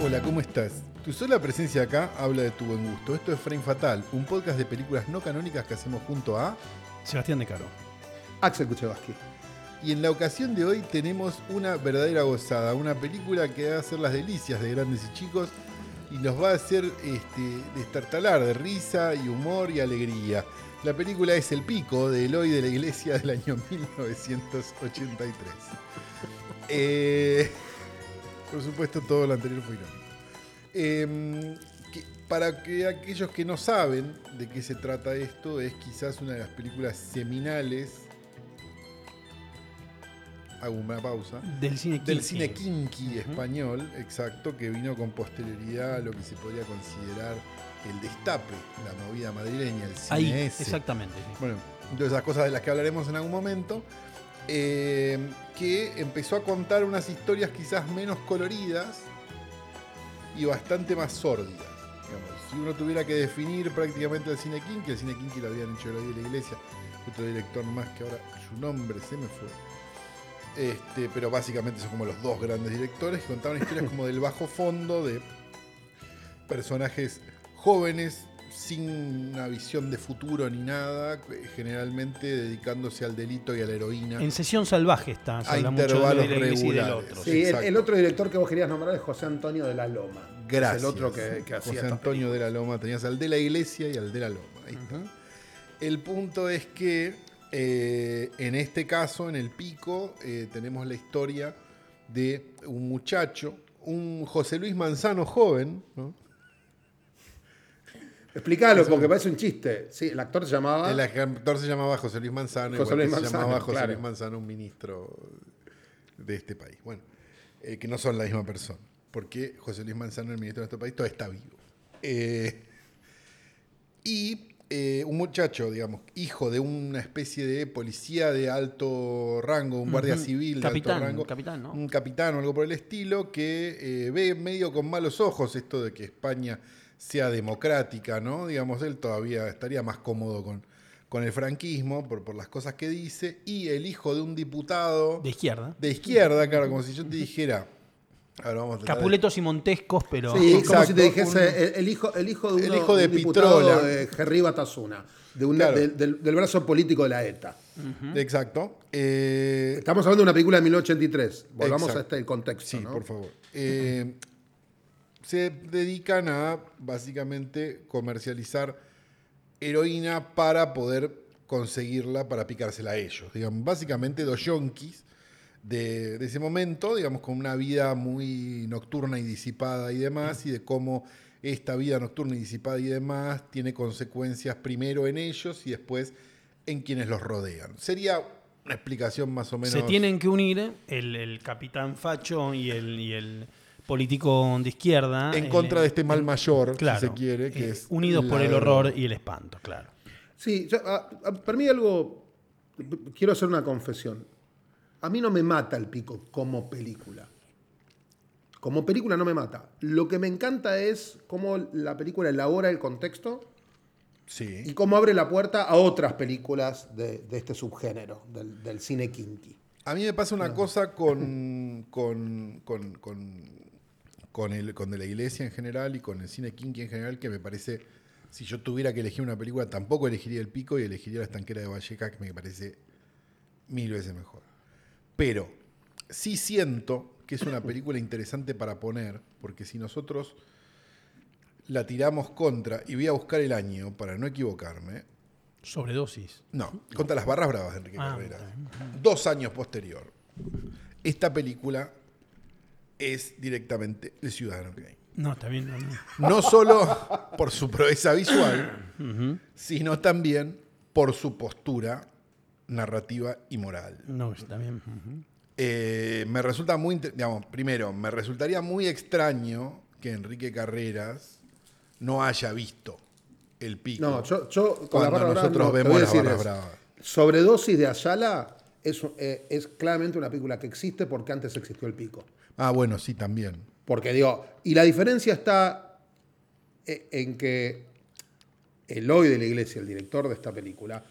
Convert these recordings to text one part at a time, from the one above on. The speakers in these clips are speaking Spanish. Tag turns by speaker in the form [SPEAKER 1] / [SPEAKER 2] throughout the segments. [SPEAKER 1] Hola, ¿cómo estás? Tu sola presencia acá habla de tu buen gusto. Esto es Frame Fatal, un podcast de películas no canónicas que hacemos junto a...
[SPEAKER 2] Sebastián de Caro.
[SPEAKER 3] Axel Kuchevaski.
[SPEAKER 1] Y en la ocasión de hoy tenemos una verdadera gozada, una película que va a hacer las delicias de grandes y chicos y nos va a hacer este, destartalar de risa y humor y alegría. La película es El Pico de Eloy de la Iglesia del año 1983. Eh, por supuesto, todo lo anterior fue irónico. Eh, que- para que aquellos que no saben de qué se trata esto, es quizás una de las películas seminales. Hago una pausa
[SPEAKER 2] Del cine
[SPEAKER 1] del
[SPEAKER 2] kinky.
[SPEAKER 1] cine kinky
[SPEAKER 2] Ujú.
[SPEAKER 1] español, exacto, que vino con posterioridad a lo que se podría considerar el destape, la movida madrileña, el cine
[SPEAKER 2] Ahí,
[SPEAKER 1] ese.
[SPEAKER 2] exactamente. sí.
[SPEAKER 1] Bueno, de esas cosas de las que hablaremos en algún momento, eh, que empezó a contar unas historias quizás menos coloridas y bastante más sórdidas. digamos. Si uno tuviera que definir prácticamente el cine kinky, el cine kinky lo habían hecho Eloy de la Iglesia, otro director más que ahora su nombre se me fue. Este, pero básicamente son como los dos grandes directores que contaban historias como del bajo fondo de personajes jóvenes sin una visión de futuro ni nada, eh, generalmente dedicándose al delito y a la heroína.
[SPEAKER 2] En sesión salvaje está. se
[SPEAKER 1] A
[SPEAKER 2] habla mucho de
[SPEAKER 1] intervalos
[SPEAKER 2] la iglesia y del
[SPEAKER 1] regulares.
[SPEAKER 2] otro,
[SPEAKER 1] Sí,
[SPEAKER 3] Sí, el,
[SPEAKER 1] exacto.
[SPEAKER 3] el otro director que vos querías nombrar es José Antonio de la Loma.
[SPEAKER 1] Gracias.
[SPEAKER 3] Es el otro que, que hacía
[SPEAKER 1] José
[SPEAKER 3] esta
[SPEAKER 1] Antonio de la Loma. Tenías al de la iglesia y al de la Loma. Ahí está. El punto es que eh, en este caso, en el pico, eh, tenemos la historia de un muchacho, un José Luis Manzano joven, ¿no?
[SPEAKER 3] Explicalo, porque parece un chiste. Sí, el actor se llamaba.
[SPEAKER 1] El actor se llamaba José Luis Manzano,
[SPEAKER 3] José
[SPEAKER 1] igual
[SPEAKER 3] Luis
[SPEAKER 1] que se
[SPEAKER 3] Manzano,
[SPEAKER 1] llamaba José
[SPEAKER 3] claro.
[SPEAKER 1] Luis Manzano, un ministro de este país. Bueno, eh, que no son la misma persona, porque José Luis Manzano, el ministro de nuestro país, todavía está vivo. Eh, y eh, un muchacho, digamos, hijo de una especie de policía de alto rango, un guardia
[SPEAKER 2] Ujú.
[SPEAKER 1] civil de
[SPEAKER 2] Capitán,
[SPEAKER 1] alto rango,
[SPEAKER 2] capitán, ¿no?
[SPEAKER 1] un capitán o algo por el estilo, que eh, ve medio con malos ojos esto de que España sea democrática, ¿no? Digamos, él todavía estaría más cómodo con, con el franquismo por, por las cosas que dice, y el hijo de un diputado
[SPEAKER 2] De izquierda.
[SPEAKER 1] de izquierda, claro, como si yo te dijera, ahora vamos a tratar de-
[SPEAKER 2] Capuletos y Montescos, pero.
[SPEAKER 3] Sí, es como
[SPEAKER 1] Exacto,
[SPEAKER 3] si te
[SPEAKER 1] un-
[SPEAKER 3] dijese el, el hijo, el hijo de
[SPEAKER 1] el
[SPEAKER 3] uno-
[SPEAKER 1] hijo de
[SPEAKER 3] un diputado
[SPEAKER 1] Pitrola.
[SPEAKER 3] de Henry Batasuna, de una-
[SPEAKER 1] Claro.
[SPEAKER 3] del- del, del brazo político de la ETA.
[SPEAKER 1] Exacto. Eh,
[SPEAKER 3] Estamos hablando de una película de 1983. Volvamos
[SPEAKER 1] Exacto.
[SPEAKER 3] a este el contexto.
[SPEAKER 1] Sí,
[SPEAKER 3] ¿no?
[SPEAKER 1] por favor. Eh, se dedican a básicamente comercializar heroína para poder conseguirla, para picársela a ellos. Digamos, básicamente dos yonkis de, de ese momento, digamos, con una vida muy nocturna y disipada y demás, y de cómo esta vida nocturna y disipada y demás tiene consecuencias primero en ellos y después en quienes los rodean. Sería una explicación más o menos...
[SPEAKER 2] Se tienen que unir eh, el, el capitán Facho y el, y el político de izquierda.
[SPEAKER 1] en
[SPEAKER 2] eh,
[SPEAKER 1] contra de este mal mayor,
[SPEAKER 2] Claro.
[SPEAKER 1] si se quiere, que
[SPEAKER 2] eh,
[SPEAKER 1] es
[SPEAKER 2] Unidos por
[SPEAKER 1] la
[SPEAKER 2] el
[SPEAKER 1] droga.
[SPEAKER 2] horror y el espanto, claro.
[SPEAKER 3] Sí, yo, a- a- para mí algo, quiero hacer una confesión. A mí no me mata el pico como película. Como película no me mata. Lo que me encanta es cómo la película elabora el contexto y
[SPEAKER 1] Sí,
[SPEAKER 3] cómo abre la puerta a otras películas de, de este subgénero, del, del cine kinky.
[SPEAKER 1] a mí me pasa una cosa con con, con, con- con el, con de la iglesia en general y con el cine kinky en general que me parece, si yo tuviera que elegir una película, tampoco elegiría El Pico y elegiría La Estanquera de Vallecas, que me parece mil veces mejor. Pero sí siento que es una película interesante para poner, porque si nosotros la tiramos contra, y voy a buscar el año para no equivocarme,
[SPEAKER 2] Sobredosis.
[SPEAKER 1] No, contra las barras bravas de Enrique
[SPEAKER 2] Ah,
[SPEAKER 1] Carreras.
[SPEAKER 2] está
[SPEAKER 1] Dos años posterior. Esta película es directamente El Ciudadano Kane.
[SPEAKER 2] No, está bien. no, no.
[SPEAKER 1] No solo por su proeza visual, sino también por su postura narrativa y moral.
[SPEAKER 2] No, está bien. ujú.
[SPEAKER 1] Eh, me resulta muy, inter- digamos, primero, me resultaría muy extraño que Enrique Carreras no haya visto el pico.
[SPEAKER 3] No, yo, yo con
[SPEAKER 1] Cuando
[SPEAKER 3] la barra brava,
[SPEAKER 1] nosotros
[SPEAKER 3] no, te
[SPEAKER 1] vemos
[SPEAKER 3] voy a
[SPEAKER 1] las
[SPEAKER 3] decir
[SPEAKER 1] barras
[SPEAKER 3] es,
[SPEAKER 1] bravas.
[SPEAKER 3] Sobredosis de Ayala es, eh, es claramente una película que existe porque antes existió el pico.
[SPEAKER 1] Ah, bueno, sí, también.
[SPEAKER 3] Porque digo, y la diferencia está e- en que el hoy de la iglesia, el director de esta película,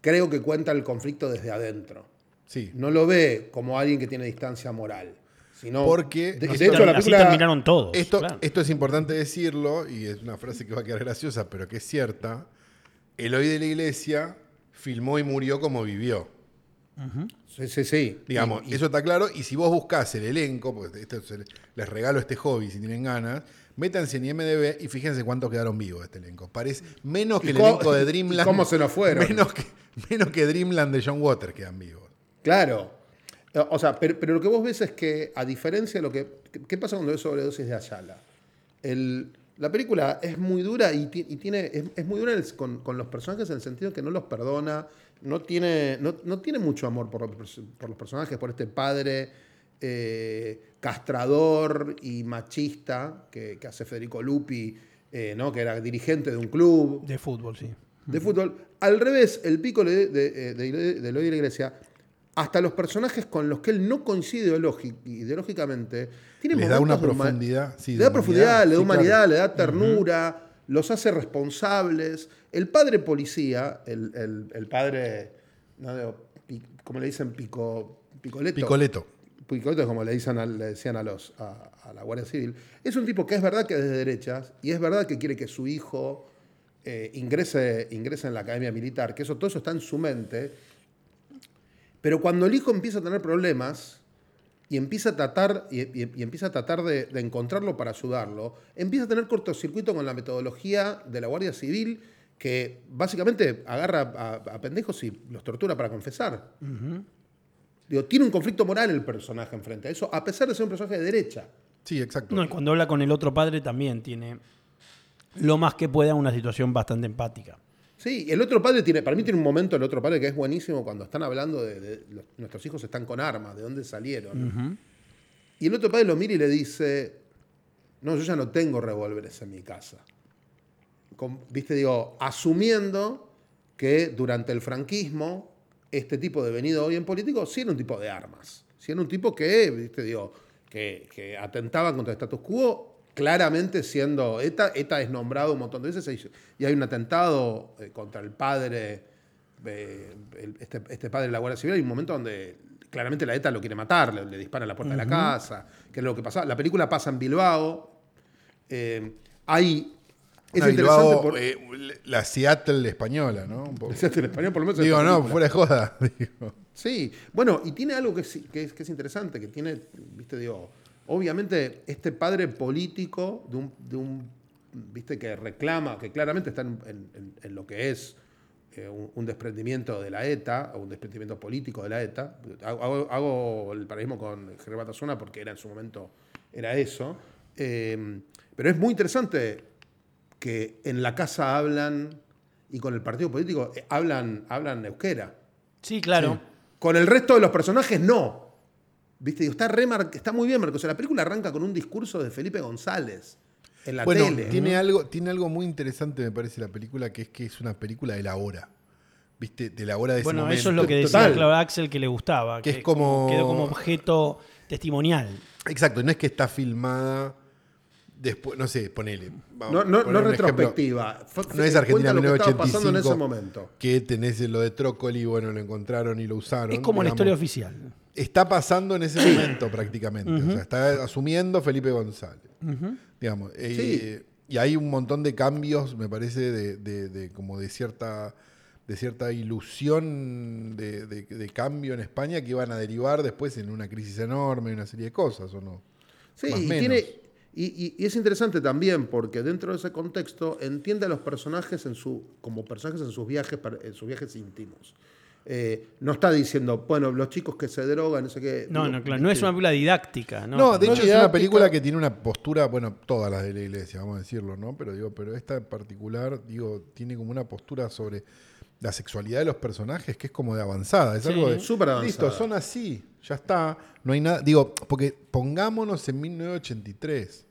[SPEAKER 3] creo que cuenta el conflicto desde adentro.
[SPEAKER 1] Sí.
[SPEAKER 3] No lo ve como alguien que tiene distancia moral, sino-
[SPEAKER 1] Porque-
[SPEAKER 3] de,
[SPEAKER 1] No,
[SPEAKER 3] de
[SPEAKER 1] sí,
[SPEAKER 3] hecho, la
[SPEAKER 2] así
[SPEAKER 3] película.
[SPEAKER 2] terminaron todos.
[SPEAKER 1] Esto,
[SPEAKER 2] claro.
[SPEAKER 1] esto es importante decirlo, y es una frase que va a quedar graciosa, pero que es cierta. Eloy de la Iglesia filmó y murió como vivió.
[SPEAKER 3] Sí, sí, sí.
[SPEAKER 1] Digamos,
[SPEAKER 3] Y- y-
[SPEAKER 1] eso está claro. Y si vos buscás el elenco, porque esto se- les regalo este hobby si tienen ganas, métanse en IMDB y fíjense cuántos quedaron vivos de este elenco. Parece menos que
[SPEAKER 3] ¿Y
[SPEAKER 1] el
[SPEAKER 3] cómo-
[SPEAKER 1] elenco de
[SPEAKER 3] y
[SPEAKER 1] Dreamland.
[SPEAKER 3] cómo se nos fueron?
[SPEAKER 1] Menos que, menos que Dreamland de John Waters quedan vivos.
[SPEAKER 3] Claro. Eh, O sea, pero, pero lo que vos ves es que, a diferencia de lo que. ¿qué- ¿Qué pasa cuando es sobredosis de Ayala? El- la película es muy dura y, ti- y tiene. Es, es muy dura en el- con, con los personajes en el sentido que no los perdona. No tiene, no, no tiene mucho amor por, los pers- por los personajes, por este padre eh, castrador y machista que, que hace Federico Lupi, eh, ¿no? que era dirigente de un club
[SPEAKER 2] De fútbol, sí.
[SPEAKER 3] de fútbol. Al revés, el pico de, de, de, de Eloy de la Iglesia, hasta los personajes con los que él no coincide ideologi- ideológicamente, tiene
[SPEAKER 1] Les da
[SPEAKER 3] momentos
[SPEAKER 1] una
[SPEAKER 3] de huma-
[SPEAKER 1] profundidad, sí,
[SPEAKER 3] le
[SPEAKER 1] de
[SPEAKER 3] da profundidad, le
[SPEAKER 1] humanidad, sí,
[SPEAKER 3] da humanidad,
[SPEAKER 1] claro.
[SPEAKER 3] le da ternura, los hace responsables. El padre policía, el, el- el padre, no, digo, pi- ¿cómo le dicen? Pico, picoleto.
[SPEAKER 1] Picoleto.
[SPEAKER 3] Picoleto es como le, dicen al- le decían a, los, a, a la Guardia Civil, es un tipo que es verdad que es de derechas y es verdad que quiere que su hijo eh, ingrese, ingrese en la academia militar, que eso, todo eso está en su mente. Pero cuando el hijo empieza a tener problemas y empieza a tratar, y, y- y empieza a tratar de, de encontrarlo para ayudarlo, empieza a tener cortocircuito con la metodología de la Guardia Civil que básicamente agarra a, a pendejos y los tortura para confesar. Digo, tiene un conflicto moral el personaje enfrente a eso, a pesar de ser un personaje de derecha.
[SPEAKER 1] Sí, exacto.
[SPEAKER 2] No, y cuando habla con el otro padre también tiene lo más que pueda una situación bastante empática.
[SPEAKER 3] Sí, y el otro padre tiene, para mí tiene un momento el otro padre que es buenísimo cuando están hablando de, de los- nuestros hijos están con armas, de dónde salieron. Y el otro padre lo mira y le dice, no, yo ya no tengo revólveres en mi casa. Con- Viste, digo, asumiendo que durante el franquismo este tipo devenido hoy en político sí era un tipo de armas, sí era un tipo que, viste, digo, que, que atentaba contra el status quo, claramente siendo ETA, ETA es nombrado un montón de veces y hay un atentado eh, contra el padre, eh, el- este, este padre de la Guardia Civil, hay un momento donde claramente la ETA lo quiere matar, le, le dispara a la puerta de la casa, que es lo que pasa. La película pasa en Bilbao, eh, hay... Es
[SPEAKER 1] No, y lo
[SPEAKER 3] interesante
[SPEAKER 1] hago,
[SPEAKER 3] por-
[SPEAKER 1] eh, la Seattle española, ¿no? Un poco.
[SPEAKER 3] se hace en español, por lo menos en
[SPEAKER 1] Digo,
[SPEAKER 3] esta
[SPEAKER 1] no,
[SPEAKER 3] película.
[SPEAKER 1] fuera de joda. digo.
[SPEAKER 3] Sí, bueno, y tiene algo que es, que es- que es interesante, que tiene, viste, digo, obviamente este padre político de un, de un, viste, que reclama, que claramente está en, en- en- en lo que es eh, un, un desprendimiento de la ETA, o un desprendimiento político de la ETA. Hago, hago- hago el paralelismo con Gerard Batasuna porque era en su momento, era eso. Eh, pero es muy interesante que en la casa hablan y con el partido político eh, hablan, hablan euskera.
[SPEAKER 2] Sí, claro.
[SPEAKER 3] Con el resto de los personajes, no. ¿Viste? Digo, está, re mar- está muy bien, Marcos. O sea, la película arranca con un discurso de Felipe González en la
[SPEAKER 1] Bueno,
[SPEAKER 3] tele.
[SPEAKER 1] tiene, algo, tiene algo muy interesante, me parece, la película, que es que es una película de la hora. ¿Viste? De la hora de ese
[SPEAKER 2] Bueno,
[SPEAKER 1] momento.
[SPEAKER 2] eso es lo que decía
[SPEAKER 3] Total.
[SPEAKER 2] Claudio Axel que le gustaba.
[SPEAKER 1] Que es como-
[SPEAKER 2] Quedó como objeto testimonial.
[SPEAKER 1] Exacto, no es que está filmada después, no sé, ponele. vamos,
[SPEAKER 3] No, no,
[SPEAKER 1] poner
[SPEAKER 3] no
[SPEAKER 1] un
[SPEAKER 3] retrospectiva. Fue- eh,
[SPEAKER 1] ejemplo. No es
[SPEAKER 3] cuenta
[SPEAKER 1] Argentina
[SPEAKER 3] lo que
[SPEAKER 1] 1985.
[SPEAKER 3] estaba pasando en ese momento.
[SPEAKER 1] Que tenés lo de Trócoli, bueno, lo encontraron y lo usaron.
[SPEAKER 2] Es como la
[SPEAKER 1] digamos.
[SPEAKER 2] historia oficial.
[SPEAKER 1] Está pasando en ese momento prácticamente. O sea, está asumiendo Felipe González. digamos. Eh, Y hay un montón de cambios, me parece, de, de- de como de cierta de cierta ilusión de, de- de cambio en España que iban a derivar después en una crisis enorme y una serie de cosas, ¿o no?
[SPEAKER 3] Sí,
[SPEAKER 1] Más
[SPEAKER 3] y,
[SPEAKER 1] menos.
[SPEAKER 3] tiene- y- y- y es interesante también porque dentro de ese contexto entiende a los personajes en su, como personajes en sus viajes, par- en sus viajes íntimos. Eh, no está diciendo, bueno, los chicos que se drogan, no sé qué.
[SPEAKER 2] No,
[SPEAKER 3] Digo,
[SPEAKER 2] no, claro. No es una película didáctica. No,
[SPEAKER 1] No, de
[SPEAKER 3] no
[SPEAKER 1] hecho es una
[SPEAKER 3] didáctica.
[SPEAKER 1] película que tiene una postura, bueno, todas las de la iglesia, vamos a decirlo, ¿no? Pero digo, pero esta en particular, digo, tiene como una postura sobre la sexualidad de los personajes que es como de avanzada, es
[SPEAKER 2] Sí.
[SPEAKER 1] algo de
[SPEAKER 3] Súper avanzada.
[SPEAKER 1] Listo, son así, ya está, no hay nada, digo, porque pongámonos en 1983.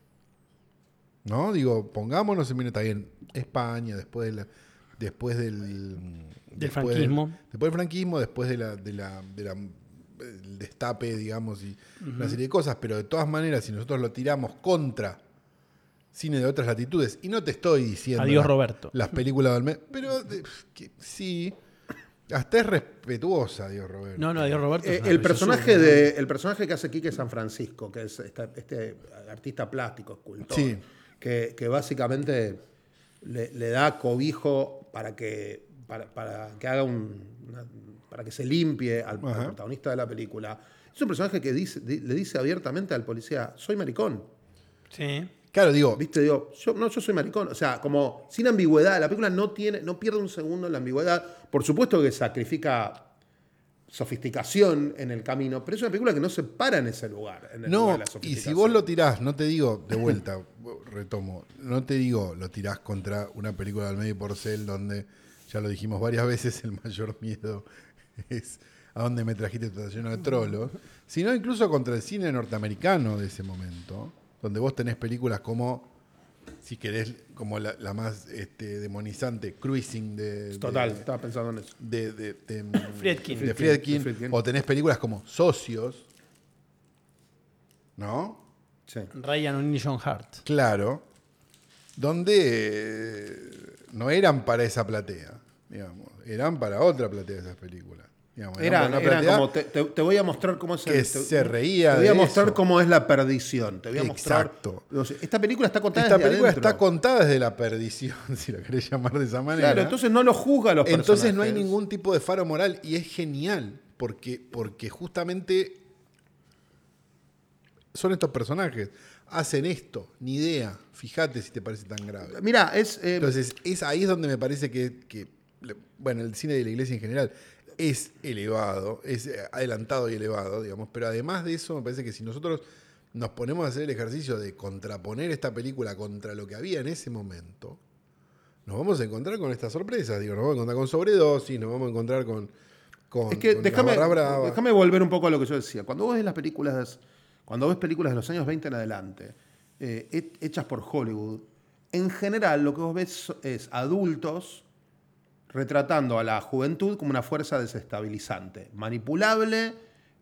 [SPEAKER 1] ¿No? Digo, pongámonos en 1983, está bien, España después de la- después del después
[SPEAKER 2] franquismo.
[SPEAKER 1] después del franquismo, después de la, de la- de la- el destape, digamos, y una serie de cosas, pero de todas maneras, si nosotros lo tiramos contra cine de otras latitudes, y no te estoy diciendo
[SPEAKER 2] Adiós,
[SPEAKER 1] las-
[SPEAKER 2] Roberto.
[SPEAKER 1] las películas del mes, pero de- que sí, Hasta es respetuosa, Dios Roberto.
[SPEAKER 2] No, no, Dios Roberto. es
[SPEAKER 3] Eh,
[SPEAKER 2] una
[SPEAKER 3] el,
[SPEAKER 2] belleza.
[SPEAKER 3] personaje de, el personaje que hace Quique San Francisco, que es esta- este artista plástico, escultor,
[SPEAKER 1] Sí.
[SPEAKER 3] que, que básicamente le, le da cobijo para que, para, para que haga un. una- para que se limpie al, al
[SPEAKER 1] Ajá.
[SPEAKER 3] protagonista de la película. Es un personaje que dice- di- le dice abiertamente al policía: soy maricón.
[SPEAKER 2] Sí.
[SPEAKER 1] Claro, digo,
[SPEAKER 3] ¿Viste? Digo, yo, no, yo soy maricón. O sea, como sin ambigüedad. La película no tiene, no pierde un segundo en la ambigüedad. Por supuesto que sacrifica sofisticación en el camino, pero es una película que no se para en ese lugar. en el
[SPEAKER 1] No,
[SPEAKER 3] lugar de
[SPEAKER 1] y
[SPEAKER 3] la
[SPEAKER 1] si
[SPEAKER 3] sofisticación.
[SPEAKER 1] vos lo tirás, no te digo, de vuelta, retomo, no te digo lo tirás contra una película del medio porcel donde, ya lo dijimos varias veces, el mayor miedo es a dónde me trajiste está lleno de trolos, sino incluso contra el cine norteamericano de ese momento, donde vos tenés películas como, si querés, como la, la más este, demonizante, Cruising de... de-
[SPEAKER 3] Total, estaba pensando en eso.
[SPEAKER 1] de, de, mm, de-
[SPEAKER 2] Friedkin.
[SPEAKER 1] de Friedkin,
[SPEAKER 3] De Friedkin.
[SPEAKER 1] O tenés películas como Socios. ¿No?
[SPEAKER 3] Sí.
[SPEAKER 2] Ryan O'Neill John Hart.
[SPEAKER 1] Claro. Donde eh, no eran para esa platea, digamos. Eran para otra platea esas películas. Digamos, eran
[SPEAKER 3] Era,
[SPEAKER 1] para una
[SPEAKER 3] era
[SPEAKER 1] platea
[SPEAKER 3] como, te, te- te voy a mostrar cómo es
[SPEAKER 1] que
[SPEAKER 3] el- te-
[SPEAKER 1] se reía
[SPEAKER 3] Te voy a
[SPEAKER 1] de
[SPEAKER 3] mostrar
[SPEAKER 1] eso.
[SPEAKER 3] cómo es la perdición. Te voy a mostrar.
[SPEAKER 1] Exacto.
[SPEAKER 3] no sé, Esta película está contada
[SPEAKER 1] Esta
[SPEAKER 3] desde
[SPEAKER 1] película
[SPEAKER 3] adentro.
[SPEAKER 1] está contada desde la perdición, si la querés llamar de esa manera.
[SPEAKER 3] Claro, entonces no lo juzga a los
[SPEAKER 1] Entonces no hay
[SPEAKER 3] personajes.
[SPEAKER 1] ningún tipo de faro moral y es genial porque, porque justamente son estos personajes. Hacen esto, ni idea. Fíjate si te parece tan grave.
[SPEAKER 3] Mirá, es. eh,
[SPEAKER 1] Entonces es ahí es donde me parece que, que, le- bueno, el cine de la iglesia en general es elevado, es eh, adelantado y elevado, digamos. Pero además de eso, me parece que si nosotros nos ponemos a hacer el ejercicio de contraponer esta película contra lo que había en ese momento, nos vamos a encontrar con estas sorpresas. Digo, nos vamos a encontrar con sobredosis, nos vamos a encontrar con. con
[SPEAKER 3] Es que
[SPEAKER 1] con las
[SPEAKER 3] déjame,
[SPEAKER 1] barras bravas.
[SPEAKER 3] déjame volver un poco a lo que yo decía. Cuando vos ves las películas, cuando ves películas de los años 20 en adelante, eh, he- hechas por Hollywood, en general lo que vos ves so- es adultos retratando a la juventud como una fuerza desestabilizante, manipulable,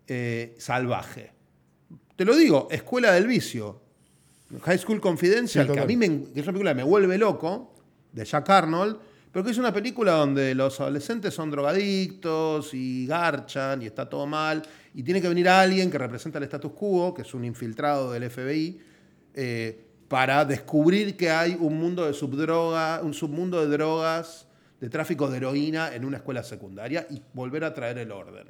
[SPEAKER 3] eh, salvaje. Te lo digo, Escuela del Vicio, High School Confidential,
[SPEAKER 1] Sí,
[SPEAKER 3] que a
[SPEAKER 1] total.
[SPEAKER 3] mí me en- que es una película que me vuelve loco, de Jack Arnold, pero que es una película donde los adolescentes son drogadictos y garchan y está todo mal, y tiene que venir alguien que representa el status quo, que es un infiltrado del FBI, eh, para descubrir que hay un mundo de subdroga, un submundo de drogas, de tráfico de heroína en una escuela secundaria y volver a traer el orden.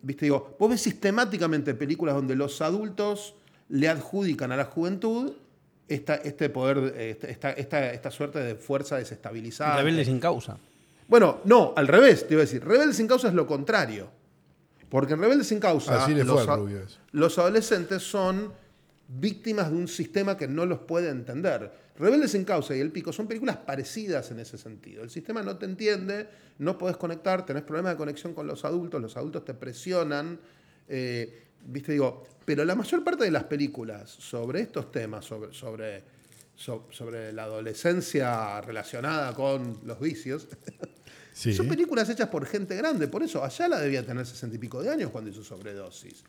[SPEAKER 3] ¿Viste? Digo, vos ves sistemáticamente películas donde los adultos le adjudican a la juventud esta, este poder, eh, esta- esta, esta, esta suerte de fuerza desestabilizada.
[SPEAKER 2] Rebelde sin causa.
[SPEAKER 3] Bueno, no, al revés, te iba a decir. Rebelde sin causa es lo contrario. Porque en Rebelde sin causa
[SPEAKER 1] Así le fue
[SPEAKER 3] los,
[SPEAKER 1] al
[SPEAKER 3] a-
[SPEAKER 1] rubio eso.
[SPEAKER 3] los adolescentes son víctimas de un sistema que no los puede entender. Rebelde sin causa y El Pico son películas parecidas en ese sentido. El sistema no te entiende, no podés conectar, tenés problemas de conexión con los adultos, los adultos te presionan. eh, Viste, digo, pero la mayor parte de las películas sobre estos temas, sobre, sobre, so- sobre la adolescencia relacionada con los vicios,
[SPEAKER 1] Sí.
[SPEAKER 3] son películas hechas por gente grande, por eso Ayala debía tener sesenta y pico de años cuando hizo sobredosis.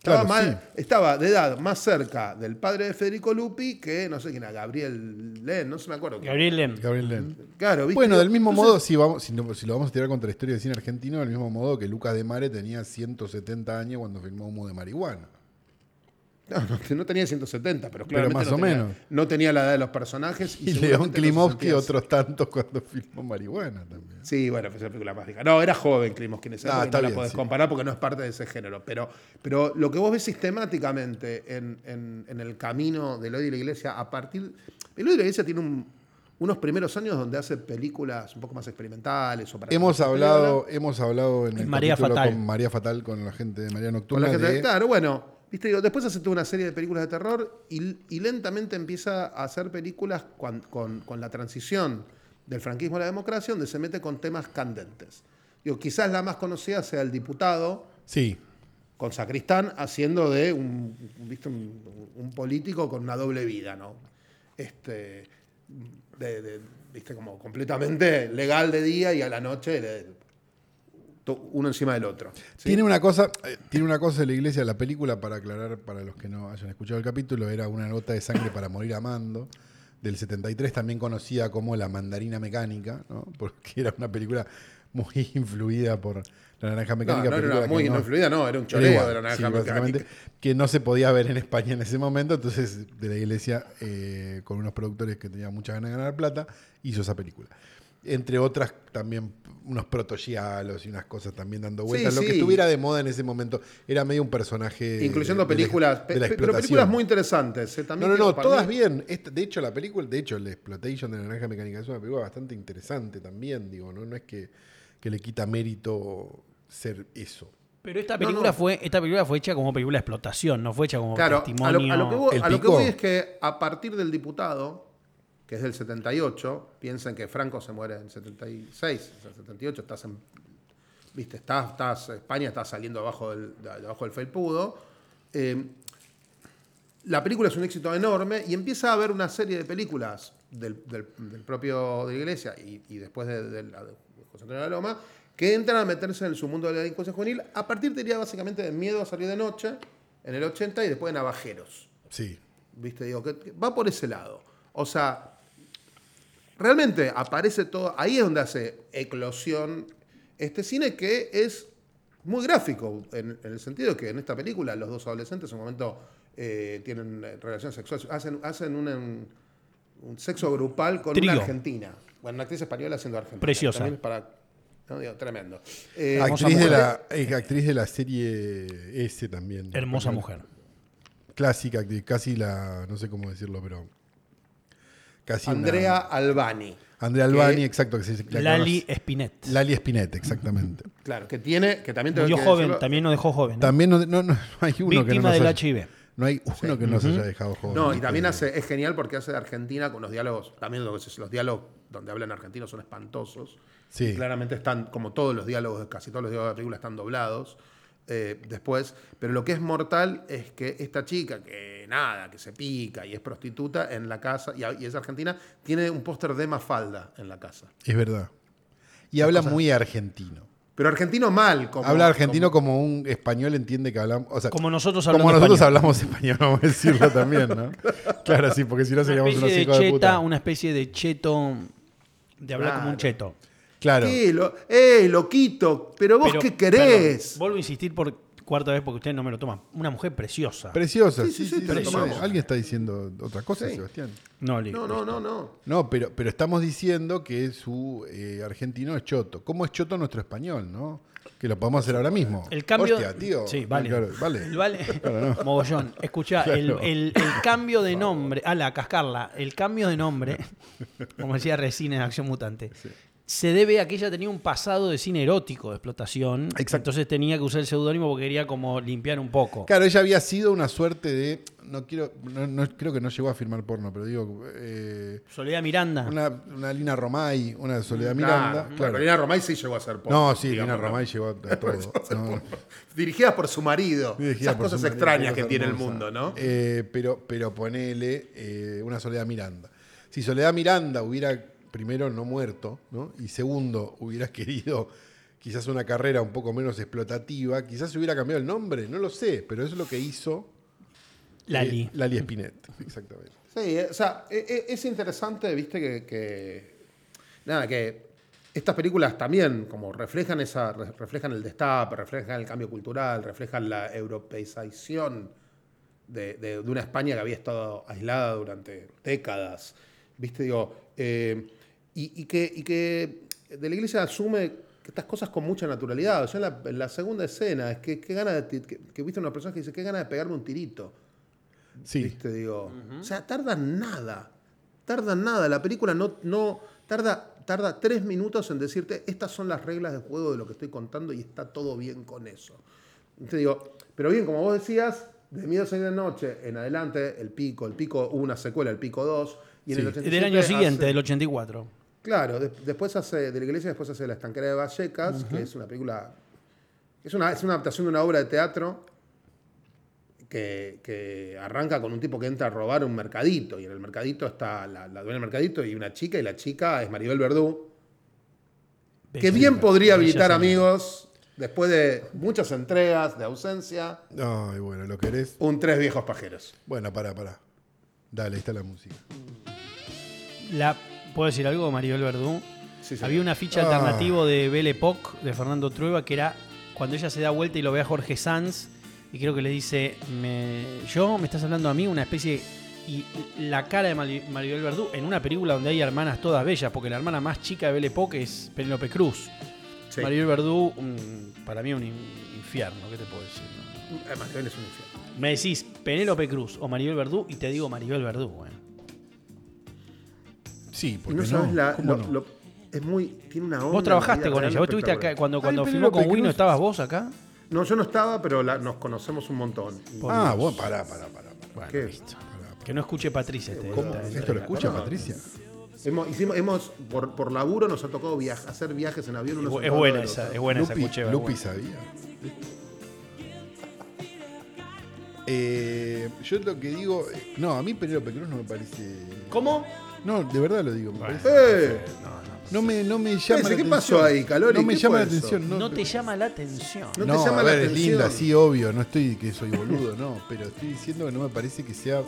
[SPEAKER 3] Estaba,
[SPEAKER 1] Claro,
[SPEAKER 3] mal- estaba de edad más cerca del padre de Federico Lupi que, no sé quién era, Gabriel Len, no se me acuerdo. quién.
[SPEAKER 2] Gabriel Lem.
[SPEAKER 1] Gabriel Lent.
[SPEAKER 3] Claro, ¿viste?
[SPEAKER 1] Bueno, del mismo
[SPEAKER 3] Entonces,
[SPEAKER 1] modo, si, vamos, si, no- si lo vamos a tirar contra la historia del cine argentino, del mismo modo que Lucas de Mare tenía 170 años cuando filmó Humo de Marihuana.
[SPEAKER 3] No, no, no tenía 170, pero claramente
[SPEAKER 1] más
[SPEAKER 3] no,
[SPEAKER 1] o
[SPEAKER 3] tenía,
[SPEAKER 1] menos.
[SPEAKER 3] no tenía la edad de los personajes.
[SPEAKER 1] Y
[SPEAKER 3] seguramente
[SPEAKER 1] León
[SPEAKER 3] no se
[SPEAKER 1] Klimovsky
[SPEAKER 3] sentía así.
[SPEAKER 1] otros tantos cuando filmó Marihuana también.
[SPEAKER 3] Sí, bueno, fue la película más rica. No, era joven Klimovsky en esa
[SPEAKER 1] Ah,
[SPEAKER 3] época,
[SPEAKER 1] está
[SPEAKER 3] no la
[SPEAKER 1] bien,
[SPEAKER 3] podés
[SPEAKER 1] sí.
[SPEAKER 3] comparar porque no es parte de ese género. Pero, pero lo que vos ves sistemáticamente en, en- en el camino de Eloy y la Iglesia, a partir. Eloy y la Iglesia tiene un- unos primeros años donde hace películas un poco más experimentales. O para
[SPEAKER 1] Hemos
[SPEAKER 3] para-
[SPEAKER 1] hablado, hemos hablado en el
[SPEAKER 2] María
[SPEAKER 1] capítulo
[SPEAKER 2] Fatal.
[SPEAKER 1] con María Fatal, con la gente de María
[SPEAKER 3] Con
[SPEAKER 1] Nocturna.
[SPEAKER 3] la gente-
[SPEAKER 1] de-
[SPEAKER 3] Claro, bueno. Viste, digo, después hace toda una serie de películas de terror y, y lentamente empieza a hacer películas con, con- con la transición del franquismo a la democracia, donde se mete con temas candentes. Digo, quizás la más conocida sea El Diputado,
[SPEAKER 1] Sí,
[SPEAKER 3] con Sacristán haciendo de un, ¿viste? un, un político con una doble vida, ¿no? Este, de- de- ¿viste? Como completamente legal de día y a la noche de- to- uno encima del otro. ¿sí?
[SPEAKER 1] Tiene una cosa, eh, tiene una cosa de la iglesia, la película, para aclarar para los que no hayan escuchado el capítulo, era una nota de sangre para morir amando, del 73, también conocida como La Mandarina Mecánica, ¿no? porque era una película muy influida por la naranja
[SPEAKER 3] No,
[SPEAKER 1] mecánica.
[SPEAKER 3] no, era
[SPEAKER 1] película
[SPEAKER 3] una
[SPEAKER 1] que
[SPEAKER 3] muy
[SPEAKER 1] no-
[SPEAKER 3] influida, no, era un
[SPEAKER 1] era
[SPEAKER 3] choreo
[SPEAKER 1] igual,
[SPEAKER 3] de la
[SPEAKER 1] sí,
[SPEAKER 3] naranja
[SPEAKER 1] básicamente,
[SPEAKER 3] mecánica.
[SPEAKER 1] que no se podía ver en España en ese momento, entonces de la iglesia, eh, con unos productores que tenían muchas ganas de ganar plata, hizo esa película. Entre otras, también unos protogialos y unas cosas también dando vueltas.
[SPEAKER 3] Sí,
[SPEAKER 1] Lo que
[SPEAKER 3] sí.
[SPEAKER 1] estuviera de moda en ese momento era medio un personaje.
[SPEAKER 3] Incluyendo
[SPEAKER 1] eh, de la-
[SPEAKER 3] películas,
[SPEAKER 1] de la
[SPEAKER 3] pe- pero
[SPEAKER 1] explotación.
[SPEAKER 3] películas muy interesantes. eh,
[SPEAKER 1] No,
[SPEAKER 3] también
[SPEAKER 1] no,
[SPEAKER 3] digo,
[SPEAKER 1] no,
[SPEAKER 3] para
[SPEAKER 1] todas
[SPEAKER 3] mí-
[SPEAKER 1] bien. Esta- de hecho, la película, de hecho, la Exploitation de la Naranja Mecánica es una película bastante interesante también, digo, ¿no? No es que, que le quita mérito ser eso.
[SPEAKER 2] Pero esta película,
[SPEAKER 3] no.
[SPEAKER 2] Fue, esta película fue hecha como película de explotación, no fue hecha como
[SPEAKER 3] Claro, a
[SPEAKER 2] testimonio.
[SPEAKER 3] lo, a lo que voy,
[SPEAKER 1] el
[SPEAKER 3] a lo que
[SPEAKER 1] picó.
[SPEAKER 3] voy es que a partir del diputado, que es del 78, piensen que Franco se muere en 76, o sea, 78, estás en. Viste, estás, estás, España está saliendo abajo del, de- debajo del felpudo. Eh, la película es un éxito enorme y empieza a haber una serie de películas del, del- del propio de la iglesia y, y después de, de la de José Antonio de la Loma que entran a meterse en su mundo de la delincuencia juvenil a partir diría básicamente de miedo a salir de noche en el 80 y después de navajeros.
[SPEAKER 1] Sí.
[SPEAKER 3] ¿Viste? Digo, que, que va por ese lado. O sea, realmente aparece todo. Ahí es donde hace eclosión este cine que es muy gráfico, en, en el sentido que en esta película los dos adolescentes en un momento eh, tienen eh, relación sexual, hacen, hacen un, un- un sexo grupal con
[SPEAKER 2] Trío.
[SPEAKER 3] una argentina. Bueno, una actriz española siendo argentina.
[SPEAKER 2] Preciosa.
[SPEAKER 3] También es para, no, digo, tremendo. Eh,
[SPEAKER 1] Actriz de,
[SPEAKER 2] mujer.
[SPEAKER 1] la, eh, actriz de la serie S también.
[SPEAKER 2] Hermosa mujer.
[SPEAKER 1] Clásica, actriz, casi la. No sé cómo decirlo, pero. Casi. una-
[SPEAKER 3] Andrea Albani.
[SPEAKER 1] Andrea Albani,
[SPEAKER 3] que-
[SPEAKER 1] exacto. Que se, la
[SPEAKER 2] Lali
[SPEAKER 1] conoce-
[SPEAKER 2] Spinet.
[SPEAKER 1] Lali Spinet, exactamente.
[SPEAKER 3] Claro, que tiene, que también tengo
[SPEAKER 2] Murió
[SPEAKER 3] que
[SPEAKER 2] joven,
[SPEAKER 3] decirlo-
[SPEAKER 2] también nos dejó joven. ¿no?
[SPEAKER 1] También no, no- no hay uno que no
[SPEAKER 2] Víctima
[SPEAKER 1] nos
[SPEAKER 2] del
[SPEAKER 1] haya-
[SPEAKER 2] HIV.
[SPEAKER 1] No hay uno que nos haya dejado joven.
[SPEAKER 3] No, y también
[SPEAKER 1] Eh,
[SPEAKER 3] hace, es genial porque hace de Argentina con los diálogos, también los, los diálogos donde hablan argentinos son espantosos.
[SPEAKER 1] Sí.
[SPEAKER 3] Y claramente están, como todos los diálogos, casi todos los diálogos de la película están doblados eh, después. Pero lo que es mortal es que esta chica, que nada, que se pica y es prostituta en la casa, y, a- y es argentina, tiene un póster de Mafalda en la casa.
[SPEAKER 1] Es verdad. Y habla muy argentino.
[SPEAKER 3] Pero argentino mal, como.
[SPEAKER 1] habla argentino como, un español entiende que hablamos. O sea,
[SPEAKER 2] Como nosotros
[SPEAKER 1] como
[SPEAKER 2] hablando
[SPEAKER 1] nosotros
[SPEAKER 2] español.
[SPEAKER 1] hablamos español, vamos a decirlo también, ¿no? claro, sí, porque si no
[SPEAKER 2] Una
[SPEAKER 1] seríamos unos
[SPEAKER 2] especie de
[SPEAKER 1] hijos de, puta.
[SPEAKER 2] cheta, una especie de cheto, de hablar como un cheto.
[SPEAKER 1] Claro.
[SPEAKER 3] Sí, lo- ¡Eh, loquito! ¿Pero vos
[SPEAKER 2] Pero,
[SPEAKER 3] qué querés?
[SPEAKER 2] perdón, vuelvo a insistir por cuarta vez porque ustedes no me lo toman. Una mujer preciosa.
[SPEAKER 1] Preciosa.
[SPEAKER 3] Sí, sí, sí, te lo
[SPEAKER 1] preciosa.
[SPEAKER 3] tomamos.
[SPEAKER 1] Alguien está diciendo otra cosa,
[SPEAKER 3] Sí.
[SPEAKER 1] Sebastián.
[SPEAKER 2] no, le-
[SPEAKER 3] No, no, no, no.
[SPEAKER 1] No, pero, pero estamos diciendo que su eh, argentino es choto. ¿Cómo es choto nuestro español, no? Que lo podemos hacer ahora mismo.
[SPEAKER 2] El cambio.
[SPEAKER 1] Hostia, tío.
[SPEAKER 2] Sí, vale.
[SPEAKER 1] Claro, vale.
[SPEAKER 2] El vale- Mogollón. Escuchá,
[SPEAKER 1] Claro.
[SPEAKER 2] el, el- el cambio de nombre. A la cascarla. El cambio de nombre, como decía Resina en Acción Mutante, se debe a que ella tenía un pasado de cine erótico, de explotación.
[SPEAKER 1] Exacto.
[SPEAKER 2] Entonces tenía que usar el seudónimo porque quería como limpiar un poco.
[SPEAKER 1] Claro, ella había sido una suerte de. No quiero. No, no- creo que no llegó a firmar porno, pero digo. eh,
[SPEAKER 2] Soledad Miranda.
[SPEAKER 1] una, una Lina Romay, una Soledad
[SPEAKER 3] Mm, Claro,
[SPEAKER 1] Miranda.
[SPEAKER 3] bueno,
[SPEAKER 1] claro.
[SPEAKER 3] pero Lina Romay sí llegó a ser porno.
[SPEAKER 1] No, sí,
[SPEAKER 3] digamos,
[SPEAKER 1] Lina
[SPEAKER 3] ¿no?
[SPEAKER 1] Romay llegó a todo. No.
[SPEAKER 3] Dirigidas por su marido.
[SPEAKER 1] Dirigida
[SPEAKER 3] Esas
[SPEAKER 1] "Ah, por
[SPEAKER 3] cosas
[SPEAKER 1] su marido,
[SPEAKER 3] extrañas
[SPEAKER 1] cosas
[SPEAKER 3] que tiene el
[SPEAKER 1] hermosas.
[SPEAKER 3] mundo, ¿no?
[SPEAKER 1] Eh, pero, pero ponele eh, una Soledad Miranda. Si Soledad Miranda hubiera, primero, no muerto, ¿no? y segundo, hubiera querido quizás una carrera un poco menos explotativa, quizás hubiera cambiado el nombre, no lo sé, pero eso es lo que hizo
[SPEAKER 2] Lali.
[SPEAKER 1] eh, Lali Espinet. Exactamente.
[SPEAKER 3] Sí, eh, o sea, e- e- es interesante, viste, que, que- Nada, que estas películas también como reflejan esa. re- reflejan el destape, reflejan el cambio cultural, reflejan la europeización de, de- de una España que había estado aislada durante décadas. Viste, digo. eh, y, y que, y que de la iglesia asume que estas cosas con mucha naturalidad. Yo en la, en la segunda escena, es que, qué gana de ti- que, que viste a una persona que dice, qué gana de pegarme un tirito.
[SPEAKER 1] Sí.
[SPEAKER 3] ¿Viste? Digo, O sea, tarda nada. Tarda nada. La película no. no tarda, tarda tres minutos en decirte, estas son las reglas de juego de lo que estoy contando y está todo bien con eso. Te digo, pero bien, como vos decías, de miedo a salir de noche en adelante, el pico, el pico, hubo una secuela, el pico 2. Y en
[SPEAKER 1] Sí.
[SPEAKER 3] el
[SPEAKER 1] Del
[SPEAKER 2] Del
[SPEAKER 3] 87
[SPEAKER 2] año siguiente,
[SPEAKER 3] hace-
[SPEAKER 2] del 84.
[SPEAKER 3] Claro, de- después hace, de la iglesia después hace La estanquera de Vallecas, que es una película, es una, es una adaptación de una obra de teatro que, que arranca con un tipo que entra a robar un mercadito, y en el mercadito está la, la dueña del mercadito y una chica, y la chica es Maribel Verdú, que bien podría habilitar amigos, después de muchas entregas, de ausencia,
[SPEAKER 1] Ay, bueno, lo querés.
[SPEAKER 3] un Tres Viejos Pajeros.
[SPEAKER 1] Bueno, pará, pará. Dale, ahí está la música.
[SPEAKER 2] La, ¿Puedo decir algo, Maribel Verdú?
[SPEAKER 1] Sí, señor.
[SPEAKER 2] Había una ficha
[SPEAKER 1] Ah.
[SPEAKER 2] alternativo de Belle Époque, de Fernando Trueba, que era cuando ella se da vuelta y lo ve a Jorge Sanz, y creo que le dice, "Me- yo, me estás hablando a mí, una especie... Y la cara de Mari- Maribel Verdú en una película donde hay hermanas todas bellas, porque la hermana más chica de Belle Époque es Penélope Cruz.
[SPEAKER 3] Sí.
[SPEAKER 2] Maribel Verdú, un- para mí un in- infierno, ¿qué te puedo decir? no?
[SPEAKER 3] Eh, Maribel es un infierno.
[SPEAKER 2] Me decís Penélope Cruz o Maribel Verdú y te digo Maribel Verdú, güey.
[SPEAKER 1] Sí,
[SPEAKER 3] Y
[SPEAKER 1] porque
[SPEAKER 3] no sabes la.
[SPEAKER 1] ¿Cómo
[SPEAKER 3] lo-
[SPEAKER 1] no?
[SPEAKER 3] lo- es muy. Tiene una onda.
[SPEAKER 2] Vos trabajaste
[SPEAKER 3] en la vida
[SPEAKER 2] con
[SPEAKER 3] real
[SPEAKER 2] ella, vos estuviste acá,
[SPEAKER 3] espectacular.
[SPEAKER 2] cuando, cuando
[SPEAKER 1] Ay,
[SPEAKER 2] firmó con
[SPEAKER 1] Penélope
[SPEAKER 2] Wino,
[SPEAKER 1] Cruz.
[SPEAKER 2] ¿estabas vos acá?
[SPEAKER 3] No, yo no estaba, pero la- nos conocemos un montón. Y-
[SPEAKER 1] Ah, bueno, pará, pará, pará. pará.
[SPEAKER 2] Bueno,
[SPEAKER 3] ¿Qué?
[SPEAKER 2] listo. Que no escuche Patricia este.
[SPEAKER 1] ¿Cómo?
[SPEAKER 2] esta- esta-
[SPEAKER 1] ¿Esto lo escucha,
[SPEAKER 3] no.
[SPEAKER 1] Patricia?
[SPEAKER 3] Hemos, hicimos, hemos por, por laburo nos ha tocado viaja- hacer viajes en avión. unos
[SPEAKER 2] es,
[SPEAKER 3] en cada
[SPEAKER 2] buena
[SPEAKER 3] lado del
[SPEAKER 2] esa,
[SPEAKER 3] otro.
[SPEAKER 2] es buena esa
[SPEAKER 1] Lupi,
[SPEAKER 2] cucheva.
[SPEAKER 1] Lupi
[SPEAKER 2] buena.
[SPEAKER 1] sabía. Eh, yo lo que digo. No, a mí Penélope Cruz no me parece.
[SPEAKER 2] ¿Cómo?
[SPEAKER 1] No, de verdad lo digo. Me
[SPEAKER 2] Bueno.
[SPEAKER 1] parece-
[SPEAKER 3] ¡Eh!
[SPEAKER 1] no, me, no me llama
[SPEAKER 3] Ese,
[SPEAKER 1] la
[SPEAKER 3] ¿qué
[SPEAKER 1] atención.
[SPEAKER 3] pasó ahí, Calori?
[SPEAKER 1] No me
[SPEAKER 3] ¿Qué
[SPEAKER 1] llama
[SPEAKER 3] fue
[SPEAKER 1] la
[SPEAKER 3] eso?
[SPEAKER 1] atención. No,
[SPEAKER 2] No te llama la atención.
[SPEAKER 3] No te
[SPEAKER 1] No,
[SPEAKER 3] llama
[SPEAKER 1] a
[SPEAKER 3] la
[SPEAKER 1] ver, es
[SPEAKER 3] atención.
[SPEAKER 1] linda, sí, obvio. No estoy que soy boludo, no. Pero estoy diciendo que no me parece que sea.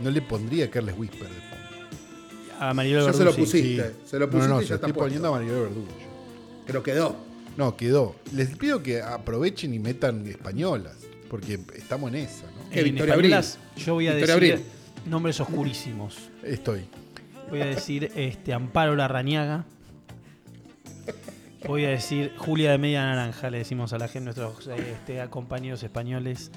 [SPEAKER 1] No le pondría Carles Whisper de fondo.
[SPEAKER 2] A Maribel
[SPEAKER 3] Ya
[SPEAKER 2] Verdú.
[SPEAKER 3] se lo
[SPEAKER 2] sí.
[SPEAKER 3] pusiste. se lo
[SPEAKER 1] No, no, no,
[SPEAKER 3] pusiste y
[SPEAKER 1] se
[SPEAKER 3] ya
[SPEAKER 1] lo
[SPEAKER 3] está
[SPEAKER 1] estoy
[SPEAKER 3] puesto.
[SPEAKER 1] poniendo a Maribel Verdugo. yo.
[SPEAKER 3] Pero quedó.
[SPEAKER 1] No, quedó. Les pido que aprovechen y metan españolas, porque estamos en esa, ¿no?
[SPEAKER 3] Que
[SPEAKER 2] En
[SPEAKER 3] Victoria
[SPEAKER 2] españolas, yo voy a
[SPEAKER 3] Victoria
[SPEAKER 2] decir
[SPEAKER 3] Abril.
[SPEAKER 2] nombres oscurísimos.
[SPEAKER 1] Estoy.
[SPEAKER 2] Voy a decir este, Amparo Larrañaga. Voy a decir Julia de Media Naranja, le decimos a la gente, nuestros este, compañeros españoles.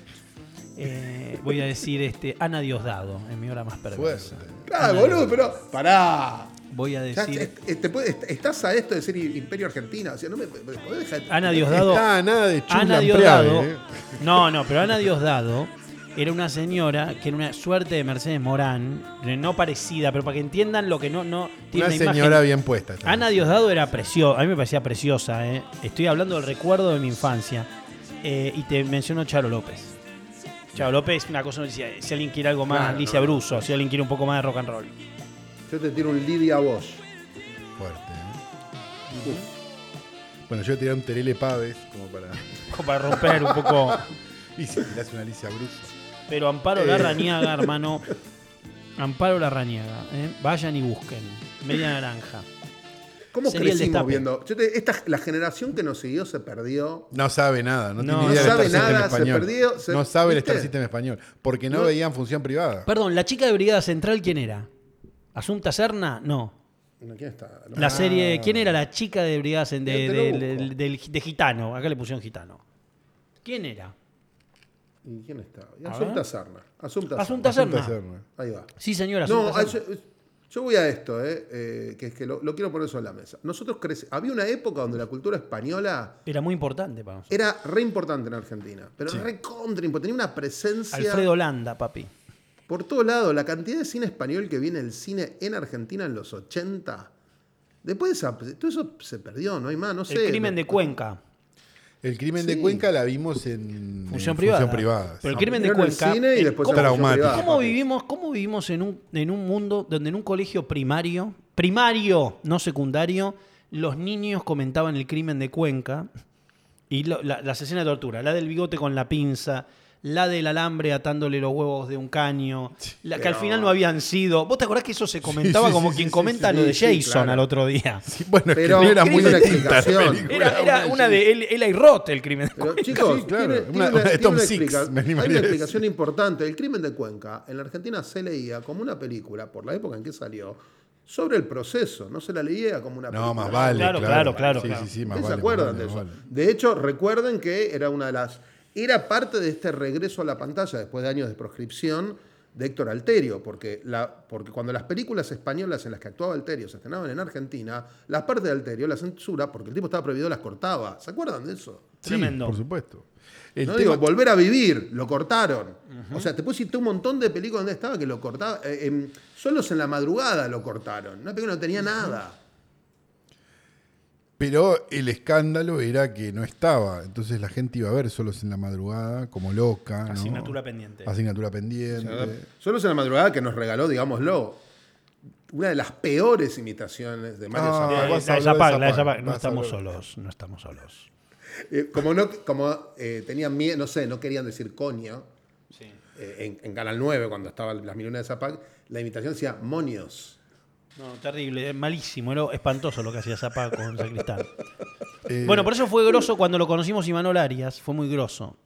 [SPEAKER 2] Eh, voy a decir este, Ana Diosdado, en mi hora más
[SPEAKER 1] Fuerte.
[SPEAKER 2] perversa.
[SPEAKER 3] Claro, boludo, pero pará.
[SPEAKER 2] Voy a
[SPEAKER 3] Ya,
[SPEAKER 2] decir
[SPEAKER 3] es- es- te puede- est- estás a esto de ser Imperio Argentina. O sea, no me, me- podés dejar.
[SPEAKER 2] Ana Diosdado.
[SPEAKER 1] Está a nada de chula
[SPEAKER 2] Ana
[SPEAKER 1] en
[SPEAKER 2] Diosdado.
[SPEAKER 1] Preave, ¿eh?
[SPEAKER 2] No, no, pero Ana Diosdado era una señora que era una suerte de Mercedes Morán, no parecida, pero para que entiendan lo que no, no tiene
[SPEAKER 1] Una
[SPEAKER 2] imagen.
[SPEAKER 1] señora bien puesta. esta
[SPEAKER 2] Ana
[SPEAKER 1] vez.
[SPEAKER 2] Diosdado era preciosa, a mí me parecía preciosa, ¿eh? estoy hablando del recuerdo de mi infancia. Eh, y te menciono Charo López. Charo López, una cosa, si, si alguien quiere algo más,
[SPEAKER 3] Claro,
[SPEAKER 2] Alicia
[SPEAKER 3] no, no.
[SPEAKER 2] Bruso, si alguien quiere un poco más de rock and roll.
[SPEAKER 3] Yo te tiro un Lidia a vos.
[SPEAKER 1] Fuerte, ¿eh? Bueno, yo voy a tirar un Terele Paves, como para.
[SPEAKER 2] Como Para romper un poco.
[SPEAKER 1] Y si tirás una Alicia Bruso.
[SPEAKER 2] Pero Amparo
[SPEAKER 1] Eh.
[SPEAKER 2] Larrañaga, hermano. Amparo Larrañaga. ¿eh? Vayan y busquen. Media naranja.
[SPEAKER 3] ¿Cómo
[SPEAKER 2] Sería el
[SPEAKER 3] crecimos
[SPEAKER 2] destape.
[SPEAKER 3] viendo? Yo te- esta, la generación que nos siguió se perdió.
[SPEAKER 1] No sabe nada, no,
[SPEAKER 2] No,
[SPEAKER 1] tiene idea del
[SPEAKER 2] no
[SPEAKER 1] Star
[SPEAKER 2] sabe
[SPEAKER 1] System
[SPEAKER 3] nada, se
[SPEAKER 1] español.
[SPEAKER 3] perdió, se-
[SPEAKER 1] no sabe el
[SPEAKER 3] ¿viste?
[SPEAKER 1] Star System español, porque no,
[SPEAKER 3] No.
[SPEAKER 1] veían función privada.
[SPEAKER 2] Perdón, la chica de Brigada Central, ¿quién era? ¿Asunta Serna? No.
[SPEAKER 3] ¿Quién está? Ah,
[SPEAKER 2] La serie. ¿Quién era la chica de Brigada Central? De,
[SPEAKER 3] Yo te lo
[SPEAKER 2] de-
[SPEAKER 3] busco.
[SPEAKER 2] de- del- de Gitano. Acá le pusieron Gitano. ¿Quién era?
[SPEAKER 3] ¿Y quién está? Y
[SPEAKER 2] A
[SPEAKER 3] Asunta
[SPEAKER 2] ver.
[SPEAKER 3] Sarna. Asunta Sarna.
[SPEAKER 2] Asunta
[SPEAKER 1] Asunta
[SPEAKER 2] Serna.
[SPEAKER 1] Serna.
[SPEAKER 3] Ahí va.
[SPEAKER 2] Sí, señora.
[SPEAKER 3] No,
[SPEAKER 2] Asunta
[SPEAKER 3] ah,
[SPEAKER 2] Serna.
[SPEAKER 3] yo, yo voy a esto, eh, eh, que es que lo, lo quiero poner sobre la mesa. Nosotros crece- había una época donde la cultura española
[SPEAKER 2] Era muy importante para nosotros.
[SPEAKER 3] era re importante en Argentina, pero re contra, impo- tenía una presencia
[SPEAKER 2] Alfredo Landa, papi.
[SPEAKER 3] por todos lados. La cantidad de cine español que viene el cine en Argentina en los 80, después esa- todo eso se perdió, no hay más, no sé.
[SPEAKER 2] El crimen de Cuenca.
[SPEAKER 1] El crimen
[SPEAKER 3] Sí.
[SPEAKER 1] de Cuenca la vimos en en
[SPEAKER 2] Función privada.
[SPEAKER 1] privada, Ah,
[SPEAKER 2] Pero el
[SPEAKER 1] sí.
[SPEAKER 2] crimen de
[SPEAKER 3] Primero en el
[SPEAKER 2] Cuenca.
[SPEAKER 3] cine y
[SPEAKER 2] el-
[SPEAKER 3] después en
[SPEAKER 2] ¿cómo-
[SPEAKER 3] la función
[SPEAKER 1] Traumático.
[SPEAKER 3] privada,
[SPEAKER 2] ¿Cómo
[SPEAKER 3] papi.
[SPEAKER 2] vivimos, cómo vivimos en, un, en un mundo donde en un colegio primario, primario, no secundario, los niños comentaban el crimen de Cuenca y lo- la- las escenas de tortura? La del bigote con la pinza, la del alambre atándole los huevos de un caño, la que al
[SPEAKER 3] pero-
[SPEAKER 2] final no habían sido. ¿Vos te acordás que eso se comentaba
[SPEAKER 1] sí,
[SPEAKER 2] como
[SPEAKER 1] sí,
[SPEAKER 2] quien
[SPEAKER 1] sí,
[SPEAKER 2] comenta
[SPEAKER 3] sí,
[SPEAKER 2] lo de
[SPEAKER 3] sí,
[SPEAKER 2] Jason
[SPEAKER 3] claro.
[SPEAKER 2] al otro día?
[SPEAKER 1] Sí, bueno, es que
[SPEAKER 3] Pero
[SPEAKER 1] no era muy
[SPEAKER 3] crimen de
[SPEAKER 1] distinta la
[SPEAKER 3] explicación.
[SPEAKER 1] película.
[SPEAKER 2] Era, era una de él, Eli Roth, el crimen de Cuenca.
[SPEAKER 3] Pero chicos,
[SPEAKER 1] Sí, claro,
[SPEAKER 3] tiene-
[SPEAKER 1] una-
[SPEAKER 3] tiene una-
[SPEAKER 1] una de
[SPEAKER 3] tiene
[SPEAKER 1] Tom
[SPEAKER 3] una
[SPEAKER 1] Six,
[SPEAKER 3] explica-
[SPEAKER 1] me
[SPEAKER 3] hay
[SPEAKER 1] animaría
[SPEAKER 3] una
[SPEAKER 1] a decir.
[SPEAKER 3] explicación importante. El crimen de Cuenca en la Argentina se leía como una película, por la época en que salió, sobre el proceso. No se la leía como una película.
[SPEAKER 1] No, más vale.
[SPEAKER 2] Claro,
[SPEAKER 1] Claro,
[SPEAKER 2] claro, claro,
[SPEAKER 1] Sí,
[SPEAKER 2] claro.
[SPEAKER 1] sí, sí, más
[SPEAKER 3] ¿Ustedes
[SPEAKER 1] vale.
[SPEAKER 3] se acuerdan
[SPEAKER 1] más
[SPEAKER 3] de eso?
[SPEAKER 1] vale,
[SPEAKER 3] De hecho, recuerden que era una de las. Era parte de este regreso a la pantalla después de años de proscripción de Héctor Alterio, porque, la, porque cuando las películas españolas en las que actuaba Alterio se estrenaban en Argentina, las partes de Alterio, la censura, porque el tipo estaba prohibido, las cortaba. ¿Se acuerdan de eso?
[SPEAKER 1] Sí,
[SPEAKER 2] Tremendo.
[SPEAKER 1] por supuesto. El
[SPEAKER 3] no
[SPEAKER 1] tema-
[SPEAKER 3] digo, volver a vivir, lo cortaron. O sea, te puedo decirte un montón de películas donde estaba que lo cortaba. eh, em, solos en la madrugada lo cortaron. Una película que no tenía nada.
[SPEAKER 1] pero el escándalo era que no estaba. Entonces la gente iba a ver solos en la madrugada, como loca. ¿no?
[SPEAKER 2] Asignatura pendiente.
[SPEAKER 1] Asignatura pendiente.
[SPEAKER 3] Eh, Solos en la madrugada que nos regaló, digámoslo, una de las peores imitaciones de Mario
[SPEAKER 1] Ah,
[SPEAKER 3] Zapata.
[SPEAKER 2] La de
[SPEAKER 1] vas a hablar de
[SPEAKER 2] Zapag, Eh, la de
[SPEAKER 1] Zapag,
[SPEAKER 2] Zapag. No
[SPEAKER 1] vas a
[SPEAKER 2] estamos
[SPEAKER 1] hablar.
[SPEAKER 2] solos, no estamos solos.
[SPEAKER 3] Eh, como no, como eh, tenían miedo, no sé, no querían decir coño. eh, en, en Canal 9, cuando estaban las milunas de Zapac, la imitación decía moños.
[SPEAKER 2] No, terrible, malísimo, era espantoso lo que hacía Zappa con Sacristán.
[SPEAKER 1] eh,
[SPEAKER 2] Bueno, por eso fue grosso cuando lo conocimos Imanol Arias, fue muy grosso.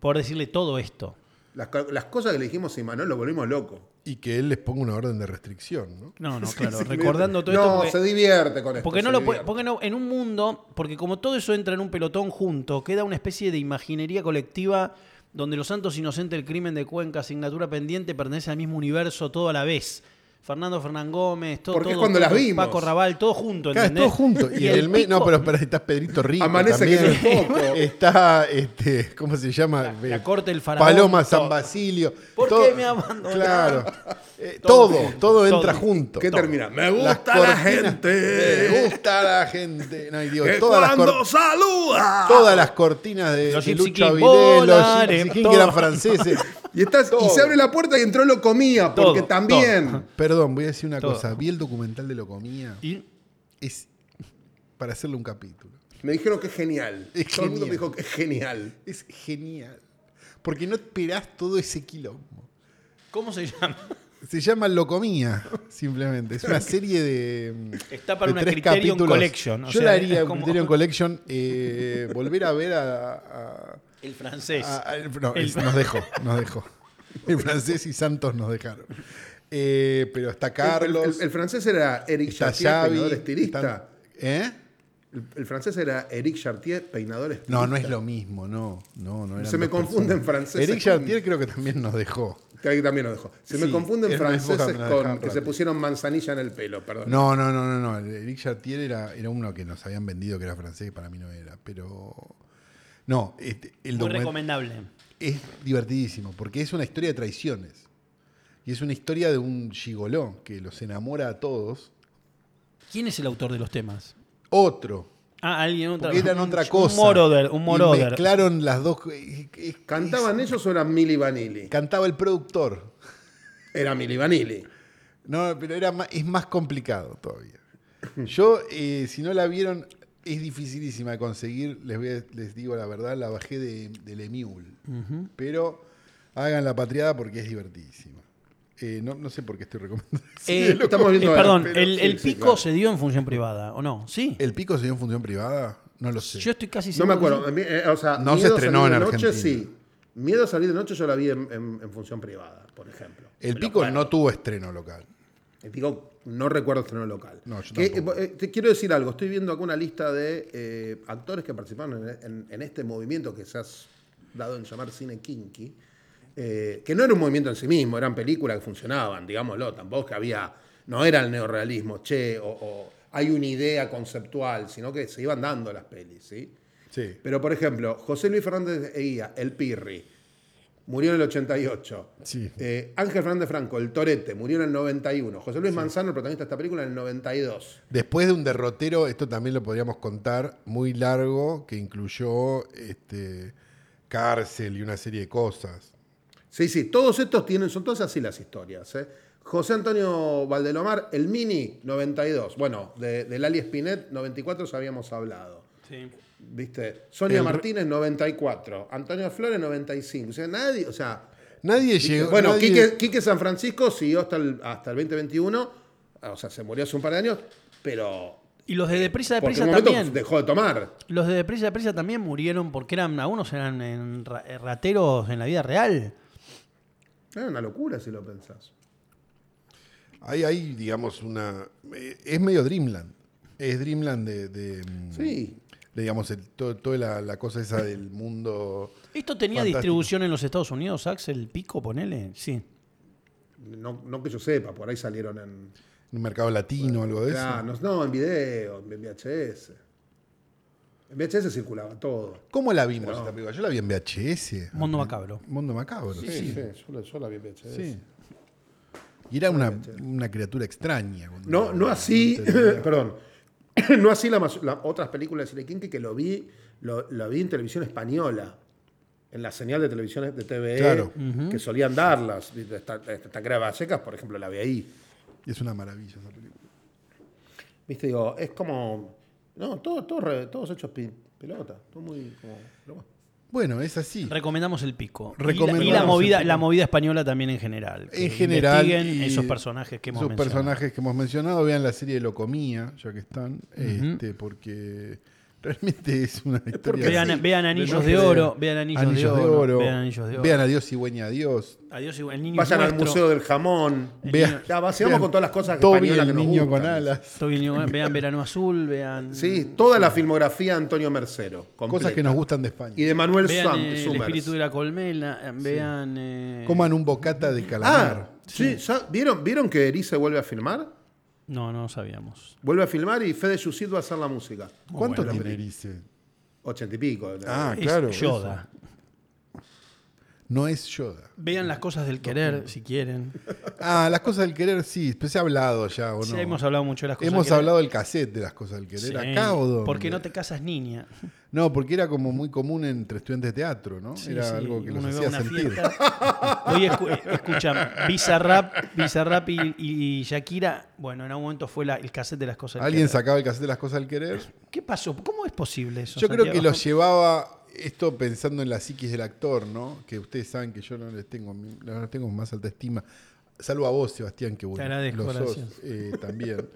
[SPEAKER 2] Por decirle todo esto.
[SPEAKER 3] Las, co- las cosas que le dijimos a Imanol lo volvimos loco.
[SPEAKER 1] Y que él les ponga una orden de restricción, ¿no?
[SPEAKER 2] No, no,
[SPEAKER 3] Sí,
[SPEAKER 2] claro,
[SPEAKER 3] sí,
[SPEAKER 2] recordando
[SPEAKER 3] me-
[SPEAKER 2] todo
[SPEAKER 3] no,
[SPEAKER 2] esto.
[SPEAKER 3] se
[SPEAKER 2] porque-
[SPEAKER 3] divierte con esto.
[SPEAKER 2] Porque no
[SPEAKER 3] se
[SPEAKER 2] lo puede-
[SPEAKER 3] divierte.
[SPEAKER 2] porque no, en un mundo, porque como todo eso entra en un pelotón junto, queda una especie de imaginería colectiva donde los santos inocentes, el crimen de Cuenca, asignatura pendiente, pertenece al mismo universo todo a la vez. Fernando Fernán Gómez, todo,
[SPEAKER 3] Porque es
[SPEAKER 2] todo-
[SPEAKER 3] cuando las
[SPEAKER 2] todo,
[SPEAKER 3] vimos.
[SPEAKER 2] Paco Raval, todo junto,
[SPEAKER 1] Claro,
[SPEAKER 2] ¿entendés?
[SPEAKER 1] todo junto. Y, en el me- No,
[SPEAKER 2] pico-
[SPEAKER 1] pero espera, está Pedrito Rico.
[SPEAKER 3] Amanece
[SPEAKER 1] también.
[SPEAKER 3] que es el foco.
[SPEAKER 1] Está, este, ¿cómo se llama?
[SPEAKER 2] la
[SPEAKER 1] Eh,
[SPEAKER 2] corte del faraón,
[SPEAKER 1] Paloma
[SPEAKER 2] todo.
[SPEAKER 1] San Basilio.
[SPEAKER 2] ¿Por
[SPEAKER 1] Todo-
[SPEAKER 2] qué me abandonaron?
[SPEAKER 1] Claro. Eh,
[SPEAKER 2] Todo
[SPEAKER 1] todo,
[SPEAKER 2] junto,
[SPEAKER 1] todo, entra
[SPEAKER 2] todo.
[SPEAKER 1] junto.
[SPEAKER 3] ¿Qué
[SPEAKER 1] Todo.
[SPEAKER 3] termina? Me
[SPEAKER 1] Las
[SPEAKER 3] gusta la
[SPEAKER 1] cortinas-
[SPEAKER 3] gente.
[SPEAKER 1] Me gusta la gente. No, y digo,
[SPEAKER 3] que
[SPEAKER 1] todas las,
[SPEAKER 3] cuando
[SPEAKER 1] cor-
[SPEAKER 3] saluda.
[SPEAKER 1] todas las cortinas de,
[SPEAKER 2] Los
[SPEAKER 1] de
[SPEAKER 2] Gypsy
[SPEAKER 1] Lucho
[SPEAKER 2] King
[SPEAKER 1] Avilés, los
[SPEAKER 2] volares,
[SPEAKER 1] Gypsy King
[SPEAKER 2] todo.
[SPEAKER 1] que eran franceses.
[SPEAKER 3] Y, estás, y
[SPEAKER 1] Todo.
[SPEAKER 3] se abre la puerta y entró lo comía, porque
[SPEAKER 2] Todo,
[SPEAKER 3] también.
[SPEAKER 2] todo.
[SPEAKER 1] Perdón, voy a decir una
[SPEAKER 2] Todo.
[SPEAKER 1] cosa. Vi el documental de Locomía.
[SPEAKER 2] Y-
[SPEAKER 1] Es para hacerle un capítulo.
[SPEAKER 3] Me dijeron que es genial.
[SPEAKER 1] Es
[SPEAKER 3] Todo el mundo me
[SPEAKER 1] genial.
[SPEAKER 3] dijo que es genial.
[SPEAKER 1] Es genial. Porque no esperás todo ese quilombo.
[SPEAKER 2] ¿Cómo se llama?
[SPEAKER 1] Se llama Locomía, simplemente. Es una serie de. mm,
[SPEAKER 2] Está para
[SPEAKER 1] de
[SPEAKER 2] una
[SPEAKER 1] tres
[SPEAKER 2] Criterion
[SPEAKER 1] capítulos.
[SPEAKER 2] Collection, o
[SPEAKER 1] Yo
[SPEAKER 2] sea,
[SPEAKER 1] la
[SPEAKER 2] es
[SPEAKER 1] haría
[SPEAKER 2] como-
[SPEAKER 1] Criterion Collection. eh, volver a ver a. a-
[SPEAKER 2] El francés.
[SPEAKER 1] a- a- Ah, no,
[SPEAKER 2] El-
[SPEAKER 1] es- nos dejó, nos dejó. El francés y Santos nos dejaron. Eh, pero está
[SPEAKER 3] El,
[SPEAKER 1] Carlos.
[SPEAKER 3] el- el francés era Eric
[SPEAKER 1] está
[SPEAKER 3] Chartier,
[SPEAKER 1] Xavi.
[SPEAKER 3] peinador estilista.
[SPEAKER 1] están- ¿Eh?
[SPEAKER 3] El, el francés era Eric Chartier, peinador estilista.
[SPEAKER 1] No, no es lo mismo, no. no, no eran
[SPEAKER 3] Se me
[SPEAKER 1] dos
[SPEAKER 3] confunden
[SPEAKER 1] personas.
[SPEAKER 3] franceses
[SPEAKER 1] Eric
[SPEAKER 3] con-
[SPEAKER 1] Chartier creo que también nos dejó.
[SPEAKER 3] Que ahí también lo dejó. Se me
[SPEAKER 1] Sí,
[SPEAKER 3] confunden
[SPEAKER 1] era una época
[SPEAKER 3] franceses
[SPEAKER 1] que nos
[SPEAKER 3] con
[SPEAKER 1] dejaban
[SPEAKER 3] que se
[SPEAKER 1] plata.
[SPEAKER 3] pusieron manzanilla en el pelo, perdón.
[SPEAKER 1] No, no, no, no, no. Eric Chartier era, era uno que nos habían vendido que era francés, que para mí no era. Pero. No, este, el
[SPEAKER 2] Muy
[SPEAKER 1] document-
[SPEAKER 2] recomendable.
[SPEAKER 1] es divertidísimo, porque es una historia de traiciones. Y es una historia de un gigoló que los enamora a todos.
[SPEAKER 2] ¿Quién es el autor de los temas?
[SPEAKER 1] Otro.
[SPEAKER 2] Ah, alguien otra
[SPEAKER 1] Porque eran
[SPEAKER 2] un-
[SPEAKER 1] otra cosa.
[SPEAKER 2] Un moroder, un
[SPEAKER 1] Y
[SPEAKER 2] moroder.
[SPEAKER 1] mezclaron las dos. eh, eh,
[SPEAKER 3] ¿Cantaban ellos o era Milli Vanilli?
[SPEAKER 1] Cantaba el productor.
[SPEAKER 3] Era Milli Vanilli.
[SPEAKER 1] No, pero era ma- es más complicado todavía. Yo, eh, si no la vieron, es dificilísima de conseguir. Les, voy a- les digo la verdad, la bajé de, de Lemule. Pero hagan la patriada porque es divertidísima. Eh, no, no sé por qué estoy recomendando.
[SPEAKER 2] Eh,
[SPEAKER 1] Sí, lo-
[SPEAKER 3] estamos
[SPEAKER 2] eh,
[SPEAKER 3] viendo ahora,
[SPEAKER 2] perdón,
[SPEAKER 3] pero
[SPEAKER 2] el,
[SPEAKER 3] sí,
[SPEAKER 2] el
[SPEAKER 3] sí,
[SPEAKER 2] pico
[SPEAKER 3] claro.
[SPEAKER 2] se dio en función privada, ¿o no? Sí.
[SPEAKER 1] ¿El pico se dio en función privada? Eh, No lo sé.
[SPEAKER 2] Yo estoy casi
[SPEAKER 3] No
[SPEAKER 2] seguro.
[SPEAKER 3] me
[SPEAKER 2] que
[SPEAKER 3] acuerdo.
[SPEAKER 2] sí.
[SPEAKER 3] A mí, eh, O sea,
[SPEAKER 1] No se
[SPEAKER 3] Miedo a
[SPEAKER 1] estrenó
[SPEAKER 3] salir
[SPEAKER 1] en
[SPEAKER 3] de noche,
[SPEAKER 1] Argentina.
[SPEAKER 3] sí. Miedo a salir de noche yo la vi en, en- en función privada, por ejemplo.
[SPEAKER 1] el
[SPEAKER 3] Me lo
[SPEAKER 1] pico
[SPEAKER 3] acuerdo.
[SPEAKER 1] no tuvo estreno local.
[SPEAKER 3] El pico no recuerdo estreno local.
[SPEAKER 1] No, yo
[SPEAKER 3] Que, eh,
[SPEAKER 1] tampoco.
[SPEAKER 3] eh, te quiero decir algo. Estoy viendo acá una lista de eh, actores que participaron en, en- en este movimiento que se ha dado en llamar cine kinky. eh, que no era un movimiento en sí mismo, eran películas que funcionaban, digámoslo, tampoco es que había, no era el neorrealismo, che, o, o hay una idea conceptual, sino que se iban dando las pelis, ¿sí?
[SPEAKER 1] Sí.
[SPEAKER 3] Pero, por ejemplo, José Luis Fernández Eguía, el Pirri, murió en el 88.
[SPEAKER 1] Sí.
[SPEAKER 3] Eh, Ángel Fernández Franco, el Torete, murió en el 91. José Luis Manzano, el protagonista de esta película, en el 92.
[SPEAKER 1] Después de un derrotero, esto también lo podríamos contar, muy largo, que incluyó este, cárcel y una serie de cosas.
[SPEAKER 3] Sí, sí, todos estos tienen, son todas así las historias. ¿eh? José Antonio Valdelomar, el Mini, 92. Bueno, de, de Lali Spinet, 94 ya habíamos hablado.
[SPEAKER 2] Sí.
[SPEAKER 3] ¿Viste? Sonia
[SPEAKER 1] El-
[SPEAKER 3] Martínez, 94. Antonio Flores, 95. O sea, nadie, o sea,
[SPEAKER 1] Nadie
[SPEAKER 3] Viste,
[SPEAKER 1] llegó.
[SPEAKER 3] Bueno,
[SPEAKER 1] nadie-
[SPEAKER 3] Quique, Quique San Francisco siguió hasta el, hasta el 2021. Ah, O sea, se murió hace un par de años, pero.
[SPEAKER 2] Y los de Deprisa
[SPEAKER 3] Porque en
[SPEAKER 2] Deprisa
[SPEAKER 3] un momento
[SPEAKER 2] también.
[SPEAKER 3] dejó de tomar.
[SPEAKER 2] Los de Deprisa Deprisa también murieron porque eran algunos eran en ra- eh, rateros en la vida real.
[SPEAKER 3] Era una locura si lo pensás.
[SPEAKER 1] Hay, hay, digamos, una. eh, Es medio Dreamland. Es Dreamland de. de, mm,
[SPEAKER 3] Sí.
[SPEAKER 1] de, digamos, el- todo- toda la, la cosa esa del mundo.
[SPEAKER 2] ¿Esto tenía
[SPEAKER 1] Fantástico.
[SPEAKER 2] distribución en los Estados Unidos, Axel Pico, ponele? Sí.
[SPEAKER 3] No, no que yo sepa, por ahí salieron en.
[SPEAKER 1] El mercado latino, algo de
[SPEAKER 3] Claro,
[SPEAKER 1] eso.
[SPEAKER 3] no, no, en video, en VHS. En VHS circulaba todo.
[SPEAKER 1] ¿Cómo la vimos esta película? Yo la vi en VHS.
[SPEAKER 2] Mundo Macabro.
[SPEAKER 1] Mundo macabro. Sí,
[SPEAKER 3] yo, la, yo la vi en VHS.
[SPEAKER 1] Sí. Y era una, una criatura extraña. cuando-
[SPEAKER 3] No, no así,
[SPEAKER 1] Entendía.
[SPEAKER 3] perdón, no así las otras películas de Cine Kinky que lo vi, lo, lo vi en televisión española, en la señal de televisión de TVE,
[SPEAKER 1] Claro.
[SPEAKER 3] que solían darlas. ¿viste? Esta, esta Crea Vallecas, por ejemplo, la vi ahí.
[SPEAKER 1] Y es una maravilla esa película.
[SPEAKER 3] Viste, digo, es como, no, todo, todo, re- todos hechos pi- pelota, todo muy como... pero bueno.
[SPEAKER 1] Bueno, es así.
[SPEAKER 2] Recomendamos el pico. Y la-
[SPEAKER 1] Recomendamos
[SPEAKER 2] y la movida,
[SPEAKER 1] El Pico.
[SPEAKER 2] la movida española también en general. que
[SPEAKER 1] En general.
[SPEAKER 2] investiguen
[SPEAKER 1] y
[SPEAKER 2] esos personajes que hemos
[SPEAKER 1] Esos
[SPEAKER 2] mencionado.
[SPEAKER 1] personajes que hemos mencionado. Vean la serie de Locomía, ya que están. este, porque realmente es una historia.
[SPEAKER 3] porque
[SPEAKER 2] Vean,
[SPEAKER 1] así.
[SPEAKER 2] vean anillos
[SPEAKER 1] Relojes
[SPEAKER 2] de oro, vean anillos, de, oro, vean anillos de oro.
[SPEAKER 1] Vean a Dios y Güeña a Dios.
[SPEAKER 2] Adiós, igual, el niño
[SPEAKER 3] Vayan
[SPEAKER 2] es
[SPEAKER 3] al
[SPEAKER 2] nuestro.
[SPEAKER 3] Museo del Jamón.
[SPEAKER 1] Vean.
[SPEAKER 3] Ya, vaciamos
[SPEAKER 1] vean
[SPEAKER 3] con todas las cosas
[SPEAKER 1] Toby,
[SPEAKER 3] españolas
[SPEAKER 1] el
[SPEAKER 3] que nos
[SPEAKER 1] niño
[SPEAKER 3] gustan.
[SPEAKER 1] con alas.
[SPEAKER 2] Toby Newman, vean Verano Azul, vean.
[SPEAKER 3] Sí, toda la filmografía de Antonio Mercero.
[SPEAKER 1] Cosas
[SPEAKER 3] completa.
[SPEAKER 1] que nos gustan de España.
[SPEAKER 3] Y de Manuel
[SPEAKER 2] Vean
[SPEAKER 3] Sam-
[SPEAKER 2] eh, el
[SPEAKER 3] Summers.
[SPEAKER 2] espíritu de la colmena, eh, vean. eh,
[SPEAKER 1] Coman un bocata de calamar.
[SPEAKER 3] Ah, sí, ya- ¿vieron, ¿vieron que Erice vuelve a filmar?
[SPEAKER 2] No, no sabíamos.
[SPEAKER 3] Vuelve a filmar y Fede Yusit va a hacer la música.
[SPEAKER 1] ¿Cuánto tiene Erice?
[SPEAKER 3] Ochenta y pico.
[SPEAKER 1] Ah,
[SPEAKER 2] Es
[SPEAKER 1] claro.
[SPEAKER 2] Yoda.
[SPEAKER 1] No es Yoda.
[SPEAKER 2] Vean las cosas del querer, si quieren.
[SPEAKER 1] Ah, las cosas del querer, sí. Pues se ha hablado ya, ¿o no?
[SPEAKER 2] Sí, hemos hablado mucho de las cosas
[SPEAKER 1] Hemos
[SPEAKER 2] del querer.
[SPEAKER 1] hablado del cassette de las cosas del querer.
[SPEAKER 2] Sí,
[SPEAKER 1] Acá o dónde?
[SPEAKER 2] Porque no te casas niña.
[SPEAKER 1] No, porque era como muy común entre estudiantes de teatro, ¿no?
[SPEAKER 2] Sí,
[SPEAKER 1] era
[SPEAKER 2] sí,
[SPEAKER 1] algo que los
[SPEAKER 2] uno iba a
[SPEAKER 1] hacía
[SPEAKER 2] una
[SPEAKER 1] sentir.
[SPEAKER 2] fiesta. Hoy escu- eh, escuchan Bizarrap, Bizarrap y, y Shakira. Bueno, en algún momento fue la- el cassette de las cosas. del
[SPEAKER 1] Alguien
[SPEAKER 2] querer.
[SPEAKER 1] sacaba el cassette de las cosas del querer.
[SPEAKER 2] ¿Qué pasó? ¿Cómo es posible eso?
[SPEAKER 1] Yo creo que
[SPEAKER 2] Santiago?
[SPEAKER 1] los llevaba, esto pensando en la psiquis del actor, ¿no? Que ustedes saben que yo no les tengo, no les tengo más alta estima. Salvo a vos, Sebastián, que bueno,
[SPEAKER 2] Te agradezco,
[SPEAKER 1] lo sos
[SPEAKER 2] gracias.
[SPEAKER 1] eh, también.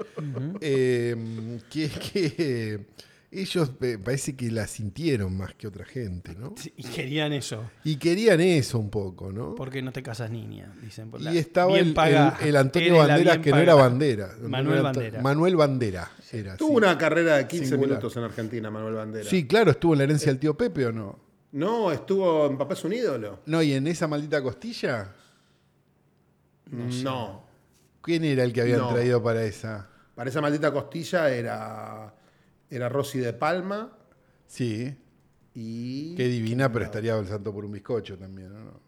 [SPEAKER 1] Eh, que, que ellos eh, parece que la sintieron más que otra gente, ¿no?
[SPEAKER 2] Sí, Y querían eso.
[SPEAKER 1] Y querían eso un poco, ¿no?
[SPEAKER 2] Porque no te casas niña, dicen. por la-
[SPEAKER 1] Y estaba
[SPEAKER 2] bien
[SPEAKER 1] el,
[SPEAKER 2] pagada.
[SPEAKER 1] el- el Antonio
[SPEAKER 2] Eres la
[SPEAKER 1] Banderas,
[SPEAKER 2] bien
[SPEAKER 1] que no era
[SPEAKER 2] pagada.
[SPEAKER 1] Bandera.
[SPEAKER 2] Manuel
[SPEAKER 1] No era Anto-
[SPEAKER 2] Bandera.
[SPEAKER 1] Manuel Bandera era.
[SPEAKER 3] Tuvo
[SPEAKER 1] sí.
[SPEAKER 3] una carrera de 15
[SPEAKER 1] Singular.
[SPEAKER 3] minutos en Argentina, Manuel Bandera.
[SPEAKER 1] Sí, claro, estuvo en la herencia del tío Pepe o no.
[SPEAKER 3] No, estuvo en Papá es un ídolo.
[SPEAKER 1] No, y en esa maldita costilla,
[SPEAKER 3] No.
[SPEAKER 1] ¿quién era el que habían
[SPEAKER 3] No.
[SPEAKER 1] traído para esa?
[SPEAKER 3] Para esa maldita costilla era, era Rosy de Palma
[SPEAKER 1] Sí,
[SPEAKER 3] y...
[SPEAKER 1] qué divina, pero estaría el santo por un bizcocho también, ¿no?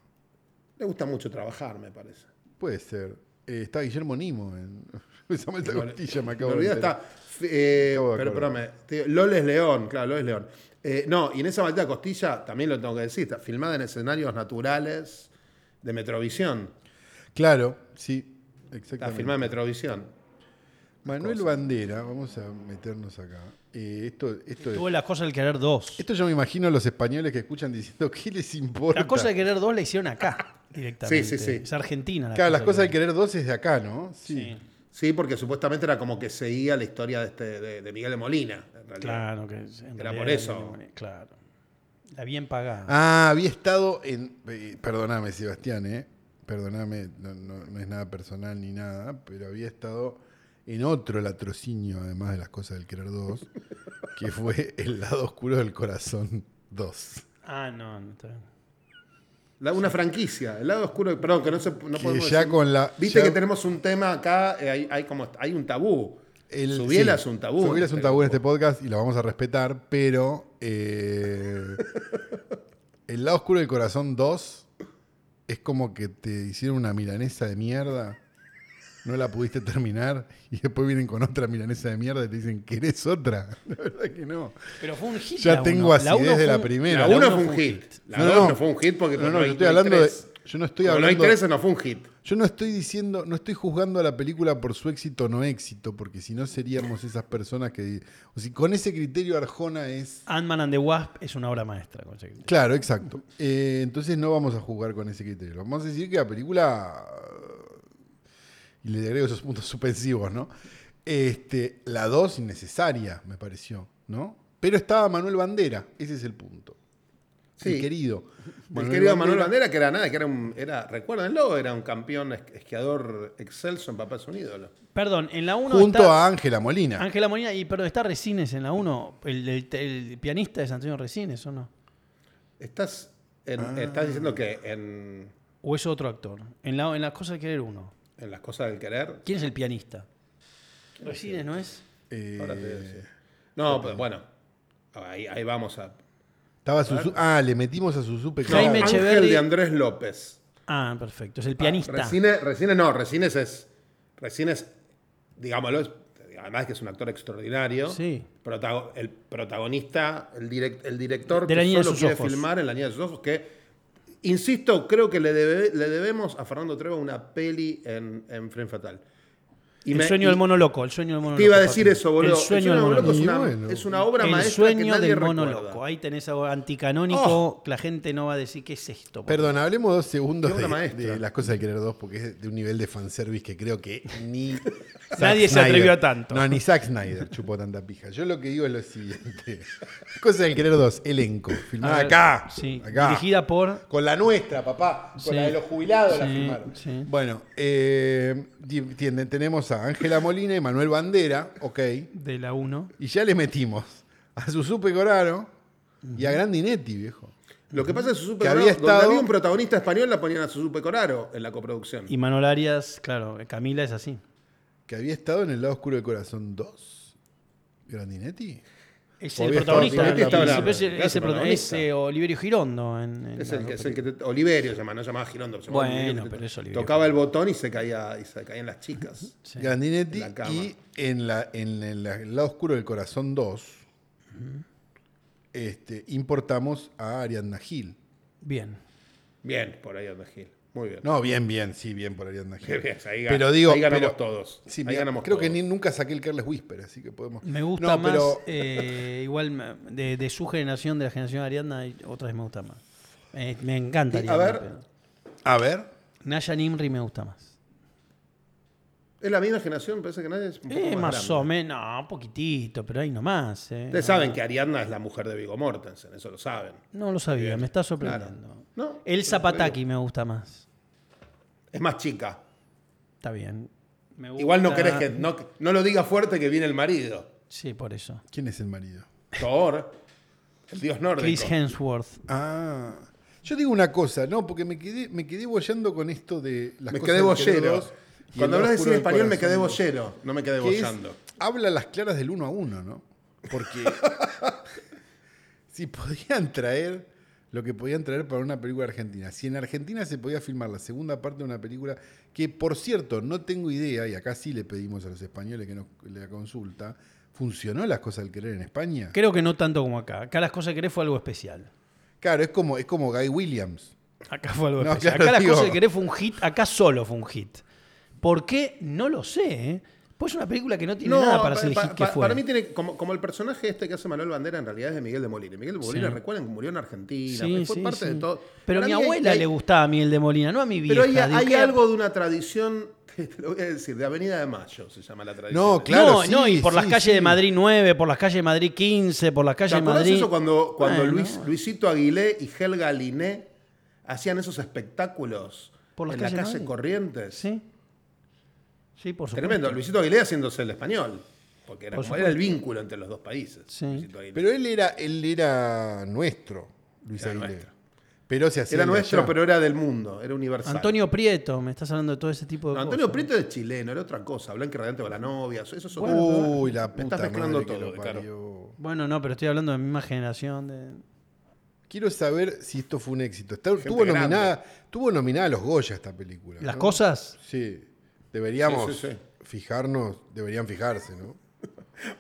[SPEAKER 3] Le gusta mucho trabajar, me parece.
[SPEAKER 1] Puede ser. Eh, está Guillermo Nimo en esa maldita costilla, me
[SPEAKER 3] Me
[SPEAKER 1] acabo de
[SPEAKER 3] olvidé,
[SPEAKER 1] enterar.
[SPEAKER 3] está... eh,
[SPEAKER 1] Acabo de
[SPEAKER 3] pero,
[SPEAKER 1] acordar.
[SPEAKER 3] espérame, te- Loles León, claro, Loles León. Eh, no, y en esa maldita costilla, también lo tengo que decir, está filmada en escenarios naturales de Metrovisión.
[SPEAKER 1] Claro, sí,
[SPEAKER 3] Está
[SPEAKER 1] exactamente.
[SPEAKER 3] filmada en Metrovisión.
[SPEAKER 1] Manuel Bandera, vamos a meternos acá. Eh, esto, esto, es-
[SPEAKER 2] Tuvo las cosas del querer 2.
[SPEAKER 1] esto yo me imagino los españoles que escuchan diciendo, ¿qué les importa?
[SPEAKER 2] Las cosas del querer 2 la hicieron acá, directamente.
[SPEAKER 3] Sí, sí, sí.
[SPEAKER 2] Es Argentina. la
[SPEAKER 1] Claro, las
[SPEAKER 2] cosa
[SPEAKER 1] cosas del querer dos es de acá, ¿no?
[SPEAKER 2] Sí,
[SPEAKER 3] Sí, porque supuestamente era como que seguía la historia de, este, de, de Miguel de Molina. en realidad.
[SPEAKER 2] claro. Que en realidad
[SPEAKER 3] por eso.
[SPEAKER 2] Claro. La bien pagada.
[SPEAKER 1] Ah, había estado en. eh, Perdóname, Sebastián, ¿eh? Perdóname, no, no- no es nada personal ni nada, pero había estado en otro latrocinio, además de las cosas del Querer 2, que fue El lado oscuro del corazón 2.
[SPEAKER 2] Ah, no, no está bien.
[SPEAKER 3] La- una franquicia, el lado oscuro, perdón, que no, se, no
[SPEAKER 1] que
[SPEAKER 3] podemos
[SPEAKER 1] ya
[SPEAKER 3] decir.
[SPEAKER 1] con la.
[SPEAKER 3] Viste
[SPEAKER 1] ya
[SPEAKER 3] que tenemos un tema acá, eh, hay, hay como, hay un tabú.
[SPEAKER 1] el-
[SPEAKER 3] Subiela
[SPEAKER 1] sí,
[SPEAKER 3] es un tabú.
[SPEAKER 1] Subiela es un tabú en este podcast y lo vamos a respetar, pero. eh, el lado oscuro del corazón 2 es como que te hicieron una milanesa de mierda. no la pudiste terminar y después vienen con otra milanesa de mierda y te dicen, ¿querés otra? La verdad que no.
[SPEAKER 2] Pero fue un hit.
[SPEAKER 1] Ya
[SPEAKER 2] la
[SPEAKER 1] tengo
[SPEAKER 2] uno.
[SPEAKER 1] acidez
[SPEAKER 2] uno
[SPEAKER 1] de
[SPEAKER 2] fue
[SPEAKER 1] la
[SPEAKER 2] un-
[SPEAKER 1] primera.
[SPEAKER 3] La
[SPEAKER 1] La
[SPEAKER 3] 1
[SPEAKER 2] uno
[SPEAKER 3] fue un hit. La
[SPEAKER 1] No,
[SPEAKER 3] 2 no,
[SPEAKER 1] no.
[SPEAKER 3] fue un hit porque
[SPEAKER 1] No, no,
[SPEAKER 3] hay-
[SPEAKER 1] yo estoy
[SPEAKER 3] hay
[SPEAKER 1] hablando de...
[SPEAKER 3] tres.
[SPEAKER 1] Yo no estoy
[SPEAKER 3] Como no hay
[SPEAKER 1] hablando...
[SPEAKER 3] tres, no fue un hit.
[SPEAKER 1] Yo no estoy diciendo, no estoy juzgando a la película por su éxito o no éxito, porque si no seríamos esas personas que... O si con ese criterio Arjona es...
[SPEAKER 2] Ant-Man and the Wasp es una obra maestra. con Jack Nicholson.
[SPEAKER 1] Claro, exacto. Eh, entonces no vamos a jugar con ese criterio. Vamos a decir que la película... Y le agrego esos puntos suspensivos, ¿no? Este, la 2 innecesaria, me pareció, ¿no? Pero estaba Manuel Bandera, ese es el punto.
[SPEAKER 3] Sí.
[SPEAKER 1] El querido.
[SPEAKER 3] El querido Manuel Bandera, que era nada, que era un. Era, recuérdenlo, era un campeón es- esquiador excelso en Papá es un ídolo.
[SPEAKER 2] Perdón, en la 1
[SPEAKER 1] Junto
[SPEAKER 2] está
[SPEAKER 1] a Ángela Molina.
[SPEAKER 2] Ángela Molina y perdón, está Resines en la 1. El, el- el pianista es Antonio Resines, ¿o no?
[SPEAKER 3] Estás, en-
[SPEAKER 1] Ah.
[SPEAKER 3] estás diciendo que en,
[SPEAKER 2] ¿O es otro actor? En la, en la cosa del querer 1.
[SPEAKER 3] en las cosas del querer.
[SPEAKER 2] ¿Quién es el pianista? Resines, ¿no es?
[SPEAKER 1] Eh,
[SPEAKER 3] Ahora te voy a decir. No, pero bueno. Ahí, ahí vamos a.
[SPEAKER 1] estaba Susu- Ah, le metimos a Susupe. claro.
[SPEAKER 2] Jaime
[SPEAKER 3] Ángel
[SPEAKER 2] Echeverri-
[SPEAKER 3] de Andrés López.
[SPEAKER 2] Ah, perfecto. Es el pianista.
[SPEAKER 3] Resines, Resines no, Resines es. Resines, digámoslo, es- además que es un actor extraordinario.
[SPEAKER 2] Sí.
[SPEAKER 3] protago- el protagonista, el, direc- el director
[SPEAKER 2] De La
[SPEAKER 3] que
[SPEAKER 2] Niña de
[SPEAKER 3] solo
[SPEAKER 2] sus
[SPEAKER 3] quiere
[SPEAKER 2] Ojos.
[SPEAKER 3] filmar en La Niña de sus Ojos, que, insisto, creo que le, debe- le debemos a Fernando Treva una peli en, en Frame Fatal. Y
[SPEAKER 2] el
[SPEAKER 3] me-
[SPEAKER 2] sueño
[SPEAKER 3] y
[SPEAKER 2] del mono loco, el sueño del mono
[SPEAKER 3] Te
[SPEAKER 2] loco,
[SPEAKER 3] iba a decir
[SPEAKER 2] Joaquín.
[SPEAKER 3] eso, boludo.
[SPEAKER 2] El sueño del mono
[SPEAKER 1] Mono
[SPEAKER 3] es
[SPEAKER 2] loco.
[SPEAKER 1] Loco.
[SPEAKER 3] una,
[SPEAKER 1] Bueno.
[SPEAKER 3] es una obra
[SPEAKER 2] El
[SPEAKER 3] maestra que
[SPEAKER 2] sueño
[SPEAKER 3] nadie
[SPEAKER 2] del mono
[SPEAKER 3] recuerda. Oh.
[SPEAKER 2] loco. eh. Ahí tenés algo anticanónico que la gente no va a decir qué es esto. boludo?
[SPEAKER 1] Perdón, hablemos dos segundos
[SPEAKER 3] Qué obra
[SPEAKER 1] de,
[SPEAKER 3] maestra.
[SPEAKER 1] de las cosas de Querer 2 porque es de un nivel de fanservice que creo que ni. Zack
[SPEAKER 2] Nadie se
[SPEAKER 1] Snyder-
[SPEAKER 2] atrevió a tanto.
[SPEAKER 1] No, ni Zack Snyder chupó tanta pija. Yo lo que digo es lo siguiente: Cosas del Querer 2, elenco. Filmada
[SPEAKER 2] A ver,
[SPEAKER 1] acá.
[SPEAKER 2] sí,
[SPEAKER 1] acá.
[SPEAKER 2] Dirigida por.
[SPEAKER 1] Con la nuestra, papá. Con
[SPEAKER 2] Sí.
[SPEAKER 1] la de los jubilados la
[SPEAKER 2] Sí,
[SPEAKER 1] firmaron.
[SPEAKER 2] sí.
[SPEAKER 1] Bueno, eh, ti- tiene- tenemos a Ángela Molina y Manuel Bandera, ok.
[SPEAKER 2] De la 1.
[SPEAKER 1] Y ya le metimos a Susupe Corano y a Grandinetti, viejo.
[SPEAKER 3] Lo que pasa es que Susupe
[SPEAKER 1] Que
[SPEAKER 3] Coraro,
[SPEAKER 1] había
[SPEAKER 3] donde
[SPEAKER 1] estado-
[SPEAKER 3] había un protagonista español la ponían a Susupe Coraro en la coproducción.
[SPEAKER 2] Y Manuel Arias, claro, Camila es así.
[SPEAKER 1] Que había estado en El lado oscuro del corazón 2. Grandinetti.
[SPEAKER 2] Es
[SPEAKER 1] Podría
[SPEAKER 2] el
[SPEAKER 1] estar
[SPEAKER 2] protagonista.
[SPEAKER 1] Oliverio
[SPEAKER 2] en
[SPEAKER 1] Girondo.
[SPEAKER 2] principio Es, el-
[SPEAKER 3] Claro,
[SPEAKER 2] es el
[SPEAKER 3] el protagonista.
[SPEAKER 2] prota- es, eh, Oliverio Girondo. En, en
[SPEAKER 3] Es
[SPEAKER 2] la
[SPEAKER 3] el, que,
[SPEAKER 2] otra
[SPEAKER 3] es el que te- Oliverio se llama, no se llamaba Girondo. se llamaba
[SPEAKER 2] Bueno,
[SPEAKER 3] Oliverio.
[SPEAKER 2] pero es Oliverio.
[SPEAKER 3] Tocaba el botón y se caía y se caían las chicas.
[SPEAKER 2] Sí.
[SPEAKER 1] Grandinetti
[SPEAKER 3] La cama.
[SPEAKER 1] y en, la, en, la- en la- El lado oscuro del corazón 2 este, importamos a Ariadna Gil.
[SPEAKER 2] Bien.
[SPEAKER 3] Bien, por ahí anda Gil. Muy bien.
[SPEAKER 1] No, bien, bien, sí, bien por Ariadna Gil.
[SPEAKER 3] Ahí,
[SPEAKER 1] pero digo,
[SPEAKER 3] ahí ganamos
[SPEAKER 1] pero-
[SPEAKER 3] todos.
[SPEAKER 1] Sí,
[SPEAKER 3] ahí
[SPEAKER 1] mira,
[SPEAKER 3] ganamos
[SPEAKER 1] creo que ni,
[SPEAKER 3] todos.
[SPEAKER 1] nunca saqué el Carles Whisper, así que podemos.
[SPEAKER 2] Me gusta
[SPEAKER 1] No,
[SPEAKER 2] más,
[SPEAKER 1] pero
[SPEAKER 2] eh, igual me- de, de su generación, de la generación de Ariadna, y otra vez me gusta más. Eh, me encanta
[SPEAKER 3] Y, a
[SPEAKER 2] Ariadna,
[SPEAKER 3] ver.
[SPEAKER 2] pero
[SPEAKER 1] a ver,
[SPEAKER 2] Naya Nimri me gusta más.
[SPEAKER 3] Es la misma generación, parece que nadie es un poco
[SPEAKER 2] Eh,
[SPEAKER 3] más,
[SPEAKER 2] más,
[SPEAKER 3] grande.
[SPEAKER 2] o menos, no, un poquitito, pero ahí nomás. eh.
[SPEAKER 3] Ustedes saben que Ariadna es la mujer de Vigo Mortensen, eso lo saben.
[SPEAKER 2] No lo sabía, me está
[SPEAKER 3] Claro.
[SPEAKER 2] sorprendiendo.
[SPEAKER 3] No,
[SPEAKER 2] El Zapataki me gusta más.
[SPEAKER 3] Es más chica.
[SPEAKER 2] Está bien. Me
[SPEAKER 3] Igual no
[SPEAKER 2] gusta-
[SPEAKER 3] querés que. No, no lo diga fuerte que viene el marido.
[SPEAKER 2] Sí, por eso.
[SPEAKER 1] ¿quién es el marido?
[SPEAKER 3] Thor, el dios nórdico.
[SPEAKER 2] Chris Hemsworth.
[SPEAKER 1] Ah, yo digo una cosa, no, porque me quedé, me quedé bollando con esto de las
[SPEAKER 3] me
[SPEAKER 1] cosas
[SPEAKER 3] quedé
[SPEAKER 1] del Querer
[SPEAKER 3] bollero.
[SPEAKER 1] 2 y
[SPEAKER 3] Cuando
[SPEAKER 1] el
[SPEAKER 3] hablas de
[SPEAKER 1] Oscuro
[SPEAKER 3] cine
[SPEAKER 1] del
[SPEAKER 3] español me
[SPEAKER 1] Corazón
[SPEAKER 3] quedé
[SPEAKER 1] 2,
[SPEAKER 3] bollero, no me quedé
[SPEAKER 1] que es-
[SPEAKER 3] bollando.
[SPEAKER 1] habla las claras del uno a uno, ¿no? Porque si podían traer lo que podían traer para una película argentina. Si en Argentina se podía filmar la segunda parte de una película, que por cierto, no tengo idea, y acá sí le pedimos a los españoles que nos la consulta, ¿funcionó las cosas del querer en España?
[SPEAKER 2] Creo que no tanto como acá. Acá las cosas que querés fue algo especial.
[SPEAKER 1] Claro, es como, es como Guy Williams.
[SPEAKER 2] Acá fue algo
[SPEAKER 1] No,
[SPEAKER 2] especial.
[SPEAKER 1] claro,
[SPEAKER 2] acá las
[SPEAKER 1] digo-
[SPEAKER 2] cosas que querés fue un hit. Acá solo fue un hit. ¿Por qué? No lo sé. ¿eh? Pues es una película que no tiene nada para
[SPEAKER 3] pa-
[SPEAKER 2] ser el
[SPEAKER 3] pa-
[SPEAKER 2] hit que
[SPEAKER 3] pa-
[SPEAKER 2] fue.
[SPEAKER 3] Para mí tiene, como, como el personaje este que hace Manuel Bandera, en realidad es de Miguel de Molina. Miguel de Molina,
[SPEAKER 2] Sí.
[SPEAKER 3] recuerden que murió en Argentina,
[SPEAKER 2] Sí,
[SPEAKER 3] fue
[SPEAKER 2] sí,
[SPEAKER 3] parte
[SPEAKER 2] sí.
[SPEAKER 3] de todo.
[SPEAKER 2] Pero a
[SPEAKER 3] Para
[SPEAKER 2] mi
[SPEAKER 3] mí hay-
[SPEAKER 2] abuela
[SPEAKER 3] hay-
[SPEAKER 2] le gustaba a Miguel de Molina, no a mi vieja.
[SPEAKER 3] Pero hay,
[SPEAKER 2] Digo,
[SPEAKER 3] hay
[SPEAKER 2] ¿qué-
[SPEAKER 3] algo de una tradición, te lo voy a decir, de Avenida de Mayo se llama la tradición.
[SPEAKER 1] No, Claro,
[SPEAKER 2] no,
[SPEAKER 1] sí,
[SPEAKER 2] no, y por
[SPEAKER 1] sí,
[SPEAKER 2] las calles
[SPEAKER 1] sí.
[SPEAKER 2] de Madrid 9, por las calles de Madrid 15, por las calles
[SPEAKER 3] ¿Te
[SPEAKER 2] de
[SPEAKER 3] acordás
[SPEAKER 2] Madrid.
[SPEAKER 3] eso cuando, cuando
[SPEAKER 2] Bueno.
[SPEAKER 3] Luis, Luisito Aguilé y Helga Liné hacían esos espectáculos
[SPEAKER 2] Por las
[SPEAKER 3] en la
[SPEAKER 2] calles de
[SPEAKER 3] calle
[SPEAKER 2] Madrid.
[SPEAKER 3] Corrientes?
[SPEAKER 2] Sí. Sí, por supuesto.
[SPEAKER 3] Tremendo. Luisito Aguilé haciéndose el español. Porque era,
[SPEAKER 2] Por
[SPEAKER 3] como era el
[SPEAKER 2] supuesto.
[SPEAKER 3] vínculo entre los dos países.
[SPEAKER 2] Sí.
[SPEAKER 3] Luisito Aguilé.
[SPEAKER 1] Pero él era, él era nuestro, Luis
[SPEAKER 3] Era
[SPEAKER 1] Aguilera.
[SPEAKER 3] nuestro.
[SPEAKER 1] Pero se hacía
[SPEAKER 3] era
[SPEAKER 1] el de
[SPEAKER 3] nuestro,
[SPEAKER 1] allá.
[SPEAKER 3] pero era del mundo. Era universal.
[SPEAKER 2] Antonio Prieto, me estás hablando de todo ese tipo de
[SPEAKER 3] No, Antonio
[SPEAKER 2] cosas.
[SPEAKER 3] Prieto es chileno, era otra cosa. Blanca y Radiante para la novia. Eso es otro.
[SPEAKER 1] Uy, la puta
[SPEAKER 3] Me estás mezclando
[SPEAKER 1] madre que
[SPEAKER 3] todo,
[SPEAKER 1] lo
[SPEAKER 3] claro.
[SPEAKER 1] parió.
[SPEAKER 2] Bueno, no, pero estoy hablando de mi misma generación. De...
[SPEAKER 1] Quiero saber si esto fue un éxito. Está-
[SPEAKER 3] Gente
[SPEAKER 1] tuvo,
[SPEAKER 3] grande.
[SPEAKER 1] nominada, tuvo nominada a los Goya esta película.
[SPEAKER 2] Las
[SPEAKER 1] ¿no?
[SPEAKER 2] cosas.
[SPEAKER 1] Sí. Deberíamos
[SPEAKER 3] Sí, sí, sí.
[SPEAKER 1] fijarnos, deberían fijarse, ¿no? Uh,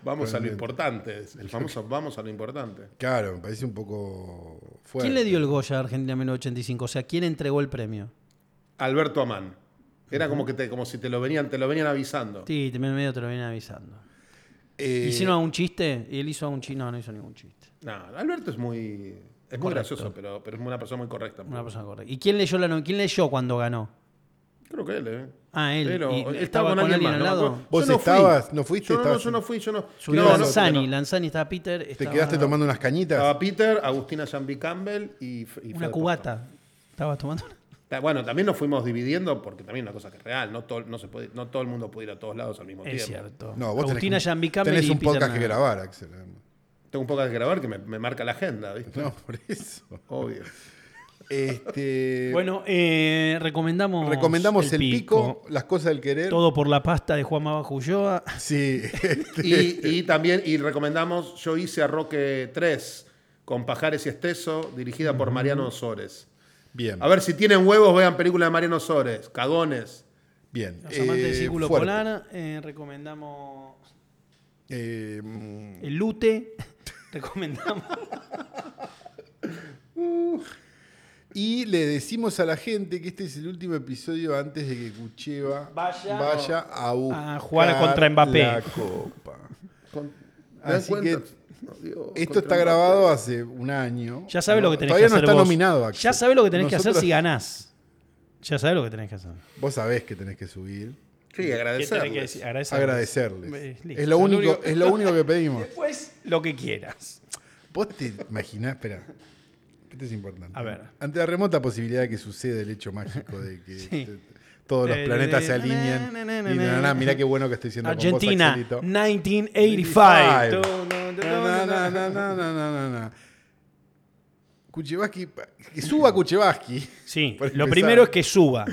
[SPEAKER 3] Vamos a lo importante. es El famoso vamos a lo importante.
[SPEAKER 1] Claro, me parece un poco fuerte.
[SPEAKER 2] ¿Quién le dio el Goya a Argentina 1985? O sea, ¿quién entregó el premio?
[SPEAKER 3] Alberto Amán. Era como que te, como si te lo venían, te lo venían avisando.
[SPEAKER 2] Sí, te- medio te lo vienen avisando.
[SPEAKER 1] Eh,
[SPEAKER 2] ¿Hicieron algún chiste? Y él hizo algún chiste. No, no hizo ningún chiste.
[SPEAKER 3] No, Alberto es muy. Es muy gracioso, pero, pero es una persona muy correcta.
[SPEAKER 2] Una persona correcta. ¿Y quién leyó, la no- quién leyó cuando ganó?
[SPEAKER 3] Creo que él, ¿eh?
[SPEAKER 2] Ah, él.
[SPEAKER 3] Pero
[SPEAKER 2] ¿Y
[SPEAKER 3] él
[SPEAKER 2] estaba con alguien al
[SPEAKER 3] más,
[SPEAKER 2] lado?
[SPEAKER 3] no me acuerdo.
[SPEAKER 1] ¿Vos
[SPEAKER 3] Yo no fui.
[SPEAKER 1] estabas? ¿No fuiste?
[SPEAKER 3] Yo no, no,
[SPEAKER 1] Estabas-
[SPEAKER 3] yo no fui, yo no.
[SPEAKER 2] Subió
[SPEAKER 3] no, no,
[SPEAKER 2] Lanzani.
[SPEAKER 3] no.
[SPEAKER 2] Lanzani estaba Peter.
[SPEAKER 1] ¿Te
[SPEAKER 2] estaba-
[SPEAKER 1] quedaste tomando unas cañitas?
[SPEAKER 3] Estaba Peter, Agustina Jambi Campbell y. y Fred
[SPEAKER 2] Una cubata. Estabas tomando una-
[SPEAKER 3] Posta. Ta- Bueno, también nos fuimos dividiendo porque también es una cosa que es real. No todo, no, se puede, no todo el mundo puede ir a todos lados al mismo
[SPEAKER 2] Es
[SPEAKER 3] tiempo.
[SPEAKER 2] cierto.
[SPEAKER 1] No, vos
[SPEAKER 2] Agustina
[SPEAKER 1] tenés, un-
[SPEAKER 2] Gianbicamel
[SPEAKER 1] tenés
[SPEAKER 2] y
[SPEAKER 1] un
[SPEAKER 2] Peter
[SPEAKER 1] podcast que
[SPEAKER 2] Nagel.
[SPEAKER 1] grabar, Axel.
[SPEAKER 3] Tengo un poco de grabar que me, me marca la agenda, ¿viste?
[SPEAKER 1] No, por eso.
[SPEAKER 3] Obvio.
[SPEAKER 1] Este,
[SPEAKER 2] Bueno, eh, recomendamos.
[SPEAKER 1] recomendamos el, pico, las cosas del querer.
[SPEAKER 2] Todo por la pasta de Juan Mabajo Ulloa.
[SPEAKER 1] Sí, este,
[SPEAKER 3] Y, y también, y recomendamos, yo hice a Roque 3 con Pajares y Esteso, dirigida por Mariano Sores.
[SPEAKER 1] bien.
[SPEAKER 3] A ver si tienen huevos, vean película de Mariano Sores, cagones.
[SPEAKER 1] bien.
[SPEAKER 2] Los amantes del
[SPEAKER 1] Eh,
[SPEAKER 2] círculo
[SPEAKER 1] fuerte.
[SPEAKER 2] polar. eh, recomendamos
[SPEAKER 1] Eh, mm,
[SPEAKER 2] el lute. recomendamos.
[SPEAKER 1] Y le decimos a la gente que este es el último episodio antes de que Cucheva
[SPEAKER 2] Vaya-
[SPEAKER 1] vaya a buscar
[SPEAKER 2] A jugar contra Mbappé.
[SPEAKER 1] La copa.
[SPEAKER 3] Con- ¿me dan
[SPEAKER 1] Así
[SPEAKER 3] cuenta?
[SPEAKER 1] que
[SPEAKER 3] No, Dios,
[SPEAKER 1] Esto
[SPEAKER 3] contra
[SPEAKER 1] está
[SPEAKER 3] el-
[SPEAKER 1] grabado hace un año.
[SPEAKER 2] Ya sabes lo que tenés
[SPEAKER 1] Todavía
[SPEAKER 2] que hacer.
[SPEAKER 1] no está
[SPEAKER 2] vos.
[SPEAKER 1] nominado. Axel.
[SPEAKER 2] Ya sabes lo que tenés que hacer
[SPEAKER 1] Nosotros-
[SPEAKER 2] si ganás. Ya sabes lo que tenés que hacer.
[SPEAKER 1] Vos sabés que tenés que subir.
[SPEAKER 3] Sí,
[SPEAKER 2] ¿Qué tenés que
[SPEAKER 3] agradecer.
[SPEAKER 2] decir? Agradecer.
[SPEAKER 1] Agradecerles.
[SPEAKER 2] Eh, listo.
[SPEAKER 1] Es lo
[SPEAKER 2] Es lo
[SPEAKER 1] único,
[SPEAKER 2] único-
[SPEAKER 1] es lo único que pedimos.
[SPEAKER 2] Después, lo que quieras.
[SPEAKER 1] Vos te imaginás, espera. Esto es importante.
[SPEAKER 2] A ver.
[SPEAKER 1] Ante la remota posibilidad de que suceda el hecho mágico de que
[SPEAKER 2] Sí.
[SPEAKER 1] te- todos los
[SPEAKER 2] Eh,
[SPEAKER 1] planetas
[SPEAKER 2] eh,
[SPEAKER 1] se alineen.
[SPEAKER 2] na, na, na,
[SPEAKER 1] Y
[SPEAKER 2] na,
[SPEAKER 1] na, na,
[SPEAKER 2] na.
[SPEAKER 1] mirá qué bueno que estoy siendo
[SPEAKER 2] Argentina,
[SPEAKER 1] con vos, Axelito.
[SPEAKER 2] 1985.
[SPEAKER 1] Na, na, na, na, na, na, na, na. Kuchevaski, pa- que suba Kuchevaski.
[SPEAKER 2] Sí,
[SPEAKER 1] Por
[SPEAKER 2] lo
[SPEAKER 1] empezar.
[SPEAKER 2] primero es que suba.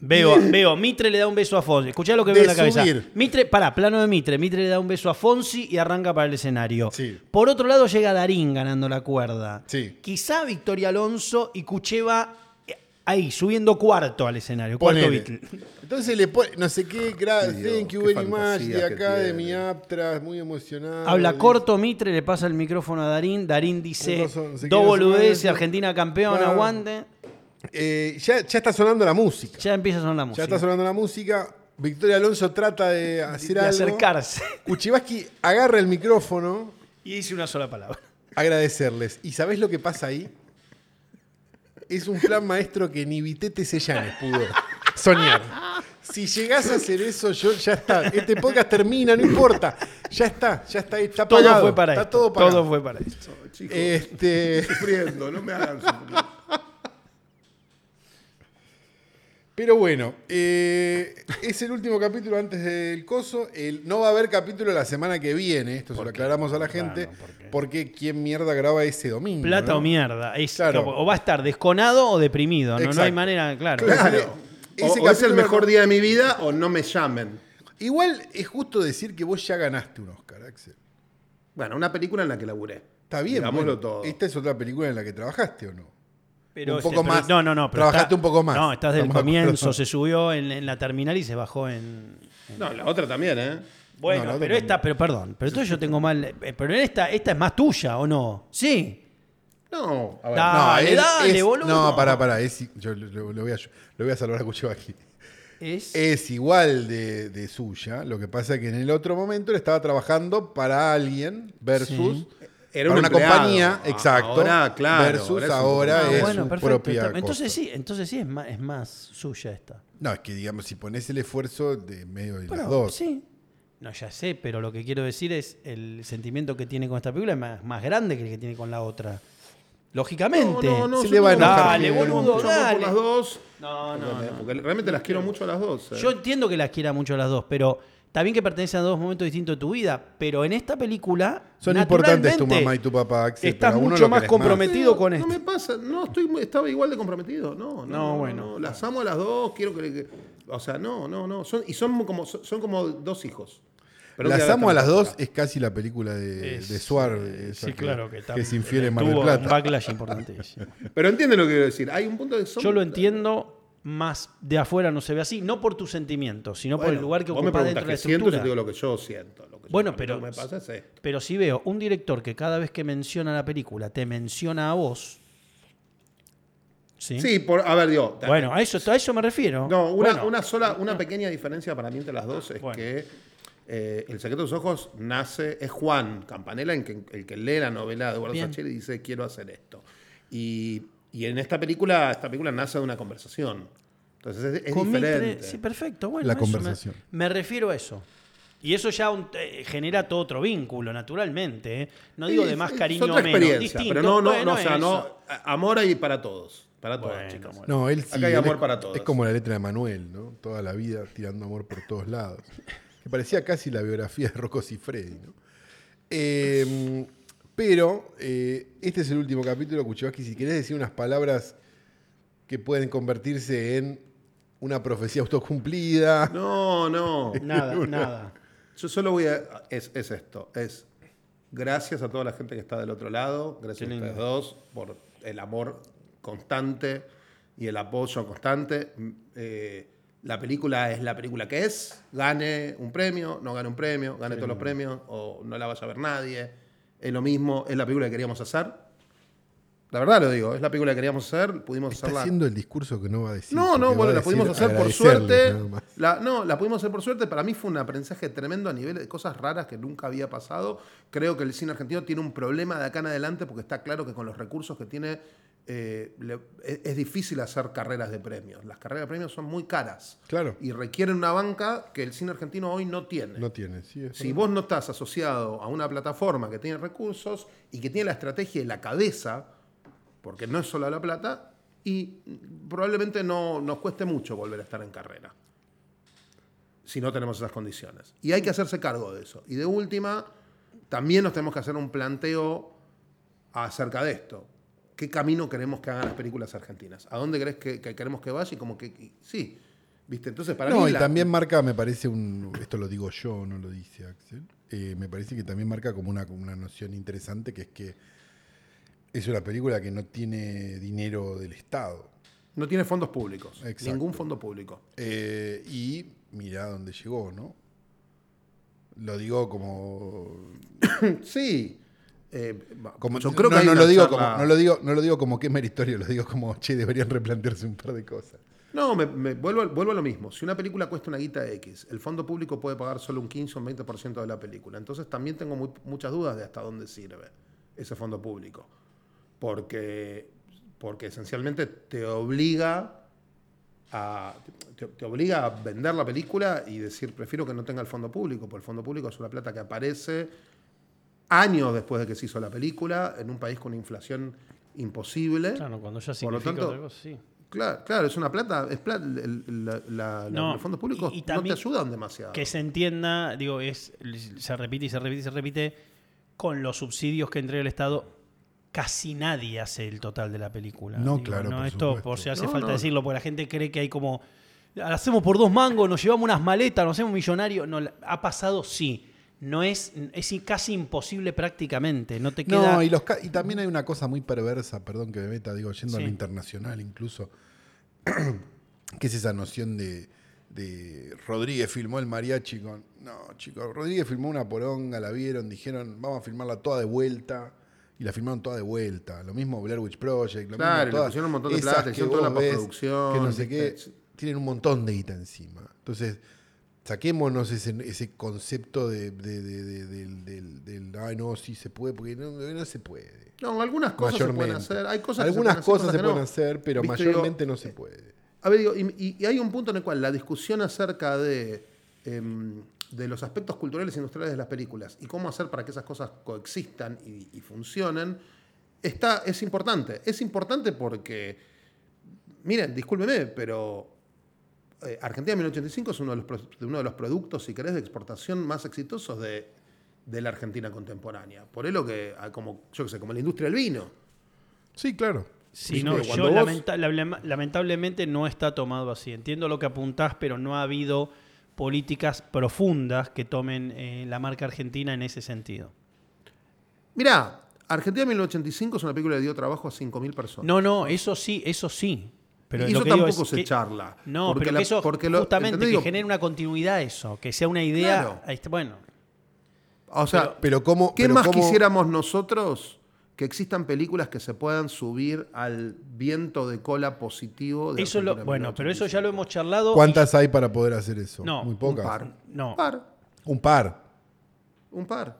[SPEAKER 2] Veo, veo, Mitre le da un beso a Fonsi. Escuchá lo que veo en
[SPEAKER 1] De
[SPEAKER 2] la cabeza.
[SPEAKER 1] subir.
[SPEAKER 2] Mitre, pará, plano de Mitre. Mitre le da un beso a Fonsi y arranca para el escenario.
[SPEAKER 1] Sí.
[SPEAKER 2] Por otro lado, llega Darín ganando la cuerda.
[SPEAKER 1] Sí.
[SPEAKER 2] Quizá Victoria Alonso y Cucheva eh, ahí, subiendo cuarto al escenario. Cuarto
[SPEAKER 1] Ponele.
[SPEAKER 2] Beatle.
[SPEAKER 1] Entonces le pone, no sé qué, gra-
[SPEAKER 3] Ay, Dios,
[SPEAKER 1] thank you
[SPEAKER 3] qué
[SPEAKER 1] very much,
[SPEAKER 3] fantasía
[SPEAKER 1] de
[SPEAKER 3] que
[SPEAKER 1] acá, de
[SPEAKER 3] tiene.
[SPEAKER 1] mi Aptras, muy emocionado.
[SPEAKER 2] Habla
[SPEAKER 1] Dice-
[SPEAKER 2] corto Mitre, le pasa el micrófono a Darín. Darín dice:
[SPEAKER 1] Con razón, se
[SPEAKER 2] Dos
[SPEAKER 1] quiere sumar
[SPEAKER 2] boludeces,
[SPEAKER 1] eso".
[SPEAKER 2] Argentina campeón,
[SPEAKER 1] Claro.
[SPEAKER 2] aguante.
[SPEAKER 1] Eh, ya, ya está sonando la música.
[SPEAKER 2] Ya empieza a sonar la música.
[SPEAKER 1] Ya está sonando la música. Victoria Alonso trata de hacer
[SPEAKER 2] de
[SPEAKER 1] algo.
[SPEAKER 2] acercarse.
[SPEAKER 1] Kuchevaski agarra el micrófono,
[SPEAKER 2] Y dice una sola palabra.
[SPEAKER 1] agradecerles. ¿Y sabés lo que pasa ahí? Es un plan maestro que ni Vitete Sellanes pudo soñar. Si llegás a hacer eso, yo ya está. Este podcast termina, no importa. Ya está, ya está, está
[SPEAKER 2] Todo
[SPEAKER 1] pagado.
[SPEAKER 2] fue para
[SPEAKER 1] está
[SPEAKER 2] esto.
[SPEAKER 1] todo pagado.
[SPEAKER 2] fue para esto.
[SPEAKER 3] Chicos,
[SPEAKER 1] Este,
[SPEAKER 3] estoy sufriendo, no me hagan sufrir.
[SPEAKER 1] pero bueno, eh, es el último capítulo antes del coso. El, no va a haber capítulo la semana que viene, esto se lo aclaramos a la gente,
[SPEAKER 2] Claro, ¿por qué?
[SPEAKER 1] porque quién mierda graba ese domingo.
[SPEAKER 2] Plata
[SPEAKER 1] ¿no?
[SPEAKER 2] o mierda. Es-
[SPEAKER 1] Claro.
[SPEAKER 2] O va a estar desconado o deprimido. No, no hay
[SPEAKER 1] Exacto.
[SPEAKER 2] manera, claro.
[SPEAKER 3] Claro.
[SPEAKER 1] Ese
[SPEAKER 3] o, o es
[SPEAKER 1] capítulo
[SPEAKER 3] el mejor
[SPEAKER 1] no-
[SPEAKER 3] día de mi vida o no me llamen.
[SPEAKER 1] Igual es justo decir que vos ya ganaste un Oscar, Axel.
[SPEAKER 3] Bueno, una película en la que laburé.
[SPEAKER 1] Está bien,
[SPEAKER 3] Digámoslo
[SPEAKER 1] bueno, este-
[SPEAKER 3] todo.
[SPEAKER 1] Esta es otra película en la que trabajaste o no.
[SPEAKER 2] Pero
[SPEAKER 1] un
[SPEAKER 2] es-
[SPEAKER 1] poco
[SPEAKER 2] pero-
[SPEAKER 1] más.
[SPEAKER 2] No, no, no. pero
[SPEAKER 1] Trabajaste
[SPEAKER 2] está-
[SPEAKER 1] un poco más.
[SPEAKER 2] No, estás del
[SPEAKER 1] Estamos de acuerdo.
[SPEAKER 2] comienzo. Se subió en, en la terminal y se bajó en.
[SPEAKER 3] No, la otra también, ¿eh?
[SPEAKER 2] Bueno,
[SPEAKER 1] No, no,
[SPEAKER 2] pero
[SPEAKER 1] no,
[SPEAKER 2] esta, pero perdón. Pero entonces yo tengo mal. eh, Pero en esta, esta es más tuya, ¿o no? Sí.
[SPEAKER 3] No, a ver.
[SPEAKER 2] Da- Dale,
[SPEAKER 1] él
[SPEAKER 2] dale,
[SPEAKER 1] es-
[SPEAKER 2] boludo.
[SPEAKER 1] No, pará, pará. es i- yo lo, lo- lo voy a, lo voy a salvar a Cuchillo aquí.
[SPEAKER 2] Es.
[SPEAKER 1] Es igual de, de suya. Lo que pasa es que en el otro momento él estaba trabajando para alguien versus.
[SPEAKER 2] Sí.
[SPEAKER 1] para
[SPEAKER 3] Era un
[SPEAKER 1] una
[SPEAKER 3] empleado.
[SPEAKER 1] compañía,
[SPEAKER 3] Ah,
[SPEAKER 1] exacto.
[SPEAKER 3] ahora, claro, ahora
[SPEAKER 1] Versus
[SPEAKER 3] es un-
[SPEAKER 1] ahora
[SPEAKER 2] Ah,
[SPEAKER 1] es,
[SPEAKER 2] bueno,
[SPEAKER 1] su
[SPEAKER 2] perfecto.
[SPEAKER 1] propia.
[SPEAKER 2] Está-
[SPEAKER 1] cosa.
[SPEAKER 2] Entonces sí, entonces sí es más, es más suya esta.
[SPEAKER 1] No, es que digamos, si pones el esfuerzo de medio de
[SPEAKER 2] Bueno,
[SPEAKER 1] las dos.
[SPEAKER 2] Sí. No, ya sé, pero lo que quiero decir es el sentimiento que tiene con esta película es más, más grande que el que tiene con la otra. Lógicamente.
[SPEAKER 1] Se
[SPEAKER 3] yo
[SPEAKER 1] le va a
[SPEAKER 3] tengo
[SPEAKER 1] enojar
[SPEAKER 3] dale,
[SPEAKER 1] Miguel.
[SPEAKER 3] boludo, mucho amor
[SPEAKER 2] dale.
[SPEAKER 3] por las dos.
[SPEAKER 2] No, no, no.
[SPEAKER 3] Porque realmente las quiero mucho a las dos. ¿eh?
[SPEAKER 2] Yo entiendo que las quiera mucho a las dos, pero está bien que pertenecen a dos momentos distintos de tu vida, pero en esta película
[SPEAKER 1] Son importantes tu
[SPEAKER 2] naturalmente,
[SPEAKER 1] mamá y tu papá, Axel.
[SPEAKER 2] estás
[SPEAKER 1] pero a uno
[SPEAKER 2] mucho
[SPEAKER 1] lo
[SPEAKER 2] más
[SPEAKER 1] querés
[SPEAKER 2] comprometido. metido con
[SPEAKER 3] no
[SPEAKER 2] esto.
[SPEAKER 3] me pasa, no estoy, muy- estaba igual de comprometido, no, no, no,
[SPEAKER 2] bueno.
[SPEAKER 3] no, las amo a las dos, quiero que, que- o sea, no, no, no, son, y son como, son como dos hijos. Pero
[SPEAKER 1] las
[SPEAKER 3] que-
[SPEAKER 1] amo a las dos es casi la película de,
[SPEAKER 2] es-
[SPEAKER 1] de Suar.
[SPEAKER 2] eh,
[SPEAKER 1] esa
[SPEAKER 2] Sí, claro, que,
[SPEAKER 1] que,
[SPEAKER 2] está-
[SPEAKER 1] se infiere en Mar del
[SPEAKER 2] tuvo un
[SPEAKER 1] Plata.
[SPEAKER 2] backlash importantísimo.
[SPEAKER 3] Pero entienden lo que quiero decir, hay un punto de
[SPEAKER 2] Yo lo entiendo, más de afuera no se ve así, no por tus sentimientos, sino por el lugar que
[SPEAKER 3] vos me
[SPEAKER 2] ocupa
[SPEAKER 3] preguntás
[SPEAKER 2] dentro de la
[SPEAKER 3] qué siento, yo
[SPEAKER 2] estructura.
[SPEAKER 3] te digo lo que yo siento. lo que yo-
[SPEAKER 2] Bueno,
[SPEAKER 3] lo
[SPEAKER 2] pero-
[SPEAKER 3] que me pasa es esto.
[SPEAKER 2] Pero si veo un director que cada vez que menciona la película te menciona a vos. Sí.
[SPEAKER 3] Sí, por, a ver, digo,
[SPEAKER 2] Bueno, a eso, a eso me refiero.
[SPEAKER 3] No, una,
[SPEAKER 2] Bueno, Ah.
[SPEAKER 3] una sola, una pequeña diferencia para mí entre las dos es
[SPEAKER 2] Bueno.
[SPEAKER 3] que eh, El secreto de los ojos nace, es Juan Campanella en que- el que lee la novela de Eduardo
[SPEAKER 2] Bien.
[SPEAKER 3] Sacheri y dice quiero hacer esto. Y, y en esta película, esta película nace de una conversación. Entonces es, es
[SPEAKER 2] con Mitre-
[SPEAKER 3] diferente.
[SPEAKER 2] sí, perfecto. Bueno,
[SPEAKER 1] La
[SPEAKER 2] eso me-
[SPEAKER 1] conversación.
[SPEAKER 2] Me, refiero a eso. Y eso ya un- eh, genera todo otro vínculo, naturalmente. ¿eh? No digo
[SPEAKER 3] Sí,
[SPEAKER 2] de más
[SPEAKER 3] es-
[SPEAKER 2] cariño
[SPEAKER 3] es
[SPEAKER 2] o
[SPEAKER 3] otra
[SPEAKER 2] menos.
[SPEAKER 3] experiencia,
[SPEAKER 2] distinto.
[SPEAKER 3] Pero no, no,
[SPEAKER 2] Bueno,
[SPEAKER 3] no, o sea,
[SPEAKER 2] eso.
[SPEAKER 3] no. a- Amor hay para todos. Para todos,
[SPEAKER 2] Bueno,
[SPEAKER 3] chicos.
[SPEAKER 2] bueno.
[SPEAKER 1] No, él sí.
[SPEAKER 3] Acá hay
[SPEAKER 1] él
[SPEAKER 3] amor
[SPEAKER 1] es,
[SPEAKER 3] para todos.
[SPEAKER 1] Es como la letra de Manuel, ¿no? Toda la vida tirando amor por todos lados. Que parecía casi la biografía de Rocco Siffredi, ¿no? Eh, pero eh, este es el último capítulo, Kuchevaski. Si querés decir unas palabras que pueden convertirse en una profecía autocumplida.
[SPEAKER 3] No, no.
[SPEAKER 2] Nada, nada.
[SPEAKER 3] Yo solo voy a. Es, es esto. Es gracias a toda la gente que está del otro lado.
[SPEAKER 2] Qué
[SPEAKER 3] Gracias a
[SPEAKER 2] lindo.
[SPEAKER 3] ustedes dos por el amor constante y el apoyo constante. Mm, eh, la película es la película que es. Gane un premio, no gane un premio, gane todos los premios o no la vaya a ver nadie. Es lo mismo, es la película que queríamos hacer. La verdad lo digo, es la película que queríamos hacer, pudimos
[SPEAKER 1] Está
[SPEAKER 3] hacerla.
[SPEAKER 1] haciendo el discurso que no va a decir.
[SPEAKER 3] No,
[SPEAKER 1] porque
[SPEAKER 3] no, bueno,
[SPEAKER 1] va a
[SPEAKER 3] la
[SPEAKER 1] decir
[SPEAKER 3] pudimos hacer por
[SPEAKER 1] agradecerles
[SPEAKER 3] suerte.
[SPEAKER 1] nada más.
[SPEAKER 3] La- no, la pudimos hacer por suerte. Para mí fue un aprendizaje tremendo a nivel de cosas raras que nunca había pasado. Creo que el cine argentino tiene un problema de acá en adelante porque está claro que con los recursos que tiene eh, le- es, es difícil hacer carreras de premios. Las carreras de premios son muy caras
[SPEAKER 1] Claro.
[SPEAKER 3] y requieren una banca que el cine argentino hoy no tiene.
[SPEAKER 1] No tiene, sí. es
[SPEAKER 3] Si
[SPEAKER 1] verdad.
[SPEAKER 3] vos no estás asociado a una plataforma que tiene recursos y que tiene la estrategia y la cabeza, porque no es solo la plata, y probablemente no nos cueste mucho volver a estar en carrera, si no tenemos esas condiciones. Y hay que hacerse cargo de eso. Y de última, también nos tenemos que hacer un planteo acerca de esto. ¿Qué camino queremos que hagan las películas argentinas? ¿A dónde crees que, que queremos que vaya? Y como que, y- sí, ¿viste? Entonces, para
[SPEAKER 1] no,
[SPEAKER 3] mí...
[SPEAKER 1] y
[SPEAKER 3] la-
[SPEAKER 1] también marca, me parece un. Esto lo digo yo, no lo dice Axel. eh, me parece que también marca como una, como una noción interesante que es que es una película que no tiene dinero del Estado.
[SPEAKER 3] No tiene fondos públicos.
[SPEAKER 1] Exacto.
[SPEAKER 3] Ningún fondo público.
[SPEAKER 1] Eh, y mirá dónde llegó, ¿no? Lo digo como.
[SPEAKER 3] Sí. Eh, va-
[SPEAKER 1] como
[SPEAKER 3] yo creo
[SPEAKER 1] no,
[SPEAKER 3] que hay
[SPEAKER 1] no
[SPEAKER 3] una
[SPEAKER 1] lo digo
[SPEAKER 3] charla-
[SPEAKER 1] como, no lo digo, no lo digo como qué meritorio, lo digo como, che, deberían replantearse un par de cosas.
[SPEAKER 3] No, me, me- vuelvo, al- vuelvo a lo mismo. Si una película cuesta una guita X, el fondo público puede pagar solo un 15 o un 20% de la película. Entonces también tengo muy- muchas dudas de hasta dónde sirve ese fondo público. Porque, porque esencialmente te obliga a, te, te obliga a vender la película y decir, prefiero que no tenga el fondo público, porque el fondo público es una plata que aparece años después de que se hizo la película, en un país con una inflación imposible.
[SPEAKER 2] Claro, cuando ya
[SPEAKER 3] Por lo
[SPEAKER 2] significa
[SPEAKER 3] tanto,
[SPEAKER 2] otra cosa, sí.
[SPEAKER 3] Claro, claro, es una plata, es plata, el- el- la- la-
[SPEAKER 2] No,
[SPEAKER 3] los fondos públicos
[SPEAKER 2] y- y
[SPEAKER 3] no te
[SPEAKER 2] también
[SPEAKER 3] ayudan demasiado.
[SPEAKER 2] Que se entienda, digo, es se repite y se repite y se repite, con los subsidios que entrega el Estado, casi nadie hace el total de la película.
[SPEAKER 1] No, claro,
[SPEAKER 2] No,
[SPEAKER 1] por
[SPEAKER 2] esto
[SPEAKER 1] supuesto.
[SPEAKER 2] o sea, hace
[SPEAKER 3] No,
[SPEAKER 2] falta
[SPEAKER 3] no.
[SPEAKER 2] decirlo, porque la gente cree que hay como. Hacemos por dos mangos, nos llevamos unas maletas, nos hacemos millonarios. No, la- ha pasado, sí. No es, es casi imposible prácticamente. No te queda.
[SPEAKER 1] No, y, los, ca- y también hay una cosa muy perversa, perdón que me meta, digo, yendo a lo
[SPEAKER 2] Sí.
[SPEAKER 1] internacional incluso, que es esa noción de, de Rodríguez filmó el mariachi con... No, chicos, Rodríguez filmó una poronga, la vieron, dijeron, vamos a filmarla toda de vuelta. Y la filmaron toda de vuelta. Lo mismo Blair Witch Project. Lo
[SPEAKER 3] Claro,
[SPEAKER 1] mismo todas
[SPEAKER 3] y le pusieron un montón de
[SPEAKER 1] esas
[SPEAKER 3] plata,
[SPEAKER 1] que
[SPEAKER 3] hicieron toda
[SPEAKER 1] vos
[SPEAKER 3] una
[SPEAKER 1] ves,
[SPEAKER 3] postproducción,
[SPEAKER 1] Que no sé qué.
[SPEAKER 3] ¿viste?
[SPEAKER 1] Tienen un montón de guita encima. Entonces, saquémonos ese, ese concepto de, de- de- de- del- del- del, ay no, sí se puede, porque no, no se puede.
[SPEAKER 3] no, algunas cosas se pueden hacer. Hay cosas que
[SPEAKER 1] Algunas
[SPEAKER 3] pueden
[SPEAKER 1] cosas se
[SPEAKER 3] hacer,
[SPEAKER 1] pueden
[SPEAKER 3] que no.
[SPEAKER 1] hacer, pero
[SPEAKER 3] Viste, digo,
[SPEAKER 1] mayormente no se puede.
[SPEAKER 3] A ver, digo, y, y- y hay un punto en el cual la discusión acerca de, em, de los aspectos culturales e industriales de las películas y cómo hacer para que esas cosas coexistan y, y funcionen, está, es importante. Es importante porque, miren, discúlpeme, pero eh, Argentina 1985 es uno de, los, pro- de uno de los productos, si querés, de exportación más exitosos de, de la Argentina contemporánea. Por ello que, ah, como, yo qué sé, como la industria del vino.
[SPEAKER 1] Sí, claro.
[SPEAKER 2] Sí,
[SPEAKER 3] Sí,
[SPEAKER 2] no,
[SPEAKER 3] pero
[SPEAKER 2] yo
[SPEAKER 3] cuando vos-
[SPEAKER 2] lamenta- lablem- lamentablemente no está tomado así. Entiendo lo que apuntás, pero no ha habido políticas profundas que tomen eh, la marca argentina en ese sentido.
[SPEAKER 3] Mirá, Argentina 1985 es una película que dio trabajo a 5.000 personas.
[SPEAKER 2] No, no, eso sí, eso sí. Pero
[SPEAKER 3] y
[SPEAKER 2] lo
[SPEAKER 3] eso
[SPEAKER 2] que digo
[SPEAKER 3] tampoco
[SPEAKER 2] es
[SPEAKER 3] se
[SPEAKER 2] que-
[SPEAKER 3] charla.
[SPEAKER 2] No,
[SPEAKER 3] Porque
[SPEAKER 2] pero
[SPEAKER 3] la-
[SPEAKER 2] que eso,
[SPEAKER 3] porque lo-
[SPEAKER 2] justamente,
[SPEAKER 3] ¿entendés?
[SPEAKER 2] que
[SPEAKER 3] Digo,
[SPEAKER 2] genere una continuidad eso, que sea una idea.
[SPEAKER 3] Claro.
[SPEAKER 2] ahí está, Bueno,
[SPEAKER 3] O sea,
[SPEAKER 1] Pero cómo...
[SPEAKER 3] ¿qué
[SPEAKER 1] pero
[SPEAKER 3] más
[SPEAKER 1] cómo-
[SPEAKER 3] quisiéramos nosotros que existan películas que se puedan subir al viento de cola positivo? De
[SPEAKER 2] eso lo,
[SPEAKER 3] Argentina
[SPEAKER 2] bueno, pero eso ya lo
[SPEAKER 3] 1985?
[SPEAKER 2] hemos charlado. y-
[SPEAKER 1] ¿Cuántas hay para poder hacer eso?
[SPEAKER 2] No,
[SPEAKER 1] Muy
[SPEAKER 2] un
[SPEAKER 1] pocas.
[SPEAKER 3] par.
[SPEAKER 2] No.
[SPEAKER 3] Un par.
[SPEAKER 1] Un par.
[SPEAKER 3] Un par.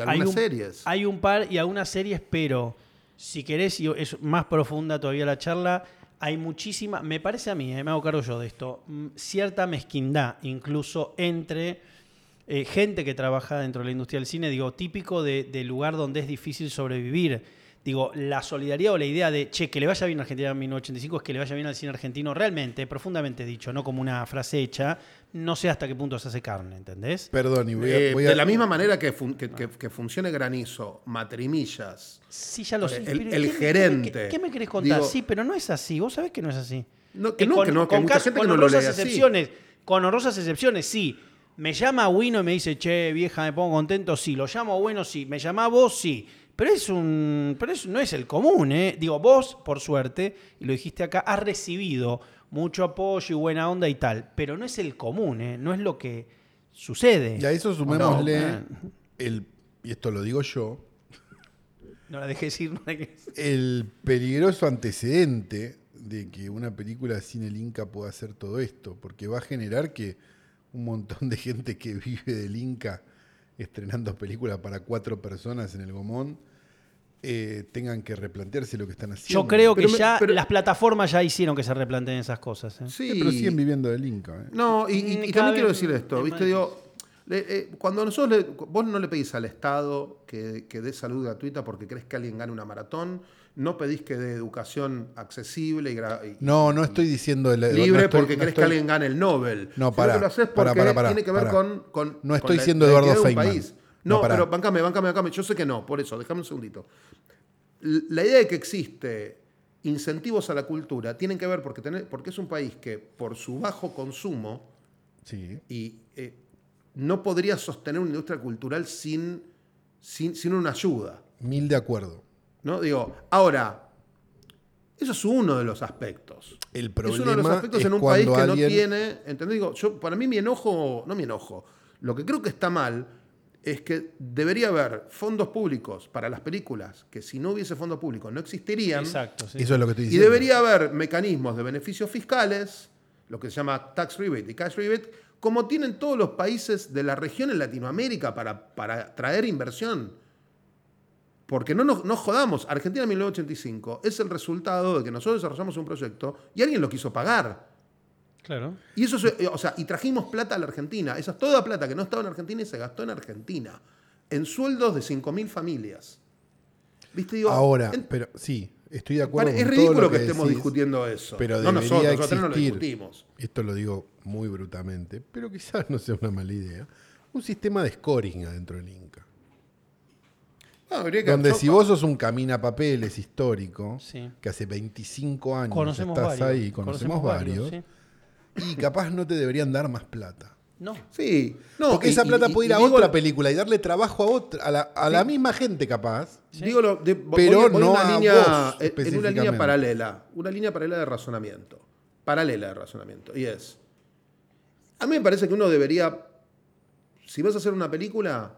[SPEAKER 2] Hay
[SPEAKER 3] algunas
[SPEAKER 2] un-
[SPEAKER 3] series.
[SPEAKER 2] Hay un par y algunas series, pero si querés, y es más profunda todavía la charla, hay muchísima, me parece a mí, eh, me hago cargo yo de esto, mm, cierta mezquindad incluso entre eh, gente que trabaja dentro de la industria del cine, digo, típico de, de lugar donde es difícil sobrevivir. Digo, la solidaridad o la idea de, che, que le vaya bien a Argentina en 1985 es que le vaya bien al cine argentino, realmente, profundamente dicho, no como una frase hecha, no sé hasta qué punto se hace carne, ¿entendés?
[SPEAKER 1] Perdón, y voy a...
[SPEAKER 3] Eh,
[SPEAKER 1] voy a-
[SPEAKER 3] de la misma manera que, fun- que- que- que funcione Granizo, Matrimillas.
[SPEAKER 2] Sí, ya lo sé.
[SPEAKER 3] El-
[SPEAKER 2] pero
[SPEAKER 3] el
[SPEAKER 2] ¿qué-
[SPEAKER 3] gerente.
[SPEAKER 2] ¿Qué, qué me querés contar?
[SPEAKER 3] Digo-
[SPEAKER 2] sí, pero no es así. Vos sabés que no es así.
[SPEAKER 3] No, que
[SPEAKER 2] Eh,
[SPEAKER 3] no, que no, que hay mucha
[SPEAKER 2] caso-
[SPEAKER 3] gente
[SPEAKER 2] con
[SPEAKER 3] que no lo
[SPEAKER 2] honrosas
[SPEAKER 3] lee así.
[SPEAKER 2] excepciones. Con honrosas excepciones, sí. Me llama Wino y me dice, che, vieja, me pongo contento, sí. Lo llamo bueno, sí. Me llamás vos, sí. Pero es un. Pero es- no es el común, ¿eh? Digo, vos, por suerte, y lo dijiste acá, has recibido mucho apoyo y buena onda y tal. Pero no es el común, ¿eh? No es lo que sucede.
[SPEAKER 1] Y a eso sumémosle
[SPEAKER 2] No, man.
[SPEAKER 1] el, y esto lo digo yo,
[SPEAKER 2] No la dejes ir. no la dejes-
[SPEAKER 1] el peligroso antecedente de que una película sin el Inca pueda hacer todo esto, porque va a generar que un montón de gente que vive del Inca estrenando películas para cuatro personas en el Gomón eh, tengan que replantearse lo que están haciendo.
[SPEAKER 2] Yo creo que
[SPEAKER 3] Pero me-
[SPEAKER 2] ya
[SPEAKER 3] pero-
[SPEAKER 2] las plataformas ya hicieron que se replanteen esas cosas. ¿eh?
[SPEAKER 3] Sí,
[SPEAKER 1] Eh, pero siguen viviendo del Inca. ¿eh?
[SPEAKER 3] No, y, y- y
[SPEAKER 2] Mm, cada
[SPEAKER 3] también quiero
[SPEAKER 2] vez
[SPEAKER 3] decir esto,
[SPEAKER 2] es
[SPEAKER 3] ¿viste?
[SPEAKER 2] más
[SPEAKER 3] Digo, le- eh, cuando nosotros le- vos no le pedís al Estado que, que dé salud gratuita porque crees que alguien gane una maratón, no pedís que dé educación accesible y, gra- y-
[SPEAKER 1] No, no estoy diciendo... la-
[SPEAKER 3] libre
[SPEAKER 1] no estoy-
[SPEAKER 3] porque
[SPEAKER 1] no
[SPEAKER 3] crees
[SPEAKER 1] estoy-
[SPEAKER 3] que alguien gane el Nobel.
[SPEAKER 1] No,
[SPEAKER 3] Sino
[SPEAKER 1] pará,
[SPEAKER 3] que lo haces
[SPEAKER 1] pará,
[SPEAKER 3] porque
[SPEAKER 1] pará, pará,
[SPEAKER 3] tiene que ver
[SPEAKER 1] pará.
[SPEAKER 3] con, con-
[SPEAKER 1] No
[SPEAKER 3] con
[SPEAKER 1] estoy
[SPEAKER 3] la-
[SPEAKER 1] siendo
[SPEAKER 3] la
[SPEAKER 1] Eduardo
[SPEAKER 3] identidad de un
[SPEAKER 1] Feynman.
[SPEAKER 3] país. No,
[SPEAKER 1] No, pará.
[SPEAKER 3] pero bancame, bancame, bancame. Yo sé que no, por eso, déjame un segundito. L- La idea de que existe incentivos a la cultura tienen que ver porque, tener, porque es un país que por su bajo consumo
[SPEAKER 1] Sí.
[SPEAKER 3] y eh, no podría sostener una industria cultural sin, sin, sin una ayuda.
[SPEAKER 1] Mil de acuerdo.
[SPEAKER 3] ¿no? Digo, ahora, eso es uno de los aspectos.
[SPEAKER 1] El
[SPEAKER 3] es uno de los
[SPEAKER 1] problema
[SPEAKER 3] aspectos
[SPEAKER 1] es
[SPEAKER 3] en un país
[SPEAKER 1] cuando
[SPEAKER 3] que no
[SPEAKER 1] alguien-
[SPEAKER 3] tiene. ¿entendés? Digo, yo, para mí, mi enojo, no mi enojo, lo que creo que está mal es que debería haber fondos públicos para las películas que, si no hubiese fondo público, no existirían.
[SPEAKER 2] Exacto. sí.
[SPEAKER 1] Eso es lo que estoy
[SPEAKER 3] Y
[SPEAKER 1] diciendo.
[SPEAKER 3] debería haber mecanismos de beneficios fiscales, lo que se llama tax rebate y cash rebate, como tienen todos los países de la región en Latinoamérica para, para traer inversión. Porque no nos no jodamos, Argentina 1985 es el resultado de que nosotros desarrollamos un proyecto y alguien lo quiso pagar.
[SPEAKER 2] Claro.
[SPEAKER 3] Y eso, se- eh, o sea, y trajimos plata a la Argentina. Esa es toda plata que no estaba en Argentina y se gastó en Argentina. En sueldos de 5.000 familias. ¿Viste? Digo,
[SPEAKER 1] Ahora,
[SPEAKER 3] en-
[SPEAKER 1] pero sí, estoy de acuerdo.
[SPEAKER 3] Pare-
[SPEAKER 1] con
[SPEAKER 3] es
[SPEAKER 1] todo
[SPEAKER 3] ridículo
[SPEAKER 1] lo
[SPEAKER 3] que, estemos
[SPEAKER 1] decís.
[SPEAKER 3] discutiendo eso.
[SPEAKER 1] pero
[SPEAKER 3] no
[SPEAKER 1] debería
[SPEAKER 3] nosotros, nosotros no lo
[SPEAKER 1] existir.
[SPEAKER 3] discutimos.
[SPEAKER 1] esto lo digo muy brutamente, pero quizás no sea una mala idea, un sistema de scoring adentro del Inca.
[SPEAKER 3] No, habría que-
[SPEAKER 1] Donde
[SPEAKER 3] yo-
[SPEAKER 1] si vos sos un caminapapeles histórico,
[SPEAKER 2] Sí.
[SPEAKER 1] que hace 25 años
[SPEAKER 2] Conocemos
[SPEAKER 1] estás
[SPEAKER 2] varios.
[SPEAKER 1] ahí, conocemos, varios,
[SPEAKER 2] sí.
[SPEAKER 1] y capaz no te deberían dar más plata.
[SPEAKER 2] No.
[SPEAKER 3] Sí. No,
[SPEAKER 1] Porque
[SPEAKER 3] y-
[SPEAKER 1] esa
[SPEAKER 3] y-
[SPEAKER 1] plata
[SPEAKER 3] y-
[SPEAKER 1] puede
[SPEAKER 3] y
[SPEAKER 1] ir a
[SPEAKER 3] digo-
[SPEAKER 1] otra película y darle trabajo a otra, a la, a la misma gente capaz.
[SPEAKER 3] digo lo- de- voy-
[SPEAKER 1] Pero
[SPEAKER 3] voy en
[SPEAKER 1] no
[SPEAKER 3] una
[SPEAKER 1] a
[SPEAKER 3] línea, eh,
[SPEAKER 1] vos
[SPEAKER 3] en- en una línea
[SPEAKER 1] específicamente.
[SPEAKER 3] paralela. Una línea paralela de razonamiento. Paralela de razonamiento. Y es. A mí me parece que uno debería. Si vas a hacer una película,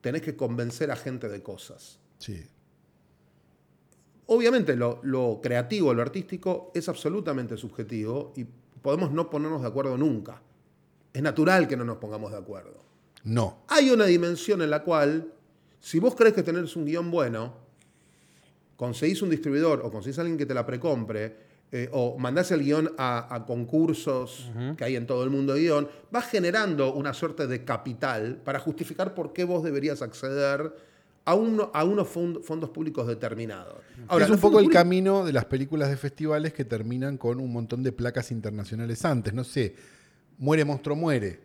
[SPEAKER 3] tenés que convencer a gente de cosas.
[SPEAKER 1] Sí.
[SPEAKER 3] Obviamente lo, lo creativo, lo artístico es absolutamente subjetivo y podemos no ponernos de acuerdo nunca. Es natural que no nos pongamos de acuerdo.
[SPEAKER 1] No.
[SPEAKER 3] Hay una dimensión en la cual, si vos crees que tenés un guión bueno, conseguís un distribuidor o conseguís a alguien que te la precompre, eh, o mandás el guión a, a concursos que hay en todo el mundo de guión, vas generando una suerte de capital para justificar por qué vos deberías acceder a, uno- a unos fond- fondos públicos determinados.
[SPEAKER 1] es
[SPEAKER 3] los
[SPEAKER 1] un poco
[SPEAKER 3] fondos
[SPEAKER 1] el
[SPEAKER 3] públicos-
[SPEAKER 1] camino de las películas de festivales que terminan con un montón de placas internacionales antes. No sé, Muere Monstruo Muere.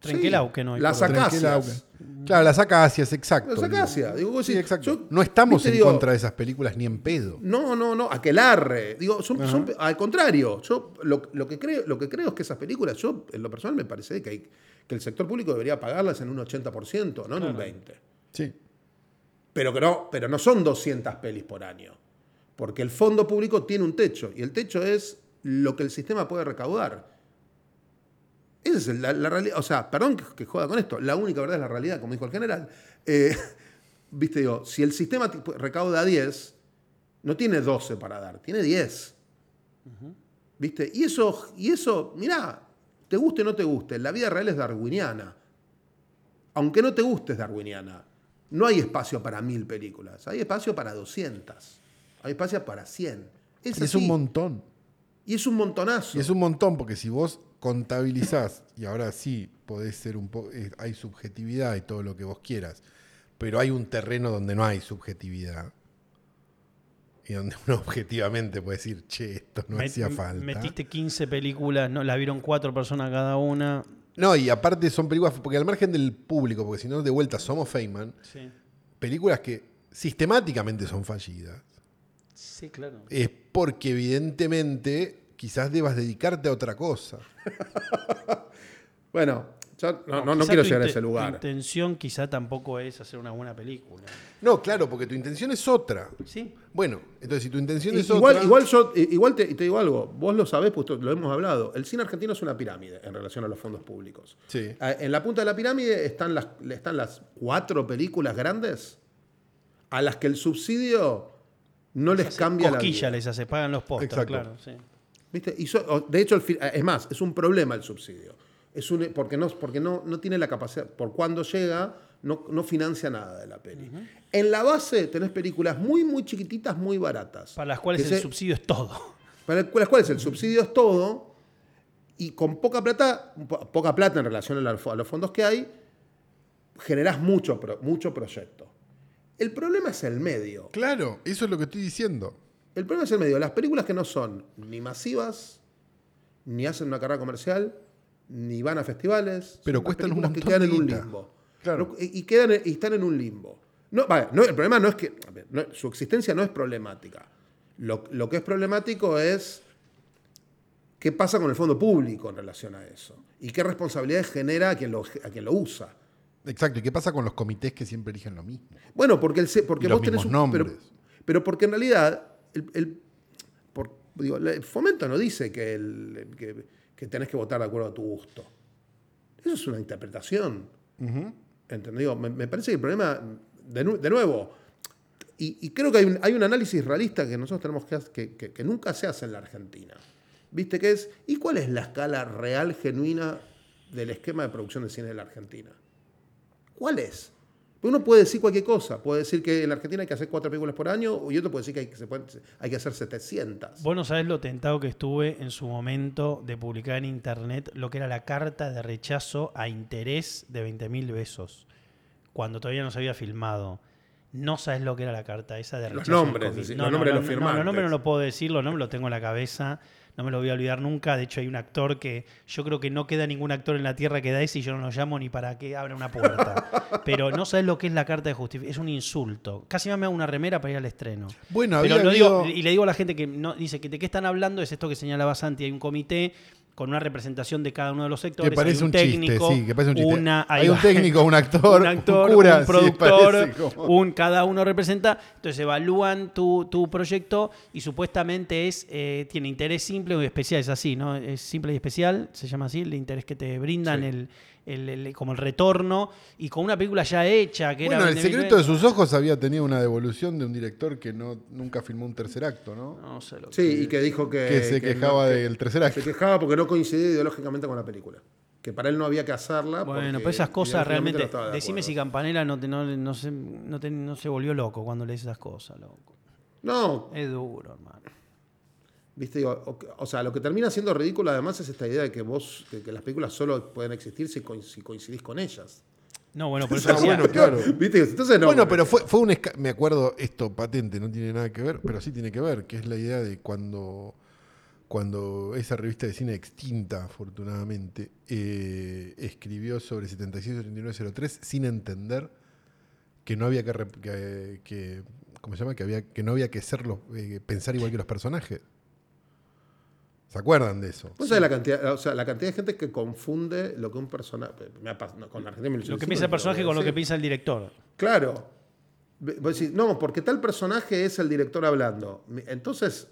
[SPEAKER 2] Trenquelau, que no hay
[SPEAKER 3] Las
[SPEAKER 2] por
[SPEAKER 1] Tranquila,
[SPEAKER 3] acacias.
[SPEAKER 1] ok. Claro, las acacias, exacto.
[SPEAKER 3] Las
[SPEAKER 1] digo.
[SPEAKER 3] acacias. Digo, vos
[SPEAKER 1] Sí,
[SPEAKER 3] decís,
[SPEAKER 1] exacto.
[SPEAKER 3] yo-
[SPEAKER 1] no estamos
[SPEAKER 3] viste,
[SPEAKER 1] en
[SPEAKER 3] digo,
[SPEAKER 1] contra de esas películas ni en pedo.
[SPEAKER 3] No, no, no, aquelarre. Digo, son- son- al contrario, yo lo, lo que creo, lo que creo es que esas películas, yo en lo personal me parece que, hay- que el sector público debería pagarlas en un 80%, no en un 20%.
[SPEAKER 1] Sí.
[SPEAKER 3] Pero, que no, pero no son 200 pelis por año, porque el fondo público tiene un techo, y el techo es lo que el sistema puede recaudar. Esa es la, la realidad, o sea, perdón que, que joda con esto, la única verdad es la realidad, como dijo el general. Eh, Viste, digo, si el sistema tipo- recauda 10, no tiene 12 para dar, tiene 10. ¿Viste? Y eso, y eso, mirá, te guste o no te guste, la vida real es darwiniana. Aunque no te guste es darwiniana, no hay espacio para mil películas, hay espacio para 200, hay espacio para 100. Es,
[SPEAKER 1] Es, un
[SPEAKER 3] así.
[SPEAKER 1] montón.
[SPEAKER 3] y es un montonazo.
[SPEAKER 1] Y es un montón porque si vos contabilizás, y ahora sí podés ser un poco. Hay subjetividad y todo lo que vos quieras, pero hay un terreno donde no hay subjetividad. Y donde uno objetivamente puede decir, che, esto no
[SPEAKER 2] Met-
[SPEAKER 1] hacía falta.
[SPEAKER 2] Metiste 15 películas, no las vieron cuatro personas cada una.
[SPEAKER 1] No, y aparte son películas, porque al margen del público, porque si no, de vuelta somos Feynman,
[SPEAKER 2] Sí.
[SPEAKER 1] películas que sistemáticamente son fallidas.
[SPEAKER 2] Sí, claro.
[SPEAKER 1] es porque evidentemente quizás debas dedicarte a otra cosa.
[SPEAKER 3] Bueno, ya no, no- no quiero llegar a ese
[SPEAKER 2] La
[SPEAKER 3] lugar.
[SPEAKER 2] intención quizá tampoco es hacer una buena película.
[SPEAKER 1] No, claro, porque tu intención es otra.
[SPEAKER 2] Sí.
[SPEAKER 1] Bueno, entonces si tu intención
[SPEAKER 3] I-
[SPEAKER 1] es
[SPEAKER 3] Igual,
[SPEAKER 1] otra...
[SPEAKER 3] igual, yo, i- igual te, te digo algo, vos lo sabés, pues lo hemos hablado. El cine argentino es una pirámide en relación a los fondos públicos.
[SPEAKER 1] Sí.
[SPEAKER 3] Ah, En la punta de la pirámide están las, están las cuatro películas grandes. a las que el subsidio no les cambia la
[SPEAKER 2] Cosquilla
[SPEAKER 3] vida.
[SPEAKER 2] les hace, pagan los postres,
[SPEAKER 1] Exacto.
[SPEAKER 2] claro. sí.
[SPEAKER 3] ¿Viste? Y so- o- de hecho, el fi- es más, es un problema el subsidio. Es un, porque no, porque no, no tiene la capacidad, por cuando llega, no, no financia nada de la peli. En la base tenés películas muy, muy chiquititas, muy baratas.
[SPEAKER 2] Para las cuales
[SPEAKER 3] Que
[SPEAKER 2] el
[SPEAKER 3] se-
[SPEAKER 2] subsidio es todo.
[SPEAKER 3] para el- las cuales el subsidio es todo y con poca plata, po- poca plata en relación a, la- a los fondos que hay, generás mucho, pro- mucho proyecto. El problema es el medio.
[SPEAKER 1] Claro, eso es lo que estoy diciendo.
[SPEAKER 3] El problema es el medio. Las películas que no son ni masivas, ni hacen una carrera comercial, ni van a festivales.
[SPEAKER 1] Pero
[SPEAKER 3] son las
[SPEAKER 1] cuestan un
[SPEAKER 3] películas
[SPEAKER 1] montón
[SPEAKER 3] que quedan
[SPEAKER 1] de
[SPEAKER 3] en un
[SPEAKER 1] guita.
[SPEAKER 3] limbo.
[SPEAKER 1] Claro.
[SPEAKER 3] No- Y, y quedan, en- y están en un limbo. No, vale, no, el problema no es que. a ver, no, su existencia no es problemática. Lo, lo que es problemático es qué pasa con el fondo público en relación a eso. Y qué responsabilidades genera a quien lo, a quien lo usa.
[SPEAKER 1] Exacto, ¿y qué pasa con los comités que siempre eligen lo mismo?
[SPEAKER 3] Bueno, porque, el, se- porque
[SPEAKER 1] Y los
[SPEAKER 3] vos tenés
[SPEAKER 1] mismos
[SPEAKER 3] pero,
[SPEAKER 1] nombres.
[SPEAKER 3] pero porque en realidad el, el- por- digo, el fomento no dice que, el- que- que tenés que votar de acuerdo a tu gusto. Eso es una interpretación. ¿Entendido? Me, me parece que el problema, de, nu- de nuevo, y, y creo que hay un, hay un análisis realista que nosotros tenemos que, hacer- que, que- que nunca se hace en la Argentina. ¿Viste qué es? ¿Y cuál es la escala real, genuina del esquema de producción de cine de la Argentina? ¿Cuál es? Porque uno puede decir cualquier cosa. Puede decir que en la Argentina hay que hacer cuatro películas por año y otro puede decir que hay que, se pueden- hay que hacer 700.
[SPEAKER 2] Vos no sabés lo tentado que estuve en su momento de publicar en internet lo que era la carta de rechazo a interés de 20 mil besos, cuando todavía no se había filmado. No sabes lo que era la carta esa de
[SPEAKER 3] Los
[SPEAKER 2] rechazo.
[SPEAKER 3] nombres,
[SPEAKER 2] al COVID.
[SPEAKER 3] es decir, los nombres de los
[SPEAKER 2] No, los
[SPEAKER 3] firmantes.
[SPEAKER 2] nombres no lo puedo decir, los nombres los tengo en la cabeza, no me lo voy a olvidar nunca. De hecho, hay un actor que yo creo que no queda ningún actor en la tierra que da ese y yo no lo llamo ni para que abra una puerta. Pero no sabes lo que es la carta de justificación, es un insulto. Casi me hago una remera para ir al estreno.
[SPEAKER 1] Bueno,
[SPEAKER 2] Pero
[SPEAKER 1] había
[SPEAKER 2] lo digo-
[SPEAKER 1] habido-
[SPEAKER 2] y le digo a la gente que no dice que de qué están hablando, es esto que señalaba Santi, hay un comité con una representación de cada uno de los sectores,
[SPEAKER 1] Que parece
[SPEAKER 2] hay
[SPEAKER 1] un,
[SPEAKER 2] un, técnico,
[SPEAKER 1] chiste, sí, que parece un chiste.
[SPEAKER 2] una- ahí
[SPEAKER 1] Hay un
[SPEAKER 2] va.
[SPEAKER 1] técnico, un actor,
[SPEAKER 2] un
[SPEAKER 1] un,
[SPEAKER 2] actor,
[SPEAKER 1] cura,
[SPEAKER 2] un
[SPEAKER 1] sí,
[SPEAKER 2] productor,
[SPEAKER 1] parece como-
[SPEAKER 2] un cada uno representa. Entonces evalúan tu, tu proyecto y supuestamente es eh, tiene interés simple o especial, es así, ¿no? Es simple y especial, se llama así, el interés que te brindan,
[SPEAKER 3] Sí.
[SPEAKER 2] el, el- el- como el retorno, y con una película ya hecha, que
[SPEAKER 1] Bueno,
[SPEAKER 2] era...
[SPEAKER 1] el secreto de sus ojos había tenido una devolución de un director que no, nunca filmó un tercer acto, ¿no?
[SPEAKER 2] No eh, sé lo que-
[SPEAKER 3] Sí, y que dijo que.
[SPEAKER 1] que se quejaba
[SPEAKER 3] no- que-
[SPEAKER 1] del tercer acto.
[SPEAKER 3] Se quejaba porque no coincidía ideológicamente con la película. Que para él no había que hacerla.
[SPEAKER 1] Ah,
[SPEAKER 2] Bueno,
[SPEAKER 3] porque
[SPEAKER 2] pero esas cosas
[SPEAKER 3] ideológicamente
[SPEAKER 2] realmente.
[SPEAKER 3] no estaba de
[SPEAKER 2] decime si
[SPEAKER 3] acuerdo.
[SPEAKER 2] Campanella no, te- no, no se, no te- no se volvió loco cuando lees esas cosas, loco.
[SPEAKER 3] No,
[SPEAKER 2] Es duro, hermano.
[SPEAKER 3] viste, digo, o, o sea, lo que termina siendo ridículo además es esta idea de que vos, de que las películas solo pueden existir si, coin- si coincidís con ellas.
[SPEAKER 2] No, bueno, por eso
[SPEAKER 1] Ah,
[SPEAKER 2] decía.
[SPEAKER 1] bueno, claro.
[SPEAKER 3] Viste, entonces no.
[SPEAKER 1] bueno, pero fue, fue un esca- me acuerdo esto patente, no tiene nada que ver, pero sí tiene que ver, que es la idea de cuando cuando esa revista de cine extinta, afortunadamente, eh, escribió sobre 768903 sin entender que no había que, rep- que, que- ¿cómo se llama? Que había que no había que ser los- eh, pensar igual que los personajes. ¿Se acuerdan de eso?
[SPEAKER 3] Vos sabés la cantidad, o sea, la cantidad de gente que confunde lo que un personaje. me ha pas- no, con Argentina me
[SPEAKER 2] Lo que
[SPEAKER 3] hicieron,
[SPEAKER 2] piensa el
[SPEAKER 3] pero
[SPEAKER 2] personaje
[SPEAKER 3] voy a
[SPEAKER 2] con lo que
[SPEAKER 3] decir.
[SPEAKER 2] piensa el director.
[SPEAKER 3] Claro. Ve- Vos decís, no, porque tal personaje es el director hablando. Mi- Entonces,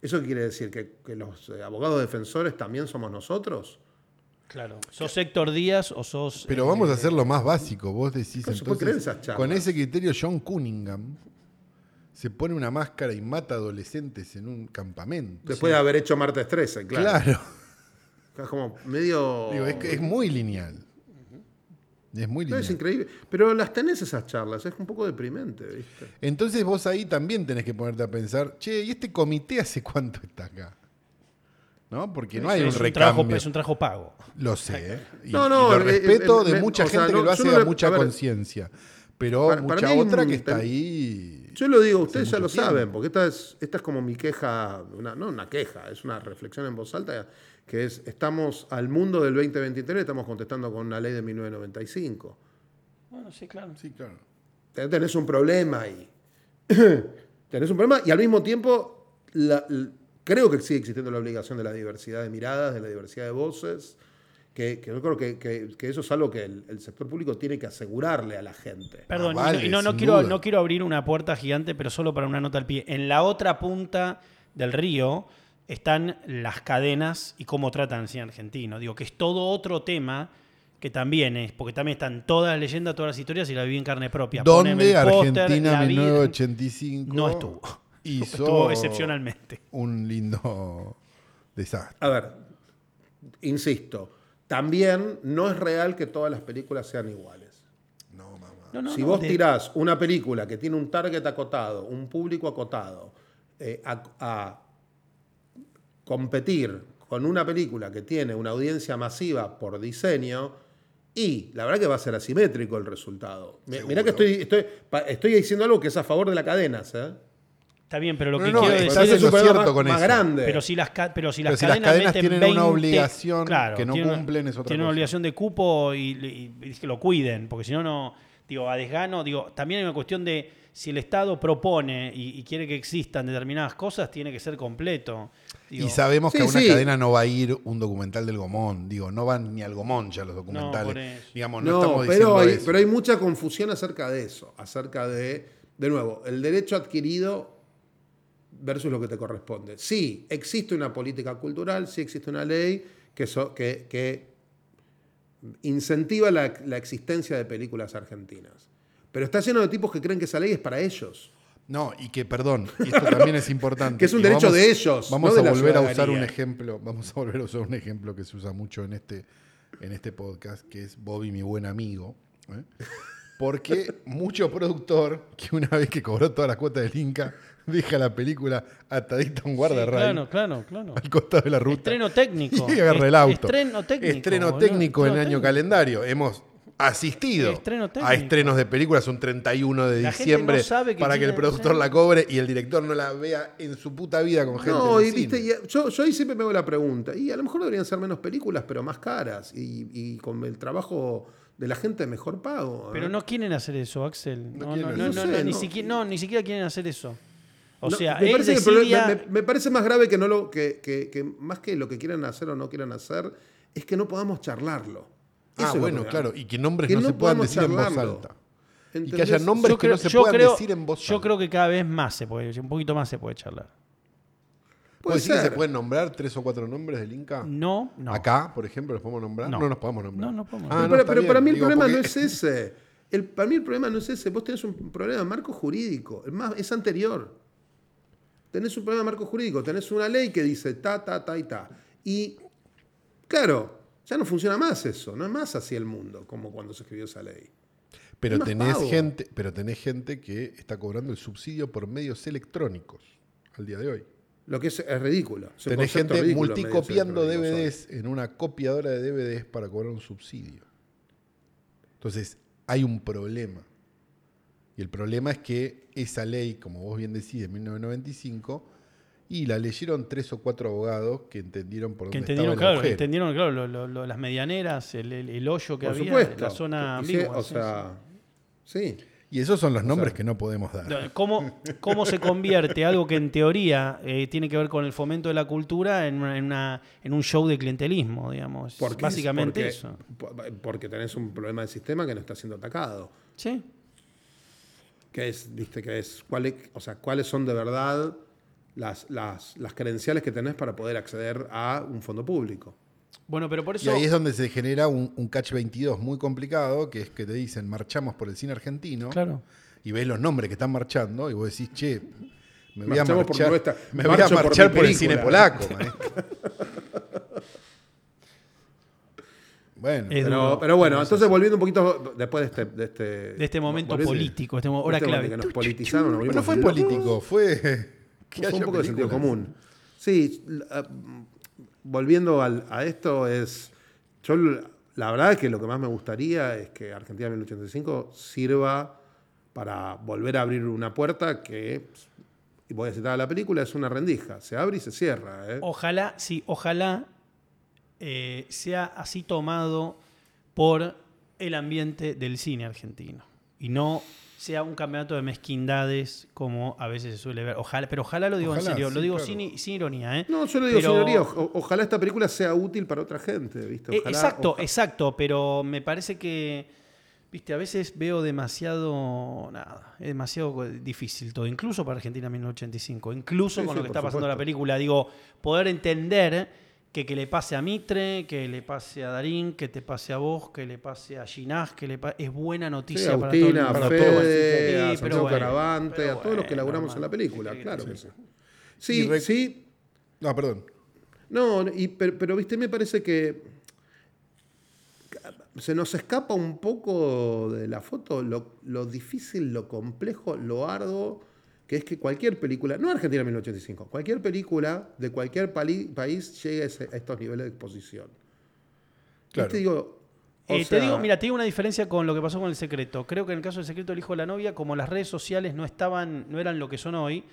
[SPEAKER 3] ¿eso qué quiere decir? ¿Que, que los eh, abogados defensores también somos nosotros?
[SPEAKER 2] Claro. ¿Sos Héctor Díaz o sos.
[SPEAKER 1] Pero
[SPEAKER 2] eh,
[SPEAKER 1] vamos a hacer lo más básico. Vos decís
[SPEAKER 3] No se puede creer esas
[SPEAKER 1] entonces,
[SPEAKER 3] charlas.
[SPEAKER 1] con ese criterio John Cunningham se pone una máscara y mata adolescentes en un campamento.
[SPEAKER 3] Después de haber hecho martes 13, claro.
[SPEAKER 1] Claro.
[SPEAKER 3] Es como medio.
[SPEAKER 1] Digo, es, es muy lineal. Es muy
[SPEAKER 3] No,
[SPEAKER 1] lineal.
[SPEAKER 3] es increíble. Pero las tenés esas charlas, es un poco deprimente, ¿viste?
[SPEAKER 1] Entonces vos ahí también tenés que ponerte a pensar, che, ¿y este comité hace cuánto está acá? ¿No? Porque no hay un
[SPEAKER 2] es, un
[SPEAKER 1] recambio.
[SPEAKER 3] pues,
[SPEAKER 2] trabajo, es un trabajo pago.
[SPEAKER 1] Lo sé. ¿eh? Y,
[SPEAKER 3] No,
[SPEAKER 1] y
[SPEAKER 3] no, eh,
[SPEAKER 1] lo respeto
[SPEAKER 3] eh,
[SPEAKER 1] de
[SPEAKER 3] eh,
[SPEAKER 1] mucha
[SPEAKER 3] o sea,
[SPEAKER 1] gente
[SPEAKER 3] no,
[SPEAKER 1] que lo
[SPEAKER 3] yo
[SPEAKER 1] hace
[SPEAKER 3] no
[SPEAKER 1] a
[SPEAKER 3] le-
[SPEAKER 1] mucha
[SPEAKER 3] a ver,
[SPEAKER 1] conciencia. Pero
[SPEAKER 3] para- para
[SPEAKER 1] mucha
[SPEAKER 3] mí hay un-
[SPEAKER 1] otra que está
[SPEAKER 3] para-
[SPEAKER 1] ahí.
[SPEAKER 3] Yo lo digo, ustedes
[SPEAKER 1] Hace
[SPEAKER 3] ya lo
[SPEAKER 1] mucho tiempo.
[SPEAKER 3] saben, porque esta es, esta es como mi queja, una- no una queja, es una reflexión en voz alta, que es, estamos al mundo del 2023, estamos contestando con una ley de 1995.
[SPEAKER 2] Bueno, sí, claro.
[SPEAKER 1] Sí, claro.
[SPEAKER 3] Ten- Tenés un problema ahí. Tenés un problema y al mismo tiempo la- l- creo que sigue existiendo la obligación de la diversidad de miradas, de la diversidad de voces, que, que yo creo que, que- que eso es algo que el, el sector público tiene que asegurarle a la gente.
[SPEAKER 2] Perdón, y no-
[SPEAKER 1] vale,
[SPEAKER 2] y no, no
[SPEAKER 1] sin
[SPEAKER 2] quiero,
[SPEAKER 1] duda.
[SPEAKER 2] no quiero abrir una puerta gigante, pero solo para una nota al pie. En la otra punta del río están las cadenas y cómo tratan al cine argentino. Digo, que es todo otro tema que también es, porque también están todas las leyendas, todas las historias y la viví en carne propia.
[SPEAKER 1] Donde
[SPEAKER 2] Poneme el póster,
[SPEAKER 1] Argentina
[SPEAKER 2] la vi-
[SPEAKER 1] 1985
[SPEAKER 2] No estuvo.
[SPEAKER 1] hizo
[SPEAKER 2] Estuvo excepcionalmente.
[SPEAKER 1] un lindo desastre.
[SPEAKER 3] A ver, insisto, también no es real que todas las películas sean iguales.
[SPEAKER 1] No, mamá.
[SPEAKER 2] No, no,
[SPEAKER 3] si
[SPEAKER 2] no,
[SPEAKER 3] vos
[SPEAKER 2] de-
[SPEAKER 3] tirás una película que tiene un target acotado, un público acotado, eh, a, a competir con una película que tiene una audiencia masiva por diseño, y la verdad que va a ser asimétrico el resultado. Mi- Mirá que
[SPEAKER 1] Seguro.
[SPEAKER 3] estoy, estoy, pa- estoy diciendo algo que es a favor de la cadena, ¿eh?
[SPEAKER 2] Está bien, pero lo
[SPEAKER 1] No,
[SPEAKER 2] que
[SPEAKER 1] no,
[SPEAKER 2] quiero
[SPEAKER 1] estás
[SPEAKER 2] decir
[SPEAKER 1] en
[SPEAKER 2] es...
[SPEAKER 1] lo
[SPEAKER 3] problema
[SPEAKER 1] cierto
[SPEAKER 3] más,
[SPEAKER 1] con
[SPEAKER 3] más
[SPEAKER 1] eso.
[SPEAKER 3] grande.
[SPEAKER 2] Pero si las, ca- pero si las
[SPEAKER 1] Pero si las
[SPEAKER 2] cadenas,
[SPEAKER 1] cadenas
[SPEAKER 2] meten
[SPEAKER 1] tienen una
[SPEAKER 2] 20
[SPEAKER 1] obligación
[SPEAKER 2] claro,
[SPEAKER 1] que no
[SPEAKER 2] tienen una-
[SPEAKER 1] cumplen, es otra
[SPEAKER 2] Tienen una
[SPEAKER 1] cosa.
[SPEAKER 2] obligación de cupo y, y- y que lo cuiden, porque si no, no. Digo, a desgano, digo, también hay una cuestión de si el Estado propone y, y quiere que existan determinadas cosas, tiene que ser completo. Digo,
[SPEAKER 1] y sabemos que
[SPEAKER 3] Sí,
[SPEAKER 1] a una
[SPEAKER 3] sí.
[SPEAKER 1] cadena no va a ir un documental del Gomón. Digo, no van ni al Gomón ya los
[SPEAKER 2] por
[SPEAKER 1] documentales.
[SPEAKER 2] eso.
[SPEAKER 1] Digamos, no,
[SPEAKER 3] No,
[SPEAKER 1] estamos diciendo
[SPEAKER 3] pero hay,
[SPEAKER 1] eso.
[SPEAKER 3] pero hay mucha confusión acerca de eso, acerca de, de nuevo, el derecho adquirido versus lo que te corresponde. Sí, existe una política cultural, sí existe una ley que, so- que, que incentiva la, la existencia de películas argentinas. Pero está lleno de tipos que creen que esa ley es para ellos.
[SPEAKER 1] No, y que, perdón, y esto también es importante.
[SPEAKER 3] Que es un
[SPEAKER 1] y
[SPEAKER 3] derecho de ellos,
[SPEAKER 1] Vamos
[SPEAKER 3] no de
[SPEAKER 1] a
[SPEAKER 3] la
[SPEAKER 1] volver a usar
[SPEAKER 3] ciudadanía.
[SPEAKER 1] un ejemplo. Vamos a volver a usar un ejemplo que se usa mucho en este, en este podcast, que es Bobby, mi buen amigo. ¿eh? Porque mucho productor que una vez que cobró todas las cuotas del Inca, deja la película atadita a un guardarrail
[SPEAKER 2] Claro, claro, claro.
[SPEAKER 1] al costado de la ruta.
[SPEAKER 2] Estreno técnico.
[SPEAKER 1] Y agarra el auto.
[SPEAKER 2] Estreno técnico,
[SPEAKER 1] Estreno
[SPEAKER 2] boludo.
[SPEAKER 1] técnico en
[SPEAKER 2] Estreno
[SPEAKER 1] año
[SPEAKER 2] técnico.
[SPEAKER 1] calendario. Hemos asistido
[SPEAKER 2] Estreno técnico.
[SPEAKER 1] a estrenos de películas un 31 de
[SPEAKER 2] La gente
[SPEAKER 1] diciembre
[SPEAKER 2] no sabe que
[SPEAKER 1] para que el
[SPEAKER 2] tiene-
[SPEAKER 1] productor la cobre y el director no la vea en su puta vida con gente.
[SPEAKER 3] No,
[SPEAKER 1] en
[SPEAKER 3] y
[SPEAKER 1] el
[SPEAKER 3] viste,
[SPEAKER 1] cine. Ah,
[SPEAKER 3] y eh, yo, yo ahí siempre me hago la pregunta, y a lo mejor deberían ser menos películas, pero más caras, y, y con el trabajo de la gente mejor pago. ¿eh?
[SPEAKER 2] Pero no quieren hacer eso, Axel.
[SPEAKER 1] No
[SPEAKER 2] No,
[SPEAKER 1] quieren
[SPEAKER 2] no, no,
[SPEAKER 1] hacer
[SPEAKER 2] no,
[SPEAKER 3] eso.
[SPEAKER 2] no,
[SPEAKER 3] No sé,
[SPEAKER 2] ni
[SPEAKER 3] no.
[SPEAKER 2] siquiera, no, ni siquiera quieren hacer eso. O
[SPEAKER 3] No,
[SPEAKER 2] sea,
[SPEAKER 3] me
[SPEAKER 2] él
[SPEAKER 3] parece, que el problema-
[SPEAKER 2] decidía-
[SPEAKER 3] me- me parece más grave que, no lo, que, que- que más que lo que quieran hacer o no quieran hacer, es que no podamos charlarlo. Eso
[SPEAKER 1] Ah,
[SPEAKER 3] es lo
[SPEAKER 1] bueno,
[SPEAKER 3] que-
[SPEAKER 1] claro. Y que nombres
[SPEAKER 3] que
[SPEAKER 1] no, se puedan
[SPEAKER 3] podamos
[SPEAKER 1] decir en voz
[SPEAKER 3] charlarlo.
[SPEAKER 1] alta.
[SPEAKER 3] ¿Entendés?
[SPEAKER 1] Y que haya nombres
[SPEAKER 2] yo
[SPEAKER 1] que
[SPEAKER 2] creo,
[SPEAKER 1] no se
[SPEAKER 2] yo
[SPEAKER 1] puedan
[SPEAKER 2] creo-
[SPEAKER 1] decir en voz
[SPEAKER 2] Yo
[SPEAKER 1] alta.
[SPEAKER 2] creo que cada vez más se puede, un poquito más se puede charlar.
[SPEAKER 3] Puede
[SPEAKER 1] ¿Puedes decir que se
[SPEAKER 3] ser.
[SPEAKER 1] pueden nombrar tres o cuatro nombres del Inca?
[SPEAKER 2] No, no.
[SPEAKER 1] Ah. Acá, por ejemplo, los podemos nombrar. No,
[SPEAKER 2] No.
[SPEAKER 1] nos podemos nombrar.
[SPEAKER 2] No, no podemos.
[SPEAKER 1] Ah,
[SPEAKER 3] Pero,
[SPEAKER 1] no,
[SPEAKER 3] para-
[SPEAKER 1] está
[SPEAKER 3] pero para
[SPEAKER 1] bien.
[SPEAKER 3] mí el
[SPEAKER 1] Digo,
[SPEAKER 3] problema
[SPEAKER 1] porque-
[SPEAKER 3] no es ese. El, para mí el problema no es ese. Vos tenés un problema de marco jurídico. el más, es anterior. Tenés un problema de marco jurídico. Tenés una ley que dice ta, ta, ta y ta. Y, claro, ya no funciona más eso. No es más así el mundo como cuando se escribió esa ley.
[SPEAKER 1] Pero
[SPEAKER 3] Es más
[SPEAKER 1] tenés,
[SPEAKER 3] vago.
[SPEAKER 1] gente, pero tenés gente que está cobrando el subsidio por medios electrónicos al día de hoy.
[SPEAKER 3] Lo que es, es ridículo. Es un
[SPEAKER 1] tenés
[SPEAKER 3] concepto
[SPEAKER 1] gente
[SPEAKER 3] ridículo,
[SPEAKER 1] multicopiando
[SPEAKER 3] medios electrónicos
[SPEAKER 1] DVDs en una copiadora de DVDs para cobrar un subsidio. Entonces, hay un problema. Y el problema es que esa ley, como vos bien decís, de 1995, y la leyeron tres o cuatro abogados que entendieron por
[SPEAKER 2] que
[SPEAKER 1] dónde estaba
[SPEAKER 2] entendieron,
[SPEAKER 1] el
[SPEAKER 2] claro, que
[SPEAKER 1] agujero.
[SPEAKER 2] entendieron, claro, lo- lo- lo- las medianeras, el, el- el hoyo que
[SPEAKER 3] hoy. Por
[SPEAKER 2] había,
[SPEAKER 3] supuesto.
[SPEAKER 2] la zona
[SPEAKER 3] Y sí,
[SPEAKER 2] ambigua.
[SPEAKER 3] O
[SPEAKER 2] sí,
[SPEAKER 3] sea, sí.
[SPEAKER 1] Y esos son los nombres
[SPEAKER 3] sea,
[SPEAKER 1] que no podemos
[SPEAKER 2] sí.
[SPEAKER 1] dar.
[SPEAKER 2] ¿Cómo, ¿Cómo se convierte algo que en teoría eh, tiene que ver con el fomento de la cultura en, una- en una- en un show de clientelismo, digamos?
[SPEAKER 3] Porque es-
[SPEAKER 2] Básicamente
[SPEAKER 3] porque-
[SPEAKER 2] eso.
[SPEAKER 3] po- eh, Porque tenés un problema del sistema que no está siendo atacado.
[SPEAKER 2] Sí.
[SPEAKER 3] que es, viste, que es, cuál es- o sea, cuáles son de verdad las, las, las credenciales que tenés para poder acceder a un fondo público.
[SPEAKER 2] Bueno, pero por
[SPEAKER 1] Y
[SPEAKER 2] eso.
[SPEAKER 1] ahí es donde se genera un, un catch 22 muy complicado, que es que te dicen, marchamos por el cine argentino,
[SPEAKER 2] Claro.
[SPEAKER 1] y ves los nombres que están marchando, y vos decís, che, me voy
[SPEAKER 3] Marchamos
[SPEAKER 1] a
[SPEAKER 3] por
[SPEAKER 1] marchar,
[SPEAKER 3] nuestra-
[SPEAKER 1] me voy a
[SPEAKER 3] marcho por
[SPEAKER 1] marchar
[SPEAKER 3] mi
[SPEAKER 1] por, el cine
[SPEAKER 3] película".
[SPEAKER 1] polaco. maestro. bueno,
[SPEAKER 2] Es
[SPEAKER 3] Pero,
[SPEAKER 2] duro.
[SPEAKER 3] pero bueno, entonces volviendo un poquito después de este... De este,
[SPEAKER 2] De este momento
[SPEAKER 3] volviendo-
[SPEAKER 2] político, este mo-
[SPEAKER 3] de
[SPEAKER 2] hora clave.
[SPEAKER 3] momento que nos politizaron, nos
[SPEAKER 1] pero no
[SPEAKER 3] volvimos
[SPEAKER 1] fue
[SPEAKER 3] locos.
[SPEAKER 1] político, fue... que
[SPEAKER 3] Fue un
[SPEAKER 1] haya
[SPEAKER 3] poco de sentido
[SPEAKER 1] películas.
[SPEAKER 3] común. Sí, l- ah, mm, volviendo al- a esto es, yo l- la verdad es que lo que más me gustaría es que Argentina 1985 sirva para volver a abrir una puerta que, y voy a citar a la película, es una rendija, se abre y se cierra. ¿eh?
[SPEAKER 2] Ojalá, sí, ojalá eh, sea así tomado por el ambiente del cine argentino y no sea un campeonato de mezquindades como a veces se suele ver. Ojalá, pero ojalá lo digo
[SPEAKER 1] Ojalá,
[SPEAKER 2] en serio,
[SPEAKER 1] sí,
[SPEAKER 2] lo digo
[SPEAKER 1] claro.
[SPEAKER 2] sin, sin ironía. ¿eh?
[SPEAKER 3] No, yo le digo,
[SPEAKER 2] Pero-
[SPEAKER 3] señoría, o- ojalá esta película sea útil para otra gente, ¿viste?
[SPEAKER 2] Eh,
[SPEAKER 3] Ojalá-
[SPEAKER 2] exacto,
[SPEAKER 3] oja-
[SPEAKER 2] exacto, pero me parece que, viste, a veces veo demasiado, nada, es demasiado difícil todo, incluso para Argentina 1985, incluso
[SPEAKER 3] Sí,
[SPEAKER 2] con
[SPEAKER 3] sí,
[SPEAKER 2] lo que
[SPEAKER 3] por
[SPEAKER 2] está pasando en la
[SPEAKER 3] supuesto.
[SPEAKER 2] película, digo, poder entender que, que le pase a Mitre, que le pase a Darín, que te pase a vos, que le pase a Ginás, que le pa- es buena
[SPEAKER 3] Sí,
[SPEAKER 2] noticia
[SPEAKER 3] a
[SPEAKER 2] para todo el
[SPEAKER 3] Agustina,
[SPEAKER 2] mundo.
[SPEAKER 3] a
[SPEAKER 1] para todos.
[SPEAKER 2] Sí,
[SPEAKER 3] Fede, a
[SPEAKER 2] pero
[SPEAKER 3] Santiago
[SPEAKER 2] bueno,
[SPEAKER 3] Caravante,
[SPEAKER 2] pero
[SPEAKER 3] a todos los que
[SPEAKER 2] bueno,
[SPEAKER 3] laboramos en la
[SPEAKER 2] hermano.
[SPEAKER 3] película,
[SPEAKER 2] Sí,
[SPEAKER 3] claro que sí.
[SPEAKER 1] Y
[SPEAKER 3] Sí,
[SPEAKER 1] rec-
[SPEAKER 3] sí,
[SPEAKER 1] No, perdón.
[SPEAKER 3] no, y, pero, pero, viste, me parece que se nos escapa un poco de la foto lo, lo difícil, lo complejo, lo arduo, que es que cualquier película, no Argentina 1985, cualquier película de cualquier pali- país llegue a, ese- a estos niveles de exposición.
[SPEAKER 1] Claro.
[SPEAKER 3] Viste, digo, o
[SPEAKER 2] Eh,
[SPEAKER 3] sea,
[SPEAKER 2] te digo, mira, te digo una diferencia con lo que pasó con el secreto. Creo que en el caso del secreto el hijo de la novia, como las redes sociales no estaban, no eran lo que son hoy,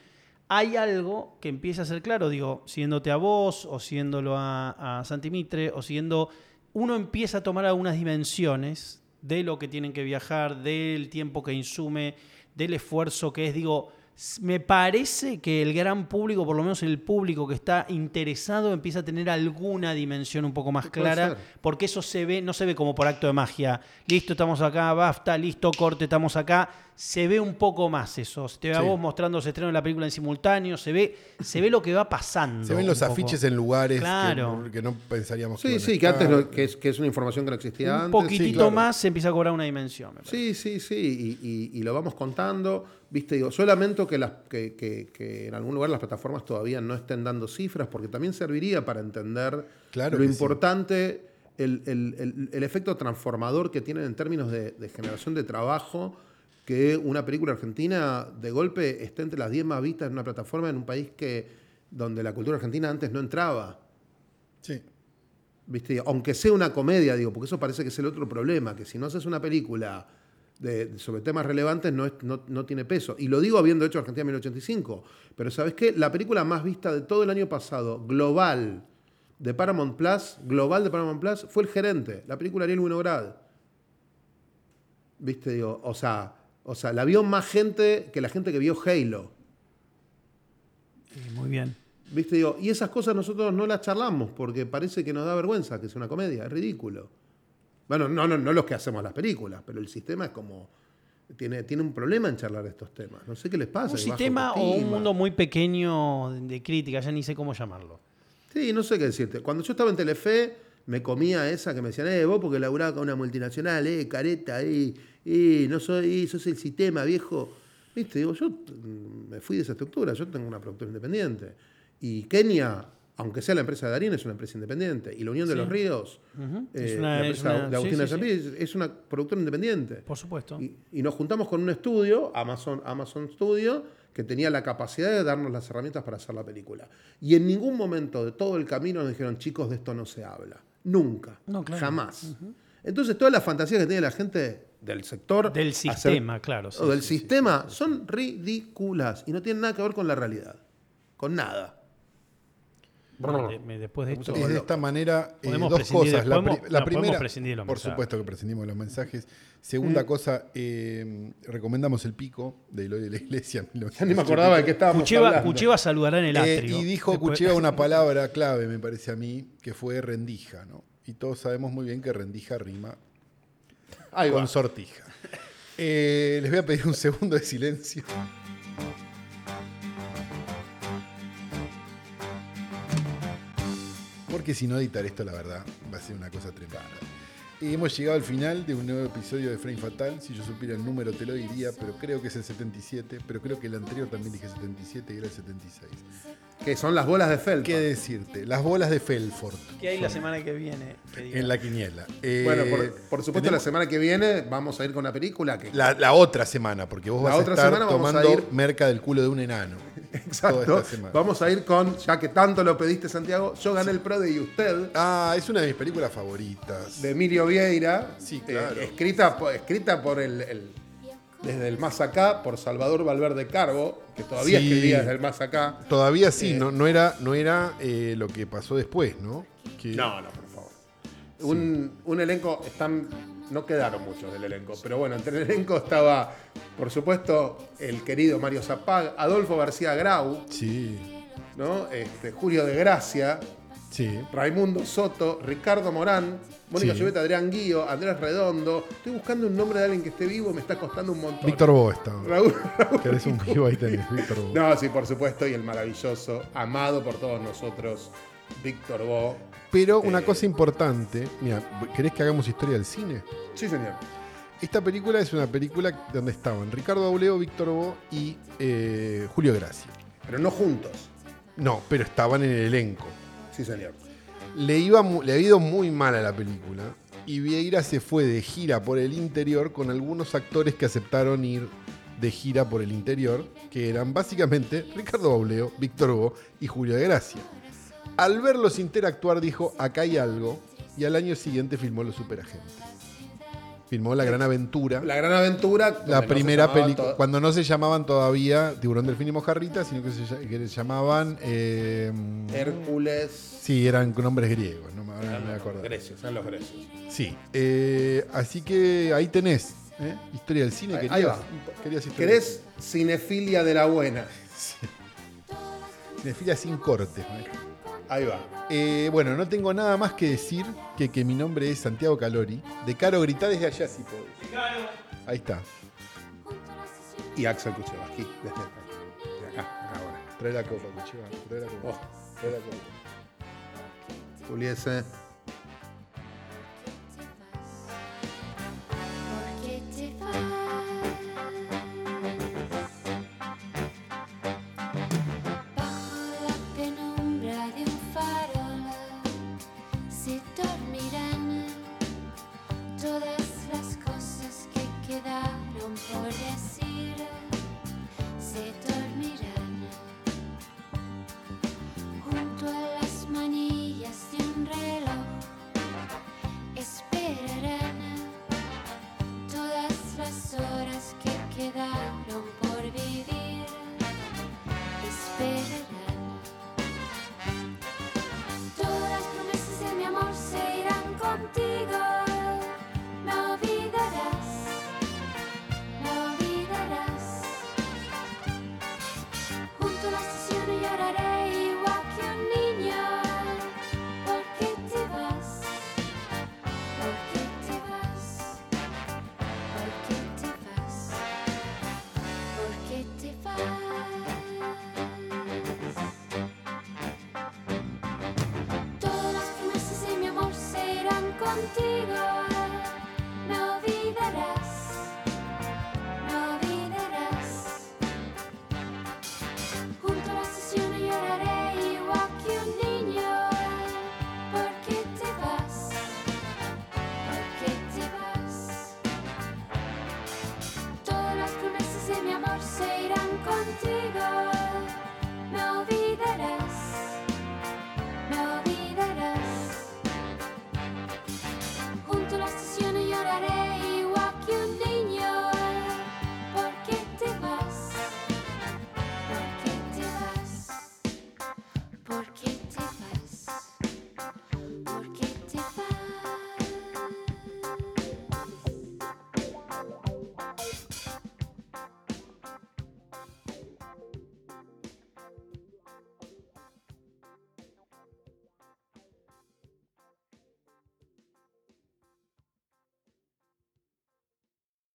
[SPEAKER 2] hay algo que empieza a ser claro. Digo, siguiéndote a vos, o siguiéndolo a, a Santi Mitre, o siguiendo. Uno empieza a tomar algunas dimensiones de lo que tienen que viajar, del tiempo que insume, del esfuerzo que es. Digo, s- me parece que el gran público, por lo menos el público que está interesado, empieza a tener alguna dimensión un poco más
[SPEAKER 3] Puede
[SPEAKER 2] clara.
[SPEAKER 3] ser.
[SPEAKER 2] Porque eso se ve, no se ve como por acto de magia. Listo, estamos acá, basta, listo, corte, estamos acá. Se ve un poco más eso. Se te ve a
[SPEAKER 1] Sí.
[SPEAKER 2] vos mostrando los estrenos de la película en simultáneo, se ve, se ve lo que va pasando.
[SPEAKER 1] Se ven los
[SPEAKER 2] un poco.
[SPEAKER 1] afiches en lugares que
[SPEAKER 2] Claro.
[SPEAKER 1] no- que, no pensaríamos que
[SPEAKER 3] Sí,
[SPEAKER 1] iban a
[SPEAKER 3] sí, que antes
[SPEAKER 1] estar.
[SPEAKER 3] no- que, es, que es una información que no existía
[SPEAKER 2] Un
[SPEAKER 3] antes.
[SPEAKER 2] poquitito
[SPEAKER 3] sí, claro.
[SPEAKER 2] más se empieza a cobrar una dimensión. me parece.
[SPEAKER 3] Sí, sí, sí, y, y- y lo vamos contando. Viste, digo, yo lamento que, las, que, que- que en algún lugar las plataformas todavía no estén dando cifras, porque también serviría para entender
[SPEAKER 1] Claro
[SPEAKER 3] lo
[SPEAKER 1] que sí.
[SPEAKER 3] importante, el, el- el- el efecto transformador que tienen en términos de, de generación de trabajo, que una película argentina de golpe esté entre las 10 más vistas en una plataforma en un país que donde la cultura argentina antes no entraba.
[SPEAKER 1] Sí.
[SPEAKER 3] ¿viste? aunque sea una comedia, digo, porque eso parece que es el otro problema, que si no haces una película de- sobre temas relevantes no, es- no, no tiene peso. Y lo digo habiendo hecho Argentina 1985, pero ¿sabes qué? La película más vista de todo el año pasado, global, de Paramount Plus, global de Paramount Plus, fue El Gerente, la película Ariel Winograd. ¿Viste? Digo, o sea, o sea, la vio más gente que la gente que vio Halo.
[SPEAKER 2] Eh, Muy bien.
[SPEAKER 3] ¿Viste? Digo, y esas cosas nosotros no las charlamos porque parece que nos da vergüenza que sea una comedia, es ridículo. Bueno, no, no, no los que hacemos las películas, pero el sistema es como. Tiene, tiene un problema en charlar estos temas. No sé qué les pasa.
[SPEAKER 2] Un
[SPEAKER 3] que baja
[SPEAKER 2] sistema o un
[SPEAKER 3] autoestima.
[SPEAKER 2] mundo muy pequeño de crítica, ya ni sé cómo llamarlo.
[SPEAKER 3] Sí, no sé qué decirte. Cuando yo estaba en Telefe, me comía esa que me decían, eh, vos porque laburaba con una multinacional, eh, careta, eh, eh, no soy, eh, sos el sistema, viejo. Viste, digo, yo mm, me fui de esa estructura, yo tengo una productora independiente. Y Kenia, aunque sea la empresa de Darín, es una empresa independiente. Y la Unión de
[SPEAKER 2] Sí.
[SPEAKER 3] los Ríos,
[SPEAKER 2] Ujú.
[SPEAKER 3] eh,
[SPEAKER 2] Es una-
[SPEAKER 3] la
[SPEAKER 2] es
[SPEAKER 3] empresa
[SPEAKER 2] una-
[SPEAKER 3] de Agustín
[SPEAKER 2] sí, sí,
[SPEAKER 3] Ayapí, es- es una productora independiente.
[SPEAKER 2] Por supuesto.
[SPEAKER 3] Y, y nos juntamos con un estudio, Amazon, Amazon Studio, que tenía la capacidad de darnos las herramientas para hacer la película. Y en ningún momento de todo el camino nos dijeron, chicos, de esto no se habla. Nunca.
[SPEAKER 2] No, claro.
[SPEAKER 3] Jamás. Entonces, todas las fantasías que tiene la gente del sector.
[SPEAKER 2] Del
[SPEAKER 3] hacer-
[SPEAKER 2] sistema, claro. sí,
[SPEAKER 3] o del
[SPEAKER 2] sí, sí.
[SPEAKER 3] sistema son ridículas y no tienen nada que ver con la realidad. Con nada.
[SPEAKER 2] Bueno, de- me- después de esto.
[SPEAKER 1] Es de esta manera eh,
[SPEAKER 2] Podemos
[SPEAKER 1] dos
[SPEAKER 2] prescindir de-
[SPEAKER 1] cosas. La,
[SPEAKER 2] podemos-
[SPEAKER 1] pri- la
[SPEAKER 2] no, podemos
[SPEAKER 1] primera,
[SPEAKER 2] prescindir de Mm. los
[SPEAKER 1] por
[SPEAKER 2] mensajes.
[SPEAKER 1] supuesto que prescindimos de los mensajes. Segunda cosa, eh, recomendamos el pico de Eloy de la Iglesia.
[SPEAKER 3] Ya ni me acordaba de qué estábamos
[SPEAKER 2] Cucheva,
[SPEAKER 3] hablando.
[SPEAKER 2] Cucheva saludará en el
[SPEAKER 1] Eh,
[SPEAKER 2] atrio.
[SPEAKER 1] y dijo
[SPEAKER 2] Después-
[SPEAKER 1] Cucheva una palabra clave, me parece a mí, que fue rendija, ¿no? Y todos sabemos muy bien que rendija rima
[SPEAKER 3] Ahí va.
[SPEAKER 1] con sortija. Eh, les voy a pedir un segundo de silencio. Porque si no editar esto, la verdad, va a ser una cosa tremenda. Y hemos llegado al final de un nuevo episodio de Frame Fatal. Si yo supiera el número te lo diría, pero creo que es el 77. Pero creo que el anterior también dije 77 y era el 76.
[SPEAKER 3] Que son las bolas de Felpa.
[SPEAKER 1] ¿Qué decirte? Las bolas de Felford
[SPEAKER 2] ¿Qué hay la semana que viene? Que diga.
[SPEAKER 1] en la quiniela. Eh,
[SPEAKER 3] Bueno, por, por supuesto, la
[SPEAKER 1] tenemos-
[SPEAKER 3] semana que viene vamos a ir con una película que
[SPEAKER 1] La, la otra semana, porque vos
[SPEAKER 3] La
[SPEAKER 1] vas
[SPEAKER 3] otra
[SPEAKER 1] a estar
[SPEAKER 3] semana vamos a
[SPEAKER 1] tomando
[SPEAKER 3] ir-
[SPEAKER 1] merca del culo de un enano. Toda
[SPEAKER 3] Exacto.
[SPEAKER 1] esta semana.
[SPEAKER 3] Vamos a ir con, ya que tanto lo pediste, Santiago, yo gané el Pro de Y usted,
[SPEAKER 1] Ah, es una de mis películas favoritas.
[SPEAKER 3] de Emilio Vieira. eh,
[SPEAKER 1] Sí, claro.
[SPEAKER 3] escrita, po- escrita por el, el- Desde el más acá, por Salvador Valverde Carbo, que todavía
[SPEAKER 1] Sí.
[SPEAKER 3] escribía desde el más acá.
[SPEAKER 1] Todavía
[SPEAKER 3] Eh.
[SPEAKER 1] sí, no, no era, no era eh, lo que pasó después, ¿no? Que-
[SPEAKER 3] No, no, por favor. Un, un elenco, están. No quedaron muchos del elenco, pero bueno, entre el elenco estaba, por supuesto, el querido Mario Zapag, Adolfo García Grau,
[SPEAKER 1] Sí,
[SPEAKER 3] ¿no? Este, Julio de Gracia,
[SPEAKER 1] sí.
[SPEAKER 3] Raimundo Soto, Ricardo Morán, Mónica
[SPEAKER 1] Sí.
[SPEAKER 3] Llobet, Adrián Guío, Andrés Redondo. Estoy buscando un nombre de alguien que esté vivo, me está costando un montón.
[SPEAKER 1] Víctor Bosta.
[SPEAKER 3] Raúl.
[SPEAKER 1] Querés un vivo ahí tenés, Víctor Bosta.
[SPEAKER 3] No, sí, por supuesto, y el maravilloso, amado por todos nosotros, Víctor Bo.
[SPEAKER 1] Pero una
[SPEAKER 3] Eh.
[SPEAKER 1] cosa importante, mira, ¿querés que hagamos historia del cine?
[SPEAKER 3] Sí, señor.
[SPEAKER 1] Esta película es una película donde estaban Ricardo Auleo, Víctor Bo y eh, Julio Graci.
[SPEAKER 3] Pero no juntos.
[SPEAKER 1] No, pero estaban en el elenco.
[SPEAKER 3] Sí, señor.
[SPEAKER 1] Le, iba, mu- le había ido muy mal a la película y Vieira se fue de gira por el interior con algunos actores que aceptaron ir de gira por el interior, que eran básicamente Ricardo Bauleo, Víctor Hugo y Julio de Gracia. Al verlos interactuar dijo, acá hay algo, y al año siguiente filmó Los Superagentes. Filmó La Gran Aventura,
[SPEAKER 3] La gran aventura. donde no
[SPEAKER 1] la
[SPEAKER 3] se
[SPEAKER 1] primera
[SPEAKER 3] llamaban
[SPEAKER 1] película,
[SPEAKER 3] to-
[SPEAKER 1] cuando no se llamaban todavía Tiburón, Delfín y Mojarrita, sino que se ll- que les llamaban... eh,
[SPEAKER 3] Hércules.
[SPEAKER 1] Sí, eran con nombres griegos, no me, ahora no me acuerdo.
[SPEAKER 3] Grecios, eran los grecios.
[SPEAKER 1] Sí. Eh, así que ahí tenés. ¿eh? Historia del cine.
[SPEAKER 3] Ahí-
[SPEAKER 1] querías,
[SPEAKER 3] ahí va.
[SPEAKER 1] Querías historia
[SPEAKER 3] ¿Querés cinefilia de la buena?
[SPEAKER 1] del cine. Cinefilia sin cortes. maestro.
[SPEAKER 3] Ahí va.
[SPEAKER 1] Eh, bueno, no tengo nada más que decir que, que mi nombre es Santiago Calori. De Caro Gritá desde allá si podés. Ahí está.
[SPEAKER 3] Y Axel Kuchevaski, desde acá. De acá, ahora.
[SPEAKER 1] Trae la copa, Cuchiván. Trae la copa.
[SPEAKER 3] Oh,
[SPEAKER 1] Trae la copa.
[SPEAKER 3] Puliese.